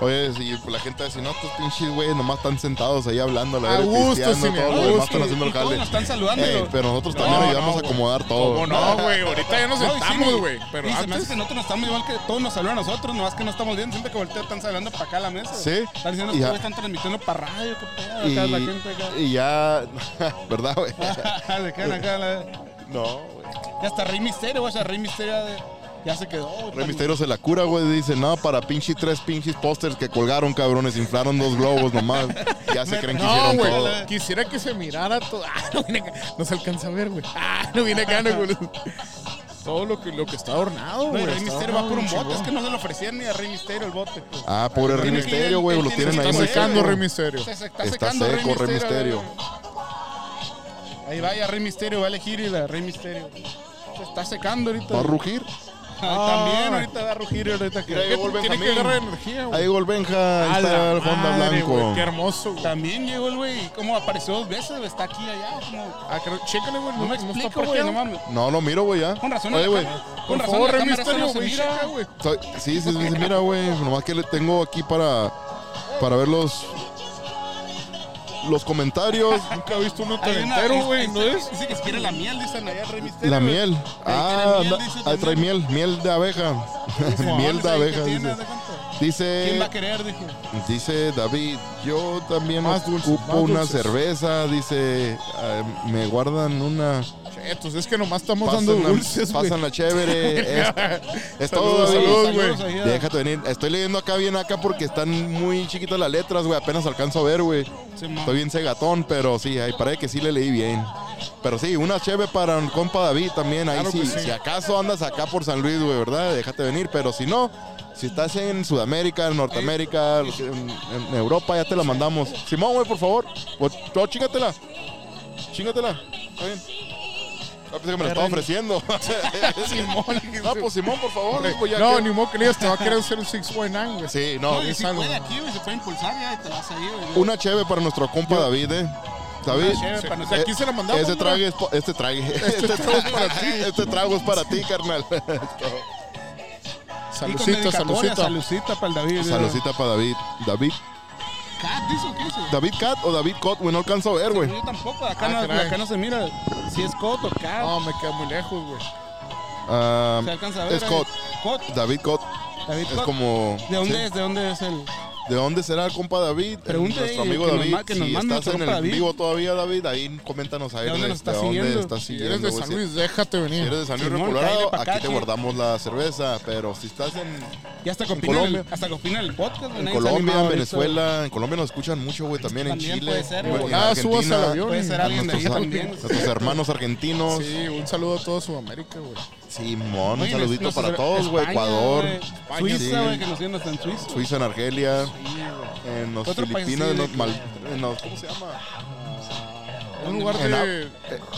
S1: Oye, si la gente va a decir, no, estos pinches güeyes nomás están sentados ahí hablando, a la
S3: A
S1: verga,
S3: gusto,
S1: pisteando,
S3: sin
S1: todos los
S3: embargo,
S1: demás
S3: sí,
S1: están haciendo el
S4: todos
S1: jale.
S4: nos están saludando.
S1: Ey, pero nosotros también
S3: No,
S1: ayudamos
S3: no,
S1: a acomodar todo.
S3: ¿Cómo no, güey? Ahorita ya nos
S4: No, y sí,
S3: sentamos,
S4: ni-
S3: güey. Pero
S4: ni se me hace
S3: antes.
S4: que nosotros nos estamos igual que todos nos saludan a nosotros, nomás que no estamos bien. Siempre que volteo están saludando para acá a la mesa.
S1: Sí.
S4: Están diciendo
S1: Y
S4: que
S1: ya-
S4: están transmitiendo para radio, qué pedo.
S1: Y,
S4: Acá la gente acá.
S1: y ya, ¿verdad, güey?
S4: Se quedan acá. la-
S1: No, güey.
S4: Ya hasta Rey Misterio, güey. o sea, Rey Misterio ya, de- ya se quedó. güey,
S1: Rey
S4: tan-
S1: Misterio se la cura, güey. Dice, no, para pinches tres pinches pósters que colgaron, cabrones. Inflaron dos globos nomás. Ya se creen que
S3: No,
S1: hicieron todo.
S3: güey. Quisiera que se mirara todo. Ah, no viene acá. No se alcanza a ver, güey. Ah, no viene acá, no, güey. Todo lo que, lo que está adornado,
S4: No,
S3: güey.
S4: y Rey
S3: está
S4: Misterio va por un
S3: adornado,
S4: bote. Es que no se lo ofrecían ni a Rey Misterio el bote. pues.
S1: Ah, pobre Rey
S4: Tiene que ir
S1: Misterio,
S4: el-
S1: güey.
S4: el
S1: Lo
S4: que
S1: tienen
S4: se
S1: ahí
S3: Está
S4: Misterio,
S3: secando,
S1: secando.
S3: Rey Misterio.
S4: Se- se-
S1: Está
S4: secando
S1: seco, Rey Misterio.
S4: güey. Ahí vaya Rey Misterio, va a elegir y la Rey Misterio. Se está secando ahorita. Ah,
S1: ¿Va a rugir?
S4: También ahorita va a rugir ahorita.
S1: Mira, llegó el
S3: Tiene que
S1: Benjamín.
S3: agarrar energía, güey.
S1: Ahí llegó el Benja. Ahí
S3: A
S1: está
S3: la
S1: el Honda
S3: madre,
S1: Blanco.
S3: güey, Qué hermoso, güey.
S4: También llegó el güey, como apareció dos veces, güey, está aquí allá. Como,
S3: Ah, creo- Chécale, güey.
S4: no me
S3: está
S4: explico, güey,
S3: parqueado.
S4: no mames.
S1: No, lo miro, güey, ya.
S4: Con razón,
S1: Oye,
S4: la
S1: güey.
S4: cámara- con
S3: Por
S4: razón,
S3: favor,
S4: la
S3: Rey
S4: cámara esa
S3: Misterio,
S4: no se
S3: güey.
S4: mira.
S3: checa, güey.
S1: soy- Sí, sí, sí, sí, mira, güey. Nomás que le tengo aquí para, para ver los, los comentarios.
S3: Nunca he visto uno tan
S4: Hay una- este,
S3: entero, güey. ¿No
S4: dice-
S3: es?
S4: Dice que quiere la miel, dicen allá, Rey Misterio.
S1: La
S4: güey.
S1: miel. Ah,
S4: Ahí tiene miel,
S1: la-
S4: dice
S1: ahí trae
S4: también.
S1: miel. Miel de abeja.
S4: Como
S1: miel de
S4: ahí que
S1: abeja,
S4: tiene,
S1: dice.
S4: haz de cuenta.
S3: Eh,
S4: ¿Quién va
S1: Dice,
S4: a querer? Dijo.
S1: dice David, yo también
S3: Más dulces,
S1: ocupo
S3: más
S1: una
S3: dulces.
S1: cerveza. Dice, "Ah, me guardan una.
S3: Entonces pues es que nomás estamos
S1: Pasan,
S3: dando
S1: la-
S3: dulces, güey.
S1: pasan la chévere. es, es todo,
S3: Saludos,
S1: David.
S3: saludos, güey.
S4: ahí a-
S1: Déjate venir. Estoy leyendo acá bien acá porque están muy chiquitas las letras, güey. Apenas alcanzo a ver, güey.
S4: Simón.
S1: Estoy bien cegatón, pero sí, ahí parece que sí le leí bien. Pero sí, una cheve para el compa David también. Ahí
S3: Claro
S1: sí,
S3: que sí.
S1: si acaso andas acá por San Luis, güey, ¿verdad? Déjate venir. Pero si no, si estás en Sudamérica, en Norteamérica, en, en Europa, ya te la mandamos. Simón, güey, por favor. Pues, no, chingatela. Chingatela. Está bien. Ah, pensé que me la estaba ofreciendo. Simón. Ah, pues Simón, por favor. pues, ya
S3: No,
S1: que-
S3: ni modo que le digas, te va a querer hacer el 619, güey.
S1: Sí, no.
S4: No, y
S3: es
S4: si
S3: algo.
S4: puede aquí, güey, se puede impulsar ya y te vas ahí, güey.
S1: Una cheve para nuestro compa David, ¿eh? David.
S4: cheve para
S3: nosotros. Aquí se la mandamos,
S1: Ese
S3: hombre.
S1: trague es pa- este trague. Este trago es para ti. Este trago es para ti, carnal.
S3: Salucita, salucita.
S4: salucita. Salucita para el David. güey.
S1: Saludcita para David. David.
S4: Cat, dice, ¿o qué dice?
S1: David Cat o David Cot, güey. No alcanzo a ver, güey.
S4: Yo tampoco, acá,
S3: Ah,
S4: no,
S3: caray.
S4: acá no se mira si es Cot o Cat.
S3: No, me queda muy lejos, güey.
S1: Ah,
S4: se alcanza a ver.
S1: es
S4: ahí.
S1: Cot.
S4: Cot.
S1: David Cot.
S4: David
S1: Es
S4: Cot.
S1: como.
S4: ¿De dónde
S1: sí.
S4: es? ¿De dónde es el?
S1: ¿De dónde será el compa David?
S4: Pregunte
S1: Nuestro
S4: ahí,
S1: amigo
S4: que nos
S1: David.
S4: ma- que nos
S1: si
S4: manda
S1: estás en
S4: nuestro
S1: el
S4: compa David.
S1: vivo todavía, David, ahí coméntanos a ver
S4: ¿De dónde nos está
S1: de dónde
S4: siguiendo?
S1: estás
S3: Si eres
S1: siguiendo.
S3: de
S1: güey,
S3: San
S1: si-
S3: Luis, déjate
S1: Si eres
S3: venir.
S1: de San Luis de
S4: Simón,
S1: Colorado,
S4: cáele pa' acá,
S1: aquí te
S4: que-
S1: guardamos la cerveza. Pero si estás en,
S4: Ya hasta que
S1: En
S4: opina el,
S1: Colombia.
S4: hasta que opina el podcast. güey,
S1: en
S4: nadie se ha
S1: Colombia, en
S4: animado
S1: Venezuela, en Colombia nos escuchan mucho, güey, también, en
S4: También
S1: Chile.
S4: puede ser,
S1: en
S4: güey.
S1: en
S3: Ah, subas al
S1: Argentina,
S3: avión.
S4: Puede ser
S1: a
S4: alguien de ahí
S1: nuestros-
S4: también.
S1: A tus hermanos argentinos.
S3: Sí, un saludo a toda Sudamérica, güey.
S1: Simón, un
S4: Oye,
S1: saludito
S4: nuestros-
S1: para todos, güey.
S4: España,
S1: Ecuador,
S4: güey,
S1: España,
S4: Suiza,
S1: sí,
S4: güey, que nos siguen hasta en Suiza.
S1: Suiza, en Argelia, en los
S4: Otro país
S1: Filipinas,
S4: sí,
S1: en los
S4: de-
S1: Mal- en los- ¿Cómo se llama?
S3: Un lugar
S1: En a-
S3: de.
S1: eh,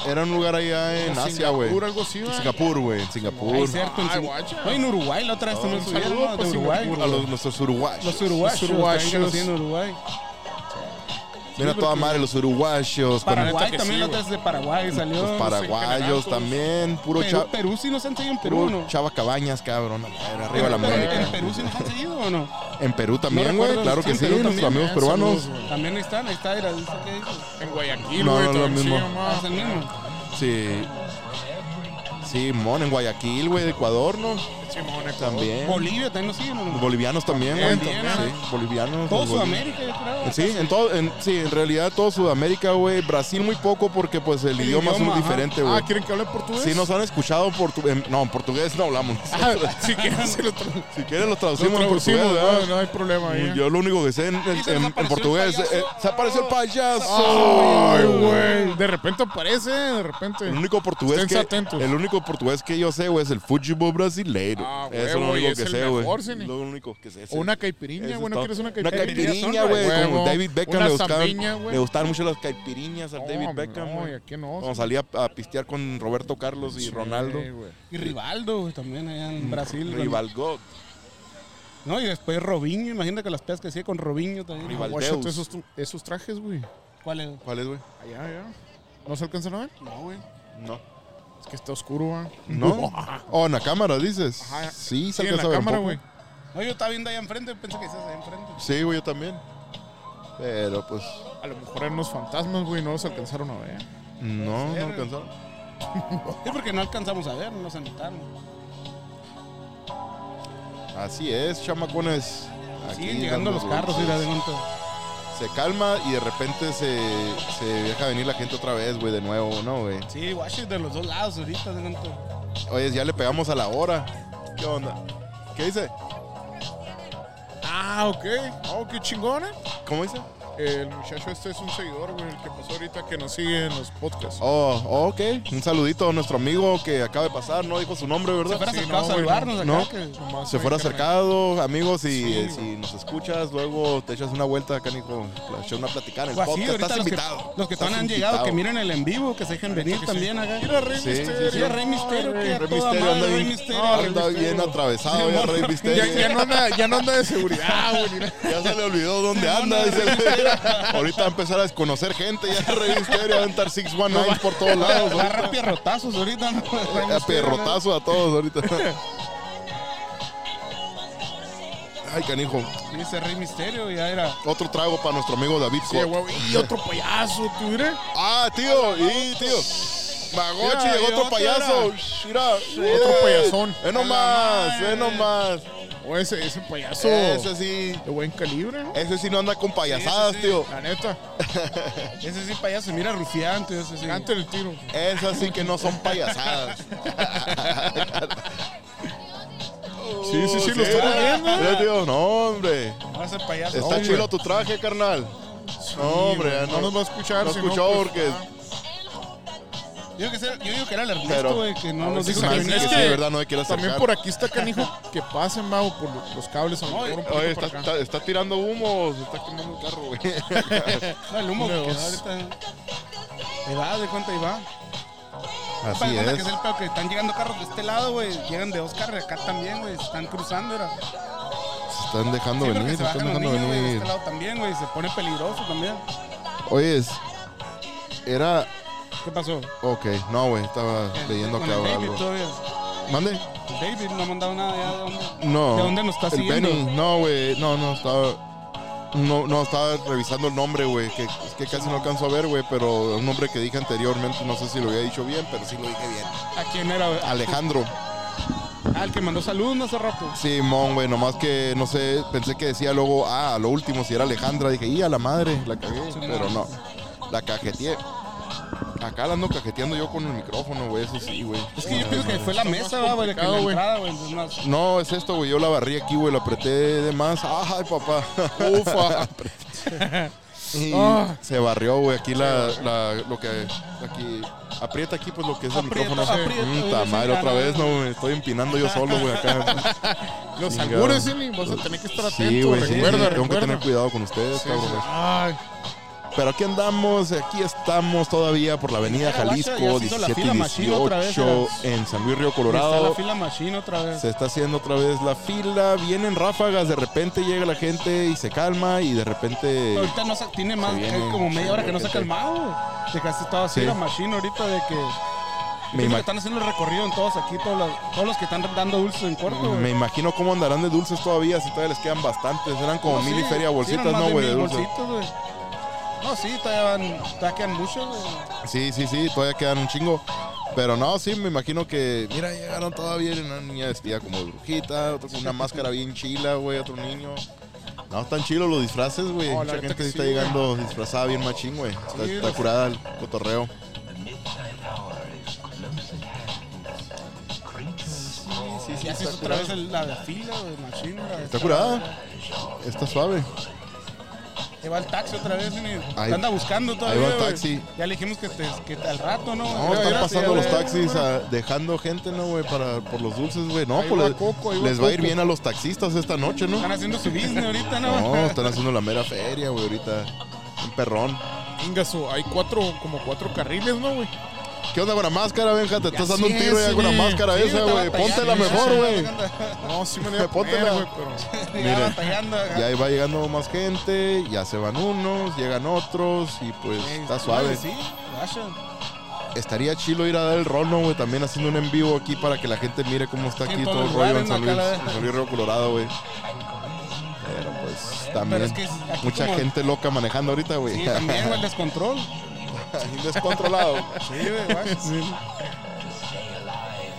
S1: Era un lugar allá en Asia, güey.
S3: Singapur, algo así, güey.
S1: Singapur, güey, en Singapur.
S4: Es cierto, en
S3: Ay,
S4: Singa-
S3: guacha.
S4: Oye, en Uruguay, la otra vez también
S3: un
S4: subieron,
S3: saludo,
S4: ¿no?
S3: pues,
S4: de Uruguay.
S1: A los, nuestros uruguayos.
S4: Los uruguayos,
S3: Los uruguayos.
S4: también que nos siguen en Uruguay.
S1: Mira toda madre, los uruguayos. con-
S4: Paraguay
S3: que
S4: también,
S3: sí,
S4: la otra vez de Paraguay salió.
S1: los paraguayos
S4: pues,
S1: también. Puro,
S4: Perú,
S1: cha-
S4: Perú sí nos han seguido en Perú,
S1: puro
S4: ¿no?
S1: Chava Cabañas, cabrón. a la madre,
S4: Pero
S1: Arriba la
S4: en- En
S1: América.
S4: Perú sí nos han seguido o no?
S1: En Perú también,
S4: No
S1: güey.
S4: recuerdo,
S1: Claro que
S4: sí, en
S1: sí,
S4: Perú
S1: nuestros
S4: también,
S1: amigos peruanos.
S3: saludos,
S4: También ahí están, ahí está, mira, dice que dice. Ah,
S3: En Guayaquil,
S1: No,
S3: güey.
S1: no, lo
S3: también
S1: mismo.
S3: se llama.
S4: Es el mismo.
S1: Sí. Sí, mon, en Guayaquil, güey, de Ecuador, ¿no?
S3: Simón, Ecuador.
S1: También.
S4: Bolivia también nos siguen o
S1: Los
S4: no?
S1: bolivianos también, güey.
S4: También,
S1: Sí,
S4: también.
S1: bolivianos.
S4: Todo
S1: los boliv-
S4: Sudamérica, yo creo.
S1: Sí, en todo, en, sí, en realidad todo Sudamérica, güey. Brasil muy poco porque pues el, idioma, es
S4: idioma,
S1: muy
S4: ajá.
S1: diferente, güey.
S3: Ah, ¿quieren que hable portugués?
S1: Si nos han escuchado portugués. no, en portugués no hablamos.
S3: Ah, Si quieren, se lo tra-
S1: Si quieres los
S3: lo
S1: traducimos en
S3: traducimos.
S1: portugués, ¿verdad?
S3: No, no hay problema ahí.
S1: Yo lo único que sé en, en-
S4: se nos
S1: en- en
S4: apareció el
S1: portugués
S4: payaso.
S1: eh, se apareció el payaso.
S3: Ay, güey. De repente aparece, de repente.
S1: El único portugués
S3: Esténse
S1: que
S3: atentos.
S1: el único portugués que yo sé, güey, es el fútbol brasileiro.
S3: Ah,
S1: Eso es lo
S3: huevo, y
S1: único
S3: es
S1: que
S3: el
S1: sé, güey.
S3: mejor, Cine.
S1: Lo único que sé.
S3: O
S1: sí.
S3: una
S1: Eso
S3: caipirinha,
S1: es
S3: güey. ¿No
S1: todo.
S3: quieres una
S1: Una
S3: caipirinha?
S1: caipirinha,
S3: Son,
S1: güey. Como
S3: Huevo.
S1: David Beckham
S3: Una
S1: le gustaban,
S3: zambiña, güey.
S1: le gustaban mucho las caipirinhas al
S3: No,
S1: David Beckham,
S3: No,
S1: güey.
S3: y aquí no.
S1: Cuando salía a pistear con Roberto Carlos y Ronaldo.
S3: Sí, güey.
S4: Y Rivaldo, güey, también allá en Brasil.
S1: Rivalgo,
S4: No, y después Robinho, imagínate que las pedas que hacía con Robinho también.
S1: Rival-
S3: Guacha,
S1: Valdeus.
S3: tú esos, tu- esos trajes, güey.
S4: ¿Cuál es?
S1: ¿Cuál es, güey?
S3: Allá, allá. ¿No se alcanzan a ver?
S4: No, güey.
S1: No.
S3: Es que está oscuro, güey.
S1: ¿No? Oh, en la cámara, dices.
S3: Ajá.
S1: Sí, se
S3: Sí, en la
S1: alcanza a ver un
S3: cámara,
S1: poco.
S3: güey.
S4: No, yo estaba viendo allá enfrente, pensé que estás allá enfrente.
S1: Sí, güey, yo también. Pero pues,
S3: A lo mejor eran unos fantasmas, güey, no los alcanzaron a ver.
S1: no, no alcanzaron.
S4: Sí, porque no alcanzamos a ver, no nos anotaron.
S1: Así es, chamacones. Aquí
S4: Siguen llegando los
S1: dando
S4: carros, mira,
S1: dulces.
S4: de momento.
S1: Se calma y de repente se, se deja venir la gente otra vez, güey, de nuevo, ¿no, güey?
S4: Sí, guaches de los dos lados ahorita, de momento.
S1: Oye, ya le pegamos a la hora. ¿Qué onda? ¿Qué dice?
S3: Ah, ok. Oh, qué chingona.
S1: ¿Cómo dice?
S3: El muchacho este es un seguidor, güey, el que pasó ahorita que nos sigue en los podcasts.
S1: Oh, oh, ok. Un saludito a nuestro amigo que acaba de pasar, no dijo su nombre, ¿verdad?
S4: Se fuera
S3: Sí,
S4: acercado
S3: no,
S4: a
S3: güey,
S4: saludarnos
S1: no.
S4: acá. que-
S3: Nomás,
S1: Se fuera
S3: güey, que me-
S1: acercado, amigos, y
S3: Sí,
S1: eh, si nos escuchas, luego te echas una vuelta acá, Nico. Te echas una platicada en el
S4: O Pues así,
S1: podcast.
S4: ahorita
S1: Estás
S4: los que-
S1: invitado.
S4: los que
S1: Estás
S4: todavía no han llegado, que
S1: invitado.
S4: miren el en vivo, que se dejen venir también acá.
S3: Mira, Rey
S1: Sí,
S3: Misterio.
S1: sí,
S4: Mira, Rey Misterio, que a
S1: Rey
S4: toda
S1: Misterio anda
S4: madre, Rey
S1: bien,
S4: Misterio.
S1: no, anda bien atravesado, ya, Rey Misterio.
S3: Ya, ya no anda, ya no anda de seguridad, güey. ni nada.
S1: Ya se le olvidó dónde anda. dice el- Ahorita va a empezar a desconocer gente. Ya Rey Misterio va a entrar 619 por todos lados.
S4: Va a agarrar pierrotazos ahorita. ¿no? Rey
S1: A
S4: Misterio, ¿no?
S1: perrotazo a todos ahorita. Ay, canijo.
S4: Sí, ese Rey Misterio, ya era.
S1: Otro trago para nuestro amigo David
S3: Sí,
S1: Cot.
S3: güey, Y otro payaso, tú, mira.
S1: Ah, tío. Y, tío. Magochi,
S3: Mira,
S1: llegó otro
S3: llegó otro,
S1: payaso. Mira. Eh,
S3: Otro payasón.
S1: Es nomás, es nomás.
S3: O ese, ese payaso.
S1: eh, Oh, Ese sí.
S3: De buen calibre, ¿no?
S1: Ese sí no anda con payasadas,
S4: sí.
S1: tío.
S3: La neta.
S4: Ese sí payaso, mira rufiante, ese sí.
S3: Antes del tiro.
S1: Esas sí que no son payasadas.
S3: Sí, sí, sí, lo estoy viendo.
S1: Mira, eh, tío, no, hombre.
S4: No, ese payaso.
S1: Está chido tu traje, carnal. No, hombre, ya
S3: no nos va a escuchar.
S1: No
S3: si
S1: escuchó
S3: pues,
S1: porque-
S3: ah.
S4: Yo, digo que era- yo digo que era el
S1: Pero-
S4: Ernesto, güey, que no
S3: a
S4: nos
S3: veces
S4: dijo
S1: Ah,
S4: que
S1: sí,
S3: también
S4: venía.
S3: pues, es
S1: sí,
S3: que-
S1: de verdad no hay que ir a
S3: También
S1: acercar.
S3: por aquí está canijo que pasen, mago, por los, los cables a lo mejor un poquito
S1: Oye,
S3: para
S1: está,
S3: acá.
S1: está- está tirando humo, se está quemando el carro, güey.
S4: No, el humo que
S3: Uno,
S4: quedó
S3: dos.
S4: ahorita. Ahí va, de cuánto ahí va. Para
S1: Así
S4: cuenta que es
S1: es.
S4: el peor que están llegando carros de este lado, güey. Llegan de dos carros acá también, güey. se Están cruzando, era.
S1: Se están
S4: Sí,
S1: dejando
S4: porque
S1: venir,
S4: se
S1: se están
S4: bajan los
S1: dejando
S4: niños, güey, de
S1: venir.
S4: este lado también, güey. Se pone peligroso también.
S1: Oye, es- era.
S4: ¿Qué pasó?
S1: Ok, no, güey, estaba leyendo
S4: Con
S1: acá
S4: el David
S1: algo.
S4: todavía.
S1: ¿Mande?
S4: El David no ha mandado nada ya de dónde.
S1: No.
S4: ¿De dónde nos está
S1: el
S4: siguiendo?
S1: Benny. No, güey. No, no, estaba. No, no, estaba revisando el nombre, güey. Que, es que casi no alcanzo a ver, güey. Pero un nombre que dije anteriormente, no sé si lo había dicho bien, pero sí lo dije bien.
S4: ¿A quién era? güey?
S1: Alejandro.
S4: Ah, el que mandó saludos hace rato.
S1: Simón, güey. Nomás que, no sé, pensé que decía luego, ah, a lo último, si era Alejandra. Dije, y a la madre, la cagué. Pero no. La cajeteé. Acá la ando cajeteando yo con el micrófono, güey. Eso sí, güey.
S4: Es que yo pienso que fue la mesa, va, güey, la que la entrada, güey. es más-
S1: No, es esto, güey. Yo la barrí aquí, güey. La apreté de más. Ay, papá. Ufa. y se barrió, güey. Aquí la, la- lo que. Aquí. Aprieta aquí, pues lo que es el
S4: Aprieta,
S1: micrófono.
S4: aprieta,
S1: Mm,
S4: güey,
S1: ta
S4: sí,
S1: madre, otra
S4: gana,
S1: vez, no, güey. Estoy empinando yo solo, güey, acá.
S3: Los
S1: Chingado.
S3: albures, Eli, vas a tener que estar atento.
S1: Sí, güey. Sí,
S3: recuerda,
S1: sí, Tengo que
S3: recuerda.
S1: tener cuidado con ustedes,
S3: Sí,
S1: cabrones.
S3: sí. Ay,
S1: Pero aquí andamos, aquí estamos todavía por la avenida
S4: Ya, guacha,
S1: Jalisco,
S4: ya se hizo la
S1: 17
S4: fila machina otra vez,
S1: 18, en San Luis Río
S4: Está la
S1: Colorado.
S4: fila machine otra vez.
S1: Se está haciendo otra vez la fila, vienen ráfagas, de repente llega la gente y se calma y de repente...
S4: Ahorita no sa- tiene más,
S1: Se viene,
S4: que como media hora que no se ha
S1: gente.
S4: calmado. De que así estaba así
S1: Sí.
S4: la machine ahorita de que.
S1: Me,
S4: Pienso que
S1: ima-
S4: están haciendo el recorrido en todos aquí, todos los, todos los que están dando dulces en corto, güey.
S1: me imagino cómo andarán de dulces todavía, si todavía les quedan bastantes. Eran como
S4: No,
S1: mil
S4: Pues sí,
S1: y feria
S4: sí,
S1: bolsitas,
S4: eran más
S1: ¿no,
S4: de
S1: güey? De
S4: mil
S1: dulces.
S4: bolsitas, güey. No, sí, todavía van, todavía quedan muchos, güey.
S1: Sí, sí, sí, todavía quedan un chingo. Pero no, sí, me imagino que... Mira, llegaron todavía una niña vestida como de brujita, otro con una máscara bien chila, güey, otro niño... No, están chilos los disfraces, güey.
S3: No,
S1: Mucha
S3: la neta
S1: gente
S3: que
S1: sí
S3: sí,
S1: está
S3: güey.
S1: llegando disfrazada bien machín, güey. Está,
S3: Sí,
S1: está
S3: los-
S1: curada el cotorreo.
S4: Y así es otra vez el- la de fila, güey, machine. la de-
S1: Está curada. Está suave.
S4: Ahí va el taxi otra vez, güey.
S1: Ahí-
S4: Te anda buscando todavía.
S1: va el
S4: güey.
S1: taxi.
S4: Ya le dijimos que, te- que al rato, ¿no?
S1: No,
S4: Mira,
S1: están
S4: mira,
S1: pasando
S4: sí,
S1: los
S4: güey.
S1: taxis ah, dejando gente, ¿no, güey? Para, por los dulces, güey. No,
S3: Ahí
S1: pues
S3: va
S1: les,
S3: Coco, ahí va
S1: les va a ir
S3: Coco.
S1: bien a los taxistas esta noche, ¿no?
S4: Están haciendo su business ahorita, ¿no?
S1: No, están haciendo la mera feria, güey, ahorita. Un perrón.
S3: Ingaso, hay cuatro, como cuatro carriles, ¿no, güey?
S1: ¿Qué onda con la máscara, Benja? Te estás dando un
S3: así
S1: tiro
S3: es,
S1: ya con la
S3: güey.
S1: máscara
S4: Sí,
S1: esa,
S4: está
S1: güey.
S4: batallando,
S1: Póntela
S4: sí,
S1: mejor,
S4: sí,
S1: güey.
S3: No, sí me le voy a poner,
S1: Póntela.
S3: güey, pero...
S4: Ya
S1: Mire.
S4: batallando,
S1: Y ahí va llegando más gente, ya se van unos, llegan otros y pues está suave.
S4: Sí, vaya.
S1: Estaría chilo ir a dar el rono, güey, también haciendo un en vivo aquí para que la gente mire cómo está aquí todo el rollo en San Luis, en San Luis Río Colorado, güey. Pero pues también
S4: es que es aquí
S1: mucha
S4: como-
S1: gente loca manejando ahorita, güey.
S4: Sí, también, güey, el descontrol.
S1: Descontrolado.
S4: Sí, güey, guacha.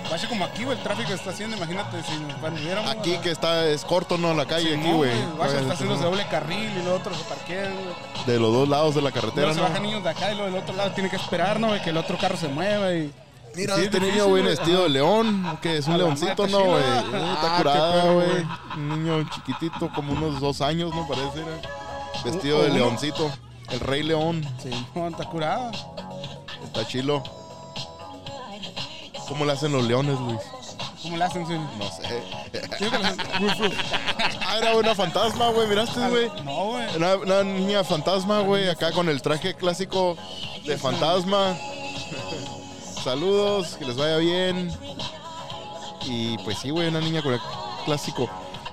S4: Guacha, como aquí, güey, el tráfico está haciendo, imagínate si nos hubiéramos...
S1: Aquí que está es corto, ¿no? La calle aquí, güey. este
S4: Guacha, está haciendo doble carril y los otros se parquean, güey.
S1: De los dos lados de la
S4: Luego
S1: carretera,
S4: se
S1: ¿no?
S4: bajan niños de acá y luego del otro lado tiene que esperar, ¿no, güey, que el otro carro se mueva y...
S1: Mira,
S4: Sí,
S1: este
S4: difícil,
S1: niño, güey,
S4: güey. Ah,
S1: vestido de león, que es un
S4: A la
S1: leoncito,
S4: madre,
S1: ¿no,
S4: sí,
S1: güey?
S4: ¿no?
S1: Eh,
S4: Ah,
S1: Está
S4: qué
S1: curada,
S4: pedo,
S1: güey.
S4: güey.
S1: Un niño chiquitito, como unos dos años, ¿no? Parece, era. Vestido
S4: o
S1: de
S4: uno.
S1: leoncito. El rey león.
S4: Sí, no, está curado.
S1: Está chilo. ¿Cómo le hacen los leones, Luis?
S4: ¿Cómo le hacen, sí?
S1: No sé.
S4: Yo creo que le hacen- Ruf, ruf.
S1: Ah, era una fantasma, güey. ¿Miraste, güey?
S4: No, güey.
S1: Una, una niña fantasma, güey, acá con el traje clásico de fantasma. Saludos, que les vaya bien. Y pues sí, güey, una niña con el clásico.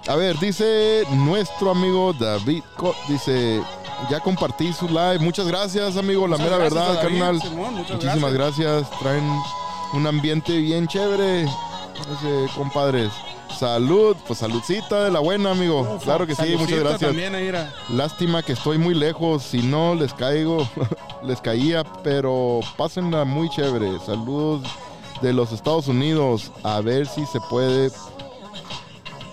S1: A ver, dice nuestro amigo David, Co- dice, ya compartí su live. Muchas gracias, amigo, la
S4: Muchas
S1: mera
S4: gracias
S1: verdad,
S4: a David,
S1: carnal.
S4: Simón, muchas
S1: Muchísimas gracias. Traen un ambiente bien chévere, ese, compadres. Salud, pues saludcita de la buena, amigo. claro que sí, muchas
S4: Saludcita
S1: gracias.
S4: También, ahí, mira.
S1: Lástima que estoy muy lejos, si no les caigo, les caía, pero pásenla muy chévere. Saludos de los Estados Unidos, a ver si se puede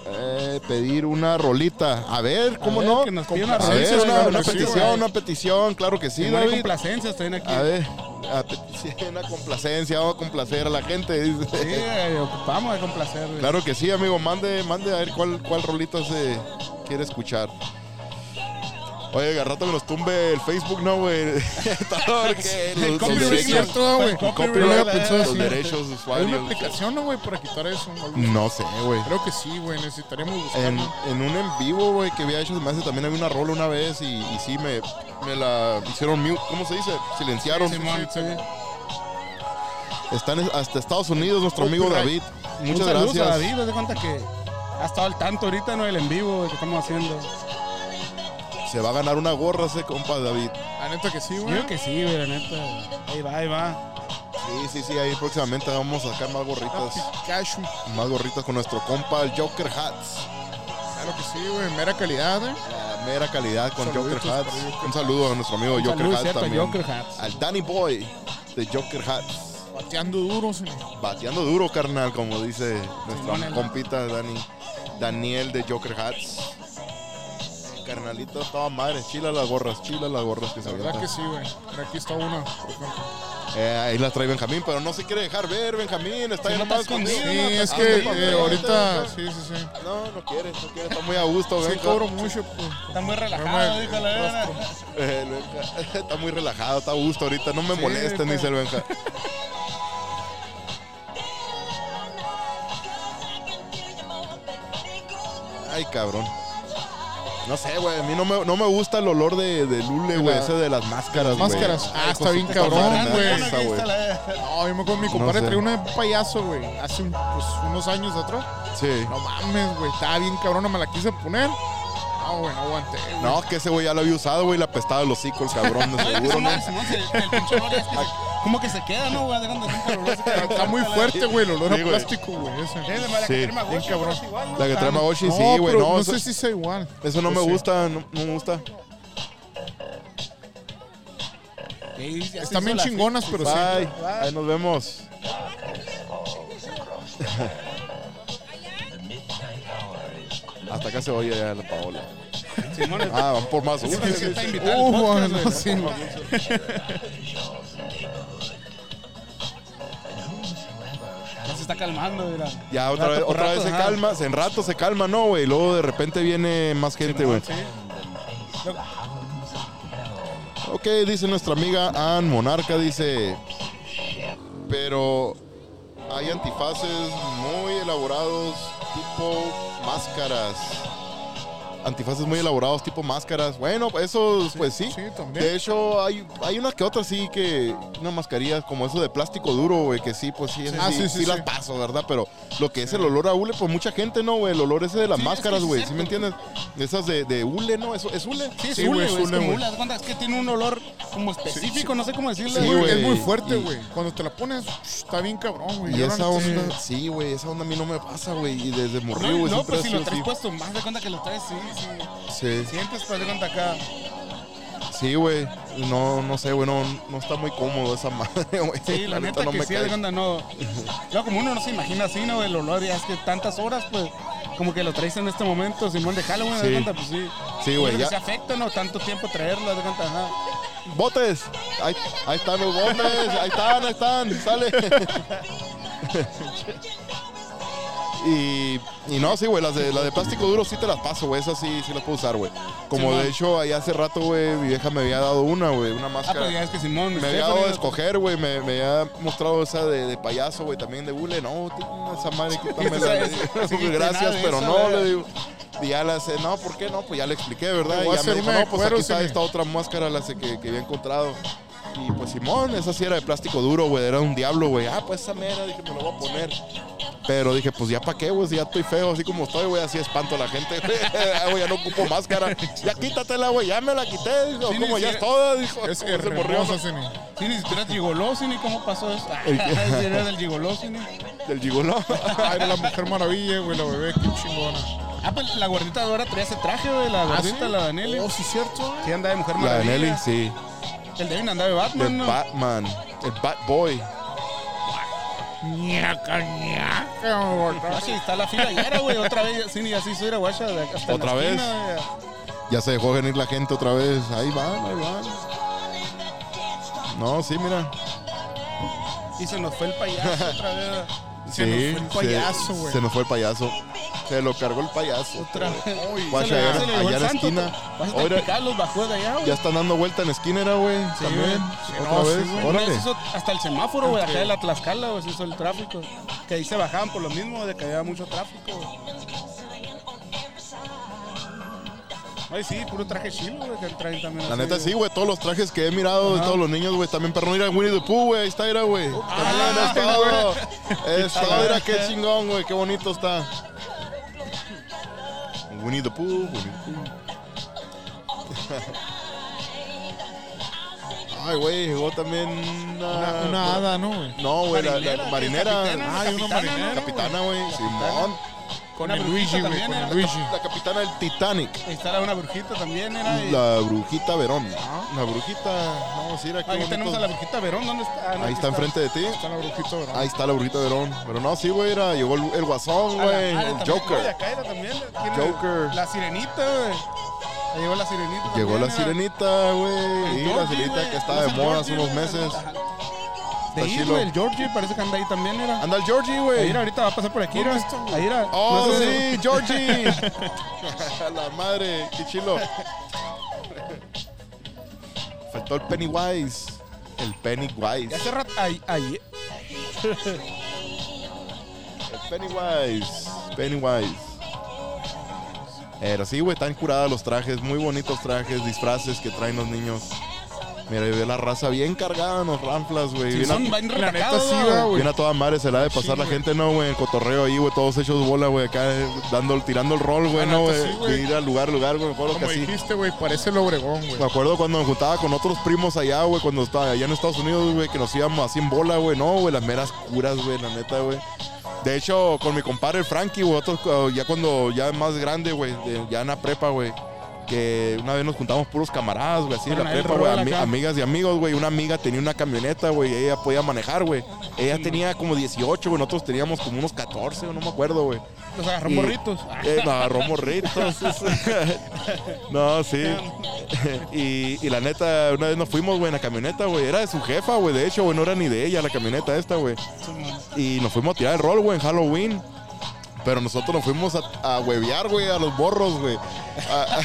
S1: eh, pedir una rolita. A ver, ¿cómo
S4: ver,
S1: no?
S4: Eh, que nos pida una
S1: a
S4: rolita,
S1: ver, una,
S3: claro
S1: una
S3: que sí,
S1: petición,
S3: güey.
S1: una petición, claro que sí,
S4: Sí, David.
S1: David.
S4: complacencias también aquí.
S1: A ver, a petición, una complacencia, vamos a complacer a la gente. dice.
S4: Sí, eh, ocupamos de complacer. güey.
S1: Claro que sí, amigo. Mande, mande a ver cuál, cuál rolita se quiere escuchar. Oye, al rato que nos tumbe el Facebook, ¿no, güey? Todo porque los, los
S4: copyright,
S1: derechos,
S4: cierto,
S3: todo, güey.
S4: El copyright,
S3: Yo no había
S1: copyright,
S3: pensado
S1: los
S3: así.
S1: derechos de
S3: Hay una
S1: usuario.
S3: aplicación, ¿no, güey, para quitar eso. o algo?
S1: No sé, güey.
S3: Creo que sí, güey. Necesitaríamos
S1: En,
S3: buscarlo.
S1: en un en vivo, güey, que había hecho, me hace también había una rola una vez y, y sí, me, me la hicieron mute, ¿cómo se dice? Silenciaron.
S3: Simón, sí.
S1: Están hasta Estados Unidos, nuestro amigo David.
S4: Copyright. Un
S1: Muchas
S4: saludo
S1: gracias.
S4: a David, haz de cuenta que ha estado al tanto ahorita, ¿no? El en vivo güey, que estamos haciendo.
S1: Se va a ganar una gorra ese compa, David.
S3: La neta que sí,
S4: Yo
S3: güey.
S4: creo que sí, güey, la neta. Ahí va, ahí va.
S1: Sí, sí, sí, ahí próximamente vamos a sacar más
S3: Pues,
S1: gorritas.
S3: Pikachu.
S1: Más gorritas con nuestro compa, el Joker Hats.
S3: Claro que sí, güey. Mera calidad, eh. güey.
S1: La mera calidad con
S3: Saluditos
S1: Joker Hats.
S3: para Joker
S1: Un saludo a nuestro amigo
S4: Un
S1: Joker
S4: saludo,
S1: Hats
S4: cierto, a
S1: también.
S4: Joker Hats.
S1: Al Danny Boy de Joker Hats.
S3: Bateando duro, sí.
S1: Bateando duro, carnal, como dice nuestra
S4: Simón, el-
S1: compita Dani. Daniel de Joker Hats. Carnalito, toda madre. Chila las gorras, chila las gorras que se
S3: La verdad
S1: avientan.
S3: que sí, güey. Mira, Aquí está una. por ejemplo.
S1: Eh, ahí las trae Benjamín, pero no se quiere dejar ver, Benjamín. Está
S4: Sí,
S1: ya
S4: no
S1: más
S4: está escondido,
S1: escondido. no,
S3: Sí, es
S1: está
S3: que
S1: escondido,
S3: eh,
S1: está
S3: ahorita.
S1: escondido.
S3: Sí, sí, sí.
S1: No, no quiere, no quiere. Está muy a gusto,
S3: Sí,
S1: Benja.
S3: cobro mucho, pues.
S1: Ah,
S4: Está muy
S3: Pero,
S4: relajado,
S3: eh,
S4: dijo la verdad.
S1: Eh, el Benja, está muy relajado, está a gusto ahorita. No me molesten,
S3: Benja.
S1: dice el Benja. Ay, cabrón. No sé, güey. A mí no me, no me gusta el olor de, de Lule, güey. Ese de las máscaras, güey.
S3: máscaras. Ah,
S1: Ay,
S3: está bien
S1: cosita
S3: cabrón,
S1: rara,
S3: güey.
S1: esa,
S3: No, yo me acuerdo, mi compadre
S1: sé.
S3: traía una de payaso, güey. Hace un- pues, unos años atrás.
S1: Sí.
S3: No mames, güey. Estaba bien cabrona, me la quise poner. No, güey, no aguanté. güey.
S1: No, que ese güey ya lo había usado, güey. La apestaba el hocico, el cabrón, de seguro, ¿no?
S4: Simón, Simón, se- el pinche olor es que se- Como que se queda, ¿no, güey? Dejan de ser
S3: Pero Está muy fuerte, güey, el olor
S1: Sí,
S3: a
S1: güey.
S3: plástico, güey. ese.
S4: Es de mala
S1: Sí.
S4: que crema, güey.
S3: Bien cabrón.
S4: Igual, ¿no?
S1: La que trae Magoshi,
S3: No,
S1: sí, güey.
S3: pero
S1: No,
S3: no
S1: eso,
S3: sé si sea igual.
S1: eso no me
S3: Pues sí.
S1: gusta, no, no me gusta.
S4: Sí, ya se hizo
S3: Están bien
S4: la-
S3: chingonas, pero sí.
S1: Bye. Ahí nos vemos. Hasta acá se oye ya la Paola.
S4: Simón, es-
S1: Ah, van por más. Uy,
S4: es que está invitada al
S3: Uh,
S4: podcast,
S3: no,
S4: güey.
S3: sí, güey.
S4: Ya se está calmando, mira.
S1: Ya otra vez,
S4: Rato por
S1: otra vez
S4: rato,
S1: se
S4: ajá.
S1: calma, en rato se calma, no, güey. Luego de repente viene más gente, güey.
S4: Sí.
S1: Ok, dice nuestra amiga Ann Monarca, dice. Pero hay antifaces muy elaborados, tipo máscaras. antifaces muy elaborados, tipo máscaras. Bueno, esos, pues sí.
S3: sí, también.
S1: De hecho, hay, hay unas que otras sí que. Una mascarilla como eso de plástico duro, güey, que sí, pues sí. esas
S3: Ah,
S1: sí,
S3: sí,
S1: sí
S3: sí,
S1: las
S3: sí.
S1: paso, ¿verdad? Pero lo que es el olor a hule, pues mucha gente no, güey. El olor ese de las
S4: Sí, es que
S1: máscaras,
S4: sí es
S1: güey. ¿Sí
S4: cierto.
S1: me entiendes? Esas de, de hule, ¿no? Eso, ¿Es hule?
S4: Sí, es
S3: Sí,
S4: hule,
S3: güey,
S4: güey. Es
S3: hule,
S4: como
S3: güey.
S4: hule. Haz cuenta, es que tiene un olor como específico, no sé cómo decirle.
S1: Sí,
S4: güey.
S1: güey.
S3: es muy fuerte,
S1: y-
S3: güey. Cuando te la pones, está bien cabrón, güey.
S1: Y
S3: Yo la
S1: esa
S3: neta,
S1: onda, sí, güey, esa onda a mí no me pasa, güey. Y desde
S4: No,
S1: morrido,
S4: No,
S1: güey, siempre
S4: pues
S1: ha
S4: si
S1: sido
S4: lo traes
S1: así.
S4: puesto más, de cuenta que lo traes, sí, sí.
S1: Sí,
S4: Siempre estás de cuenta acá.
S1: sí, güey. No, no sé, güey, no, no está muy cómodo esa madre, güey.
S4: Sí, la neta
S1: no
S4: que
S1: me
S4: sí,
S1: cae.
S4: de cuenta no. Claro, como uno no se imagina así, ¿no? El olor, ya es que tantas horas, pues, como que lo traes en este momento, Simón, de Halloween,
S1: Sí.
S4: de cuenta, pues sí.
S1: Sí, güey,
S4: Pero
S1: ya-
S4: que Se afecta, ¿no? Tanto tiempo traerlo, de cuenta, ajá.
S1: ¡Botes! Ahí, ahí están los botes, ahí están, ahí están, sale. Y, y no, sí, güey, las de, las de plástico duro sí te las paso, güey, esas sí, sí las puedo usar, güey. Como de hecho, ahí hace rato, güey, mi vieja me había dado una, güey, una
S4: Ah,
S1: máscara.
S4: pero ya es que Simón,
S1: Me había
S4: Stephanie,
S1: dado a
S4: ¿no?
S1: escoger, güey. Me, me había mostrado esa de, de payaso, güey, también de bule. No, tú, esa madre, quítamela. le digo.
S4: Sí, sí, nada
S1: Gracias,
S4: de
S1: pero
S4: eso,
S1: no,
S4: la-
S1: le digo. Y ya la sé, no, ¿por qué no? Pues ya le expliqué, ¿verdad?
S3: Te voy
S1: Y ya me
S3: a hacer
S1: dijo,
S3: una de
S1: no, pues
S3: cuero,
S1: aquí está
S3: sí, me-
S1: esta otra máscara, la sé que, que había encontrado. Y pues Simón, esa sí era de plástico duro, güey, era un diablo, güey. Ah, pues esa mera, dije, me lo voy a poner. Pero dije, pues ya pa' qué, güey, si ya estoy feo, así como estoy, güey, así espanto a la gente. Ah, güey, ya no ocupo máscara. Ya quítatela, güey, ya me la quité, dijo,
S4: Sí, ni
S1: como ya
S4: siquiera-
S1: es toda, dijo.
S3: Es
S1: como se morrió,
S3: hermosa,
S1: ¿no?
S3: Cine.
S4: Sí, ni siquiera Gigolosini, ¿cómo pasó eso? Ah, era del Gigolosini.
S1: Del gigolo.
S3: Ah, era la mujer maravilla, güey, la bebé, qué chingona.
S4: Ah, pues la gordita ahora traía ese traje, güey,
S1: ¿Ah,
S4: la gordita, la Danelli.
S3: Oh, sí, cierto.
S4: Sí, anda de mujer
S1: La de
S4: maravilla.
S1: Nelly, sí.
S4: El Devin andaba de
S1: De
S4: Batman, ¿no?
S1: Batman. El Batboy.
S9: ñaca, ñaca.
S4: Guacha, y está la fila ya era, güey, otra vez, sí, ni así soy la guacha. de- hasta en la
S1: ¿Otra vez?
S4: esquina, güey.
S1: Ya se dejó venir la gente otra vez. Ahí van, ahí van. No, sí, mira.
S4: Y se nos fue el payaso otra vez.
S1: Se sí,
S3: nos fue el payaso,
S1: se,
S3: güey.
S1: se nos fue el payaso. Se lo cargó el payaso.
S4: Otra vez.
S1: Guacha,
S4: Se le-
S1: allá-
S4: se le
S1: allá
S4: llevó el
S1: en la
S4: santo,
S1: esquina.
S4: tú. Vas a
S1: Ahora-
S4: picar, los bajó de allá, güey.
S1: Ya están dando vuelta en esquina, güey.
S4: Sí,
S1: También.
S4: güey. Sí,
S1: Otra
S4: no, sí,
S1: vez.
S4: güey.
S1: Órale.
S4: Se hizo hasta el semáforo, güey, acá de la Tlaxcala, güey, se hizo el tráfico. Que ahí se bajaban por lo mismo, de que había mucho tráfico, güey. Ay, sí, puro traje chino, güey, que traen también.
S1: La
S4: así,
S1: neta,
S4: güey.
S1: sí, güey. Todos los trajes que he mirado de todos los niños, güey. También perrón, mira Winnie the Pooh, güey. Ahí está, mira, güey.
S4: Ah,
S1: También
S4: güey.
S1: está. Está, mira, qué chingón, güey. Qué bonito está. Winnie the Pooh, Winnie the Pooh. Ay, güey, llegó también una...
S3: Una, una hada, ¿no, güey?
S1: No, güey, la, la marinera.
S4: capitana,
S1: Ay, una
S4: capitana,
S1: marinera.
S4: ¿no, güey?
S1: Capitana, güey. Simón.
S4: Con
S3: Con el Luigi, güey, con el Luigi.
S1: La capitana del Titanic.
S4: Ahí está una brujita también, era. y-
S1: La brujita Verón. La brujita. Vamos a ir aquí.
S4: Ahí Ah. tenemos a la brujita Verón, ¿dónde está? Ah, no,
S1: Ahí
S4: aquí
S1: está enfrente de ti.
S3: Está la brujita, ¿verdad?
S1: Ahí está la brujita Verón. Pero no, sí, güey. Era, llegó el, el guasón,
S4: Ah, la-
S1: güey.
S4: ah,
S1: El
S4: también, güey,
S1: Joker.
S4: acá era también, ¿quién era?
S1: Joker.
S4: La sirenita, güey. Ahí Llegó la sirenita.
S1: Llegó
S4: también,
S1: la
S4: era.
S1: sirenita, güey.
S4: El
S1: Y la
S4: Georgie,
S1: sirenita
S4: güey.
S1: que estaba de
S4: Es el
S1: moda hace
S4: Georgie,
S1: unos
S4: güey.
S1: meses.
S4: Ajá.
S1: Está
S4: De ahí,
S1: chilo.
S4: güey, el Georgie parece que anda ahí también, era.
S1: Anda el Georgie, güey.
S4: Mira, ahorita va a pasar por aquí, era. Ahí era.
S1: Oh,
S4: No sé,
S1: sí, Georgie. A la madre, qué chilo. Faltó el Pennywise. El
S4: Y
S1: Pennywise.
S4: Hace rato, ahí, ahí.
S1: El Pennywise. Pennywise. Pero sí, güey, están curadas los trajes. Muy bonitos trajes, disfraces que traen los niños. Mira, yo veo la raza bien cargada en los ranflas, güey. bien, a-
S4: Son bien retacados,
S3: sí,
S4: güey.
S1: bien a toda madre se la ha de pasar la
S3: güey.
S1: gente, ¿no, güey? El cotorreo ahí, güey, todos hechos bola, güey, acá eh, dando, el- tirando el rol, güey,
S3: La
S1: ¿no,
S3: neta,
S1: güey?
S3: sí, güey.
S1: De ir al lugar, lugar, güey, me acuerdo que
S3: Como
S1: así.
S3: dijiste, güey, parece el Obregón, güey.
S1: Me acuerdo cuando me juntaba con otros primos allá, güey, cuando estaba allá en Estados Unidos, güey, que nos íbamos así en bola, güey. No, güey, las meras curas, güey, la neta, güey. De hecho, con mi compadre el Frankie, güey, otros, eh, ya cuando ya más grande, güey, de- ya en la prepa, güey. Que una vez nos juntamos puros camaradas, güey, así en la
S4: Pero nadie
S1: prepa, güey,
S4: rola
S1: ami-
S4: acá.
S1: amigas y amigos, güey. Una amiga tenía una camioneta, güey, y ella podía manejar, güey. Ella tenía como 18, güey, nosotros teníamos como unos 14, o no me acuerdo, güey.
S4: Los agarró
S1: Y-
S4: morritos. Ah,
S1: Eh, nos agarró morritos. no, sí. Y, y la neta, una vez nos fuimos, güey, en la camioneta, güey. Era de su jefa, güey. De hecho, güey, no era ni de ella la camioneta esta, güey. Y nos fuimos a tirar el rol, güey, en Halloween. Pero nosotros nos fuimos a, a huevear, güey, a los borros, güey. A-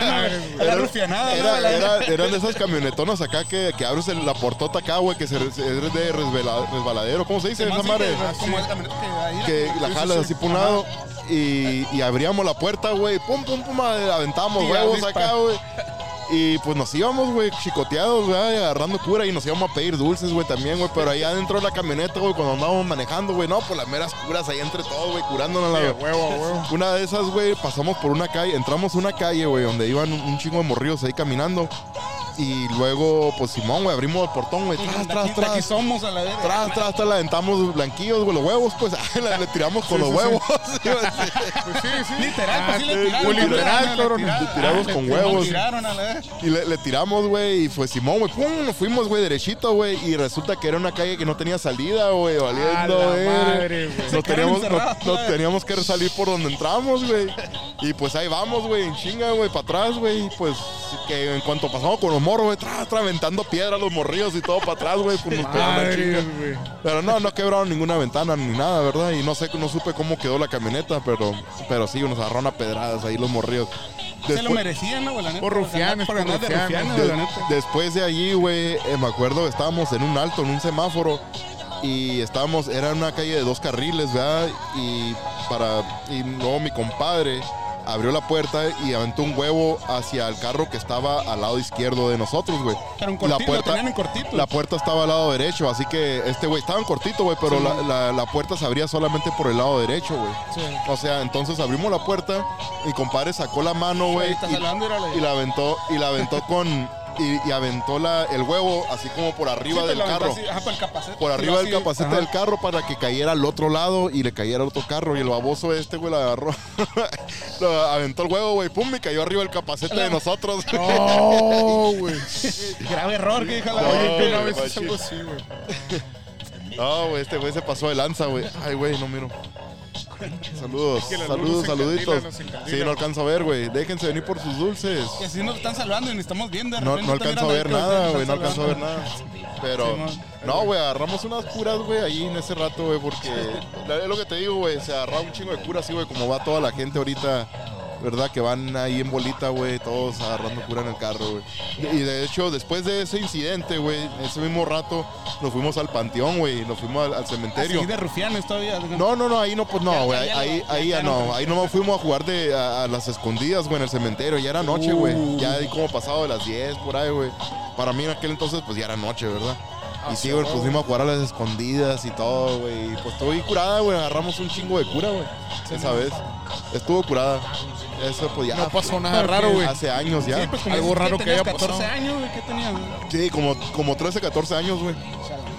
S8: A la rufianada,
S1: era-
S8: ¿no? La-
S1: era- eran de esas camionetonas acá que, que abres el- la portota acá, güey, que se, re- se- es de resbala- resbaladero. ¿Cómo se dice esa
S8: Más
S1: madre?
S8: que- como el camioneta que ahí-
S1: que la jalas así por un lado y, y abríamos la puerta, güey, pum, pum, pum, aventamos
S8: Tira,
S1: huevos
S8: dispara.
S1: acá, güey. Y pues nos íbamos, güey, chicoteados, güey, agarrando cura y nos íbamos a pedir dulces, güey, también, güey. Pero ahí adentro de la camioneta, güey, cuando andábamos manejando, güey, no, pues las meras curas ahí entre todos, güey, curándonos la
S3: Huevo, huevo.
S1: Una de esas, güey, pasamos por una calle, entramos a una calle, güey, donde iban un, un chingo de morrillos ahí caminando. Y luego, pues Simón, güey, abrimos el portón, güey, tras,
S8: De aquí-
S1: tras,
S8: de aquí
S1: tras.
S8: somos a la verga.
S1: Tras, tras, tras, la aventamos blanquillos, güey, los huevos, pues le, le tiramos con los huevos.
S3: Pues sí, sí.
S8: Literal, pues sí le tiraron.
S3: Muy
S8: le tiraron,
S3: literal,
S8: le
S3: cabrón.
S8: tiraron.
S1: Le tiramos
S8: Ah,
S1: con
S8: le
S1: huevos.
S8: tiraron a la verga.
S1: Y le, le tiramos, güey, y fue Simón, güey, pum, nos fuimos, güey, derechito, güey. Y resulta que era una calle que no tenía salida, güey, valiendo,
S3: A la
S1: güey.
S3: madre, güey.
S1: Nos teníamos,
S8: quedaron
S1: nos-
S8: encerrados,
S1: nos
S8: güey.
S1: teníamos que salir por donde entramos, güey. Y pues ahí vamos, güey, en chinga, güey, para atrás, güey. Y pues que en cuanto pasamos con los morros, güey, tras, tras, aventando piedras los morrillos y todo para atrás, güey, pues nos pegaron la chinga.
S3: Madre, güey.
S1: Pero no, no quebraron ninguna ventana ni nada, ¿verdad? Y no sé, no supe cómo quedó la camioneta, pero, pero sí, nos agarraron a pedradas ahí los morrillos.
S8: Se lo
S1: Después-
S8: merecían, ¿no, güey? la neta?
S3: Por rufianes,
S8: Por andar de
S3: por
S8: rufianes,
S3: rufianes.
S8: güey,
S1: de-
S8: la neta.
S1: después de allí, güey, eh, me acuerdo que estábamos en un alto, en un semáforo, y estábamos, era una calle de dos carriles, ¿verdad? Y para, y luego mi compadre abrió la puerta y aventó un huevo hacia el carro que estaba al lado izquierdo de nosotros, güey.
S8: Pero en
S1: La
S8: cortito, lo
S1: puerta,
S8: tenían en cortito.
S1: la puerta estaba al lado derecho, así que este güey estaba en cortito, güey, pero la, la- la puerta se abría solamente por el lado derecho, güey. O sea, entonces abrimos la puerta, mi compadre sacó la mano, güey,
S8: Ahí está
S1: y-
S8: saludando, mírale.
S1: y la aventó y la aventó con y, y aventó la, el huevo así como por
S8: Sí,
S1: arriba
S8: te
S1: del
S8: lo aventó
S1: carro
S8: así, ajá, por el capacete.
S1: por
S8: Y
S1: arriba
S8: lo
S1: del
S8: así,
S1: capacete
S8: ajá.
S1: del carro para que cayera al otro lado y le cayera al otro carro y el baboso este güey la agarró lo aventó el huevo güey pum y cayó arriba el capacete de nosotros
S3: No, güey.
S8: Grave error que dijo la
S1: No,
S3: Oye, que una
S1: güey,
S3: vez es
S1: machín.
S3: algo así, güey.
S1: no güey este güey se pasó de lanza güey ay güey no miro saludos
S3: Que la
S1: saludos
S3: luz nos encandila,
S1: saluditos
S3: nos encandila.
S1: sí no alcanzo a ver güey déjense venir por sus dulces
S8: Que si nos están saludando y nos estamos viendo. de
S1: No,
S8: repente
S1: no
S8: te miran
S1: alcanzo a
S8: ahí
S1: ver
S8: que nos
S1: nada,
S8: están
S1: güey, no alcanzo a ver
S8: saludando.
S1: nada. Pero,
S8: Simón.
S1: no, güey, agarramos unas curas, güey, ahí en ese rato, güey, porque la- es lo que te digo, güey, se agarra un chingo de curas, sí, güey, como va toda la gente ahorita, ¿verdad? Que van ahí en bolita, güey, todos agarrando cura en el carro, güey. Y de hecho, después de ese incidente, güey, ese mismo rato, nos fuimos al panteón, güey, nos fuimos al, al cementerio.
S8: Así de rufianes todavía.
S1: No, no, no, ahí no, pues no, güey.
S8: ya, ya,
S1: Ahí,
S8: ya,
S1: ahí
S8: ya
S1: ya
S8: no.
S1: no. Ahí nomás fuimos a jugar de, a, a las escondidas, güey, en el cementerio. Ya era
S3: Uh.
S1: noche, güey. Ya ahí como pasado de las 10, por ahí, güey. Para mí en aquel entonces, pues ya era noche, ¿verdad?
S3: Ah,
S1: Y sí, güey, pues fuimos a jugar a las escondidas y todo, güey. Y pues estuve curada, güey. Agarramos un chingo de cura, güey. Esa vez. Estuvo curada. Eso, pues ya.
S3: No pasó nada raro, güey. pues
S1: Hace años ya. Sí,
S3: Algo raro que haya pasado.
S8: 14 años, güey, ¿qué tenías? güey?
S1: como, como 13, 14 años, güey.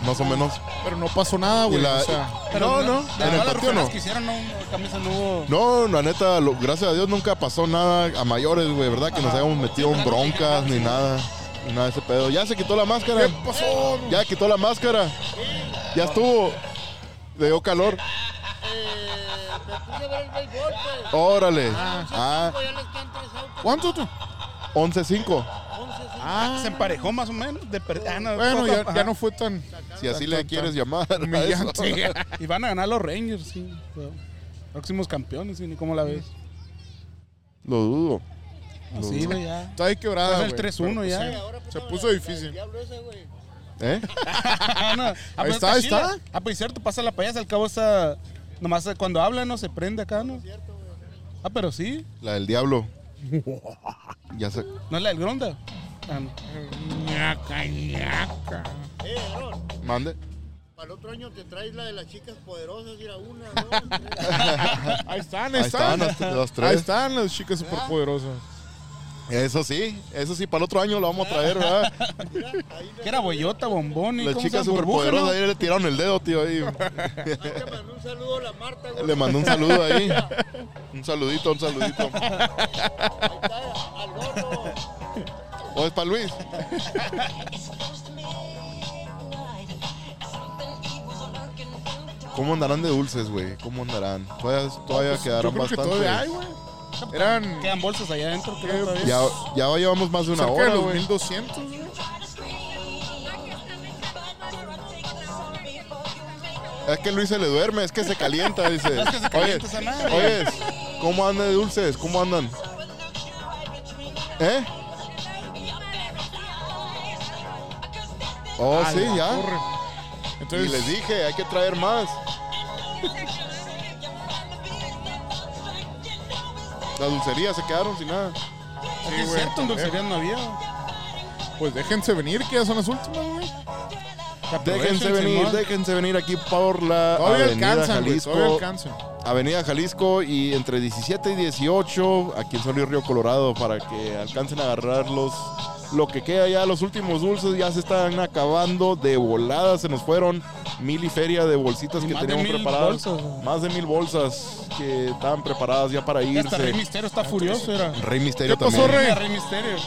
S1: Más o menos.
S3: Pero no pasó nada,
S1: Y
S3: güey.
S1: la-
S3: O sea,
S8: Pero
S1: no, no.
S8: De
S1: En el
S8: todas las
S1: patio
S8: rufianas
S1: no.
S8: que hicieron, no, no, camisa no hubo.
S1: No, la neta, lo- gracias a Dios nunca pasó nada a mayores, güey, ¿verdad? Que nos hayamos metido en broncas ni nada. Ni nada de ese pedo. Ya se quitó la máscara. ¿Qué pasó? Ya quitó la máscara. Ya estuvo. Le dio calor.
S6: me puse a ver el béisbol, pues.
S1: Órale. Ah,
S6: Pues ya les quedan tres autos,
S3: ¿Cuánto tú?
S1: 11-5.
S6: 11, sí.
S8: Ah, Se emparejó más o menos. de per- ah, no,
S3: Bueno,
S8: todo-
S3: ya,
S8: ajá.
S3: ya no fue tan
S1: Si así le quieres llamar. a eso.
S3: humillante.
S8: Y van a ganar los Rangers, sí. o sea, Próximos campeones, sí, ¿cómo la ves?
S1: Lo dudo.
S8: Sí, güey, ya.
S3: Está ahí quebrada,
S8: Es
S3: Ah, güey.
S8: el 3-1 ya.
S3: Pero, pues, sí, Se puso difícil.
S6: Diablo ese, güey.
S1: ¿Eh?
S8: Ah, no. Ah, pues
S3: está, ahí
S8: chila.
S3: está.
S8: Ah, pues cierto, pasa la payasa, al cabo está... Nomás eh, cuando habla no se prende acá, ¿no? Ah, pero sí.
S1: La del diablo. Ya se.
S8: ¿No es la del Gronda? Ah, no.
S2: ñaca, ñaca.
S6: Eh, cabrón,
S1: Mande.
S6: para el otro año te traes la de las chicas poderosas, ir a una, ¿no?
S3: Ahí están,
S1: Ahí
S3: ahí
S1: están
S3: están.
S1: las, las
S3: Ahí
S1: tres.
S3: están las chicas superpoderosas.
S1: Eso sí, eso sí, para el otro año lo vamos a traer, ¿verdad?
S8: ¿Qué era Boyota, Bombón y
S1: Las
S8: cómo se
S1: chicas
S8: llama? Burbuja,
S1: superpoderosas
S8: ¿no?
S1: ahí le tiraron el dedo, tío. Ahí.
S6: Ahí te mandó un saludo a la Marta, güey.
S1: Le mandó un saludo ahí. Un saludito, un saludito.
S6: Ahí está, al gordo.
S1: ¿O es para Luis? ¿Cómo andarán de dulces, güey? ¿Cómo andarán? Todavía, todavía
S3: Pues, Yo
S1: quedarán
S3: creo que
S1: bastante.
S3: todavía hay, güey. Eran
S8: Quedan bolsas allá adentro, creo, otra vez.
S1: ya, ya llevamos más de una
S3: cerca de
S1: hora,
S3: los
S1: güey.
S3: 1200, güey.
S1: Es que Luis se le duerme, es que se calienta, dice.
S8: No es que se calienta esa madre.
S1: Oye, oyes, ¿cómo andan de dulces? ¿Cómo andan? ¿Eh?
S3: Ah,
S1: Oh, sí, ya. Y
S3: Entonces,
S1: les dije, hay que traer más. Las dulcerías se quedaron sin nada.
S8: Sí, es cierto, en dulcerías no había.
S3: pues déjense venir, que ya son las últimas, güey.
S1: Déjense
S3: Aprovechen,
S1: venir,
S3: Simón.
S1: déjense venir aquí por la
S3: Todavía
S1: Avenida
S3: alcanzan, güey,
S1: Jalisco.
S3: todavía alcanzan.
S1: Avenida Jalisco y entre 17 y 18 aquí en Solio Río Colorado para que alcancen a agarrar los lo que queda ya los últimos dulces ya se están acabando de volada se nos fueron mil y feria de bolsitas
S8: Y
S1: que
S8: más de
S1: teníamos
S8: mil
S1: preparadas
S8: bolsas, güey.
S1: más de mil bolsas que estaban preparadas ya para
S8: Hasta Rey
S1: irse
S8: Misterio está furioso, era.
S1: Rey Misterio
S3: ¿Qué pasó,
S1: también
S3: Rey?
S8: Era Rey Misterio.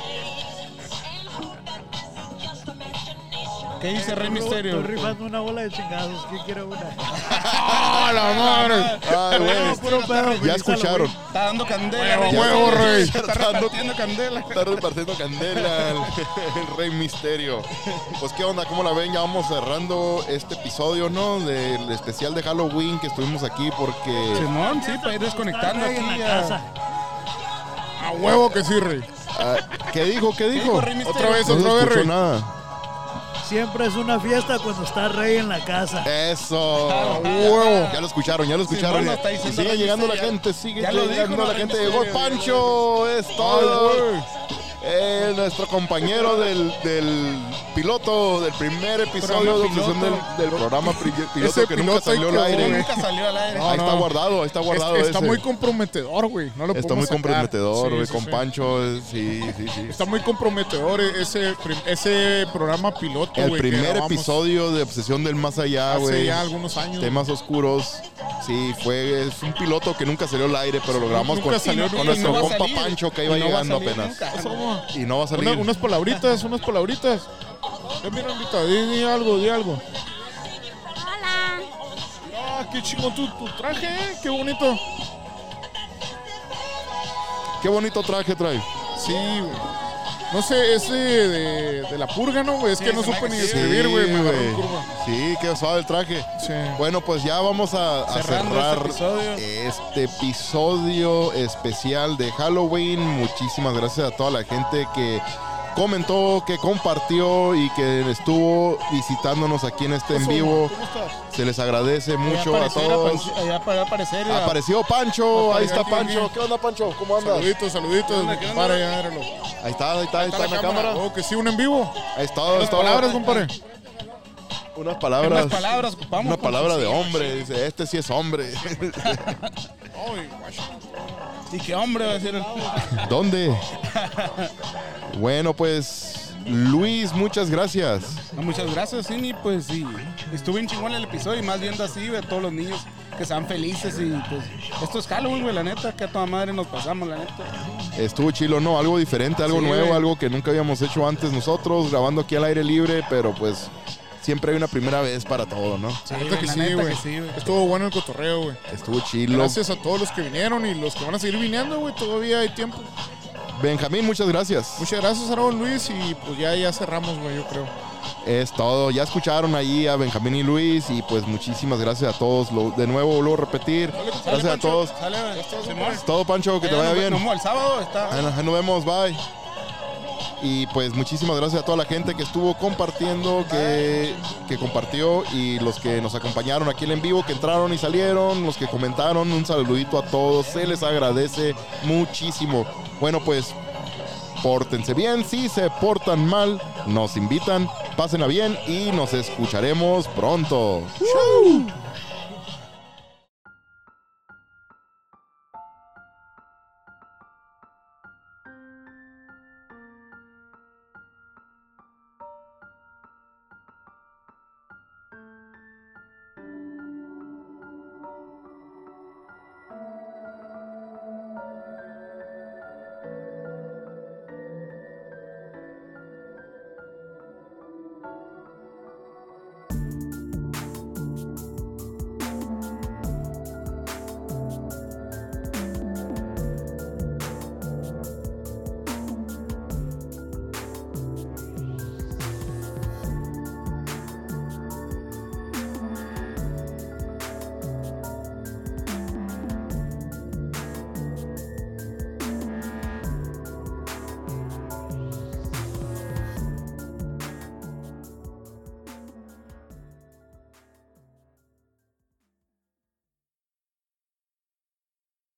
S8: ¿Qué dice Rey Misterio?
S5: Estoy rifando una bola de chingados. ¿Quién quiere una?
S3: ¡Ah, la madre!
S1: Ay, Ah, güey,
S5: No, puro pedo.
S1: ya
S5: Feliz
S1: escucharon
S5: Halloween.
S8: Está dando candela,
S3: Huevo,
S8: Rey.
S3: huevo, Rey.
S8: Está repartiendo candela.
S1: Está repartiendo candela el, el Rey Misterio. Pues qué onda, ¿cómo la ven? Ya vamos cerrando este episodio, ¿no? Del especial de Halloween que estuvimos aquí porque
S8: Simón, sí, para ir pues, desconectando
S5: Está en
S8: aquí.
S5: la
S8: ya.
S5: casa.
S3: A huevo que sí, Rey.
S1: ah, ¿Qué dijo? ¿Qué dijo?
S8: dijo Rey Misterio?
S3: Otra vez,
S1: No
S3: otra
S1: se
S3: vez,
S1: escuchó
S3: Rey.
S1: nada.
S5: Siempre es una fiesta cuando está Rey en la casa.
S1: Eso.
S8: huevo.
S1: Ya lo escucharon, ya lo escucharon.
S8: Simón lo está diciendo
S1: Y sigue
S8: Rey
S1: llegando la
S8: Misterio.
S1: gente, sigue
S8: Ya lo dijo,
S1: llegando
S8: ¿no?
S1: la
S8: Rey
S1: gente. Llegó
S8: Misterio.
S1: Pancho, es todo. Eh, nuestro compañero del, del piloto del primer episodio de
S8: Programa
S1: obsesión del,
S8: piloto.
S1: del programa pri- piloto
S3: Ese
S1: que nunca
S3: piloto
S1: salió al
S3: que-
S1: aire.
S8: Nunca salió al aire.
S3: No,
S1: ahí
S3: no.
S1: está guardado, ahí está guardado.
S3: Es- está
S1: ese.
S3: muy comprometedor, güey. No lo
S1: Está muy
S3: podemos sacar.
S1: comprometedor,
S3: Sí,
S1: güey,
S3: sí,
S1: con
S3: sí.
S1: Pancho. eh, Sí, sí, sí.
S3: Está muy comprometedor ese, prim- ese programa piloto, güey.
S1: El
S3: que
S1: primer
S3: grabamos
S1: episodio de Obsesión del Más Allá,
S3: Hace
S1: güey.
S3: ya algunos años.
S1: Temas oscuros. Sí, fue es un piloto que nunca salió al aire, pero lo grabamos
S3: Nunca
S1: con,
S3: salió,
S1: con
S3: nunca-
S1: nuestro
S3: y no va a
S1: compa
S8: salir.
S1: Pancho que iba
S8: Y no va a
S1: llegando
S8: salir
S1: apenas.
S8: nunca.
S1: Y no va a salir.
S3: Una- unas palabritas, unas palabritas. Ya mira, Anita, di, di algo, di algo.
S7: Hola.
S3: Ah, qué chingón tu, tu traje, eh, qué bonito.
S1: Qué bonito traje trae.
S3: Sí, güey. No sé, ese de, de la purga, ¿no? güey? Es que no
S8: se me
S3: supe pues, ni
S8: hace que sí.
S3: escribir, güey. me agarró en
S1: güey.
S3: curva.
S1: Sí, qué suave el traje.
S3: Sí.
S1: Bueno, pues ya vamos a, a
S8: Cerrando
S1: cerrar
S8: este episodio.
S1: este episodio especial de Halloween. Muchísimas gracias a toda la gente que comentó, que compartió y que estuvo visitándonos aquí en
S3: Pues,
S1: este en vivo.
S8: ¿Cómo estás?
S1: Se les agradece mucho
S8: Allá
S1: a
S8: aparecer,
S1: todos.
S8: apare- Allá para aparecer. a-
S1: Apareció Pancho, Oh, ahí
S3: Apareció
S1: está
S3: aquí,
S1: Pancho.
S3: aquí.
S1: ¿Qué onda Pancho? ¿Cómo andas?
S3: Saluditos, saluditos, compadre, ya, míralo. Ahí
S1: Ahí está, ahí está, ahí está en la cámara.
S3: Oh, que sí, un en vivo.
S1: Ahí está, ahí
S3: Las
S1: está.
S3: palabras, compadre.
S1: Unas
S8: Unas
S1: palabras.
S8: palabras, pues, ocupamos.
S1: Una
S8: con-
S1: palabra de hombre, dice, este sí es hombre.
S8: Y qué hombre va a ser el. Ah,
S1: ¿Dónde? Bueno, pues Luis, muchas gracias.
S8: No, muchas gracias, Cini. Pues sí, estuve en chingón el episodio y más viendo así, de todos los niños que están felices y pues esto es Halloween, güey, la neta, que a toda madre nos pasamos, la neta.
S1: Estuvo chilo, ¿no? Algo diferente, algo
S8: Sí,
S1: nuevo,
S8: güey.
S1: algo que nunca habíamos hecho antes nosotros, grabando aquí al aire libre, pero pues siempre hay una primera vez para todo, ¿no?
S8: Sí,
S3: Neta que
S8: la
S3: sí,
S8: neta
S3: güey.
S8: que sí, güey.
S3: Estuvo bueno el cotorreo, güey.
S1: Estuvo chilo.
S3: Gracias a todos los que vinieron y los que van a seguir viniendo, güey. Todavía hay tiempo.
S1: Benjamín, muchas gracias.
S3: Muchas gracias, Aaron Luis. Y pues ya, ya cerramos, güey, yo creo.
S1: Es todo. Ya escucharon ahí a Benjamín y Luis y pues muchísimas gracias a todos. Lo- de nuevo, vuelvo a repetir.
S8: pues,
S1: Gracias a todos.
S8: Sale, güey. Simón.
S1: Es todo, Pancho, que te
S8: Eh,
S1: vaya
S8: nos
S1: bien.
S8: vemos el sábado está.
S1: Ahí nos ahí nos vemos, bye. Y pues muchísimas gracias a toda la gente que estuvo compartiendo, que, que compartió y los que nos acompañaron aquí en vivo, que entraron y salieron, los que comentaron, un saludito a todos, se les agradece muchísimo. Bueno, pues pórtense bien, si se portan mal, nos invitan, pasen a bien y nos escucharemos pronto.